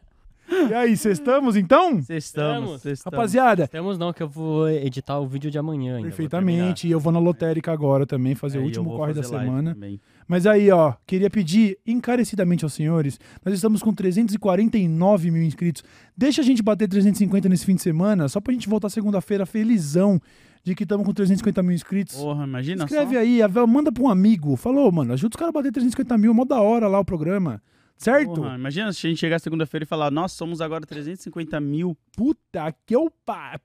e aí, cestamos então?
Vocês estamos,
Estamos.
vocês estamos.
Rapaziada,
Temos não, que eu vou editar o vídeo de amanhã ainda. vou terminar.
perfeitamente. E eu vou na lotérica agora também, fazer
É,
o
e eu
último
vou
corre da
fazer live
semana.
também.
Mas aí, ó, queria pedir encarecidamente aos senhores, nós estamos com 349 mil inscritos. Deixa a gente bater 350 nesse fim de semana, só pra gente voltar segunda-feira felizão de que estamos com 350 mil inscritos.
Porra, imagina
Escreve
só.
aí, a- manda pra um amigo. Falou, mano, ajuda os caras a bater 350 mil, mó da hora lá o programa. Certo?
Porra, imagina se a gente chegar segunda-feira e falar, nós somos agora 350 mil.
Puta que eu pa...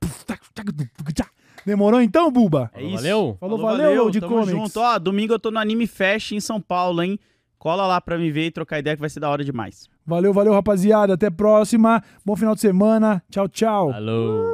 Demorou então, Buba?
É isso.
Valeu.
Falou, valeu, de
tamo
comics.
junto. Ó, domingo eu tô no Anime Fest em São Paulo, hein? Cola lá pra me ver e trocar ideia que vai ser da hora demais.
Valeu, valeu, rapaziada. Até a próxima. Bom final de semana. Tchau, tchau.
Alô.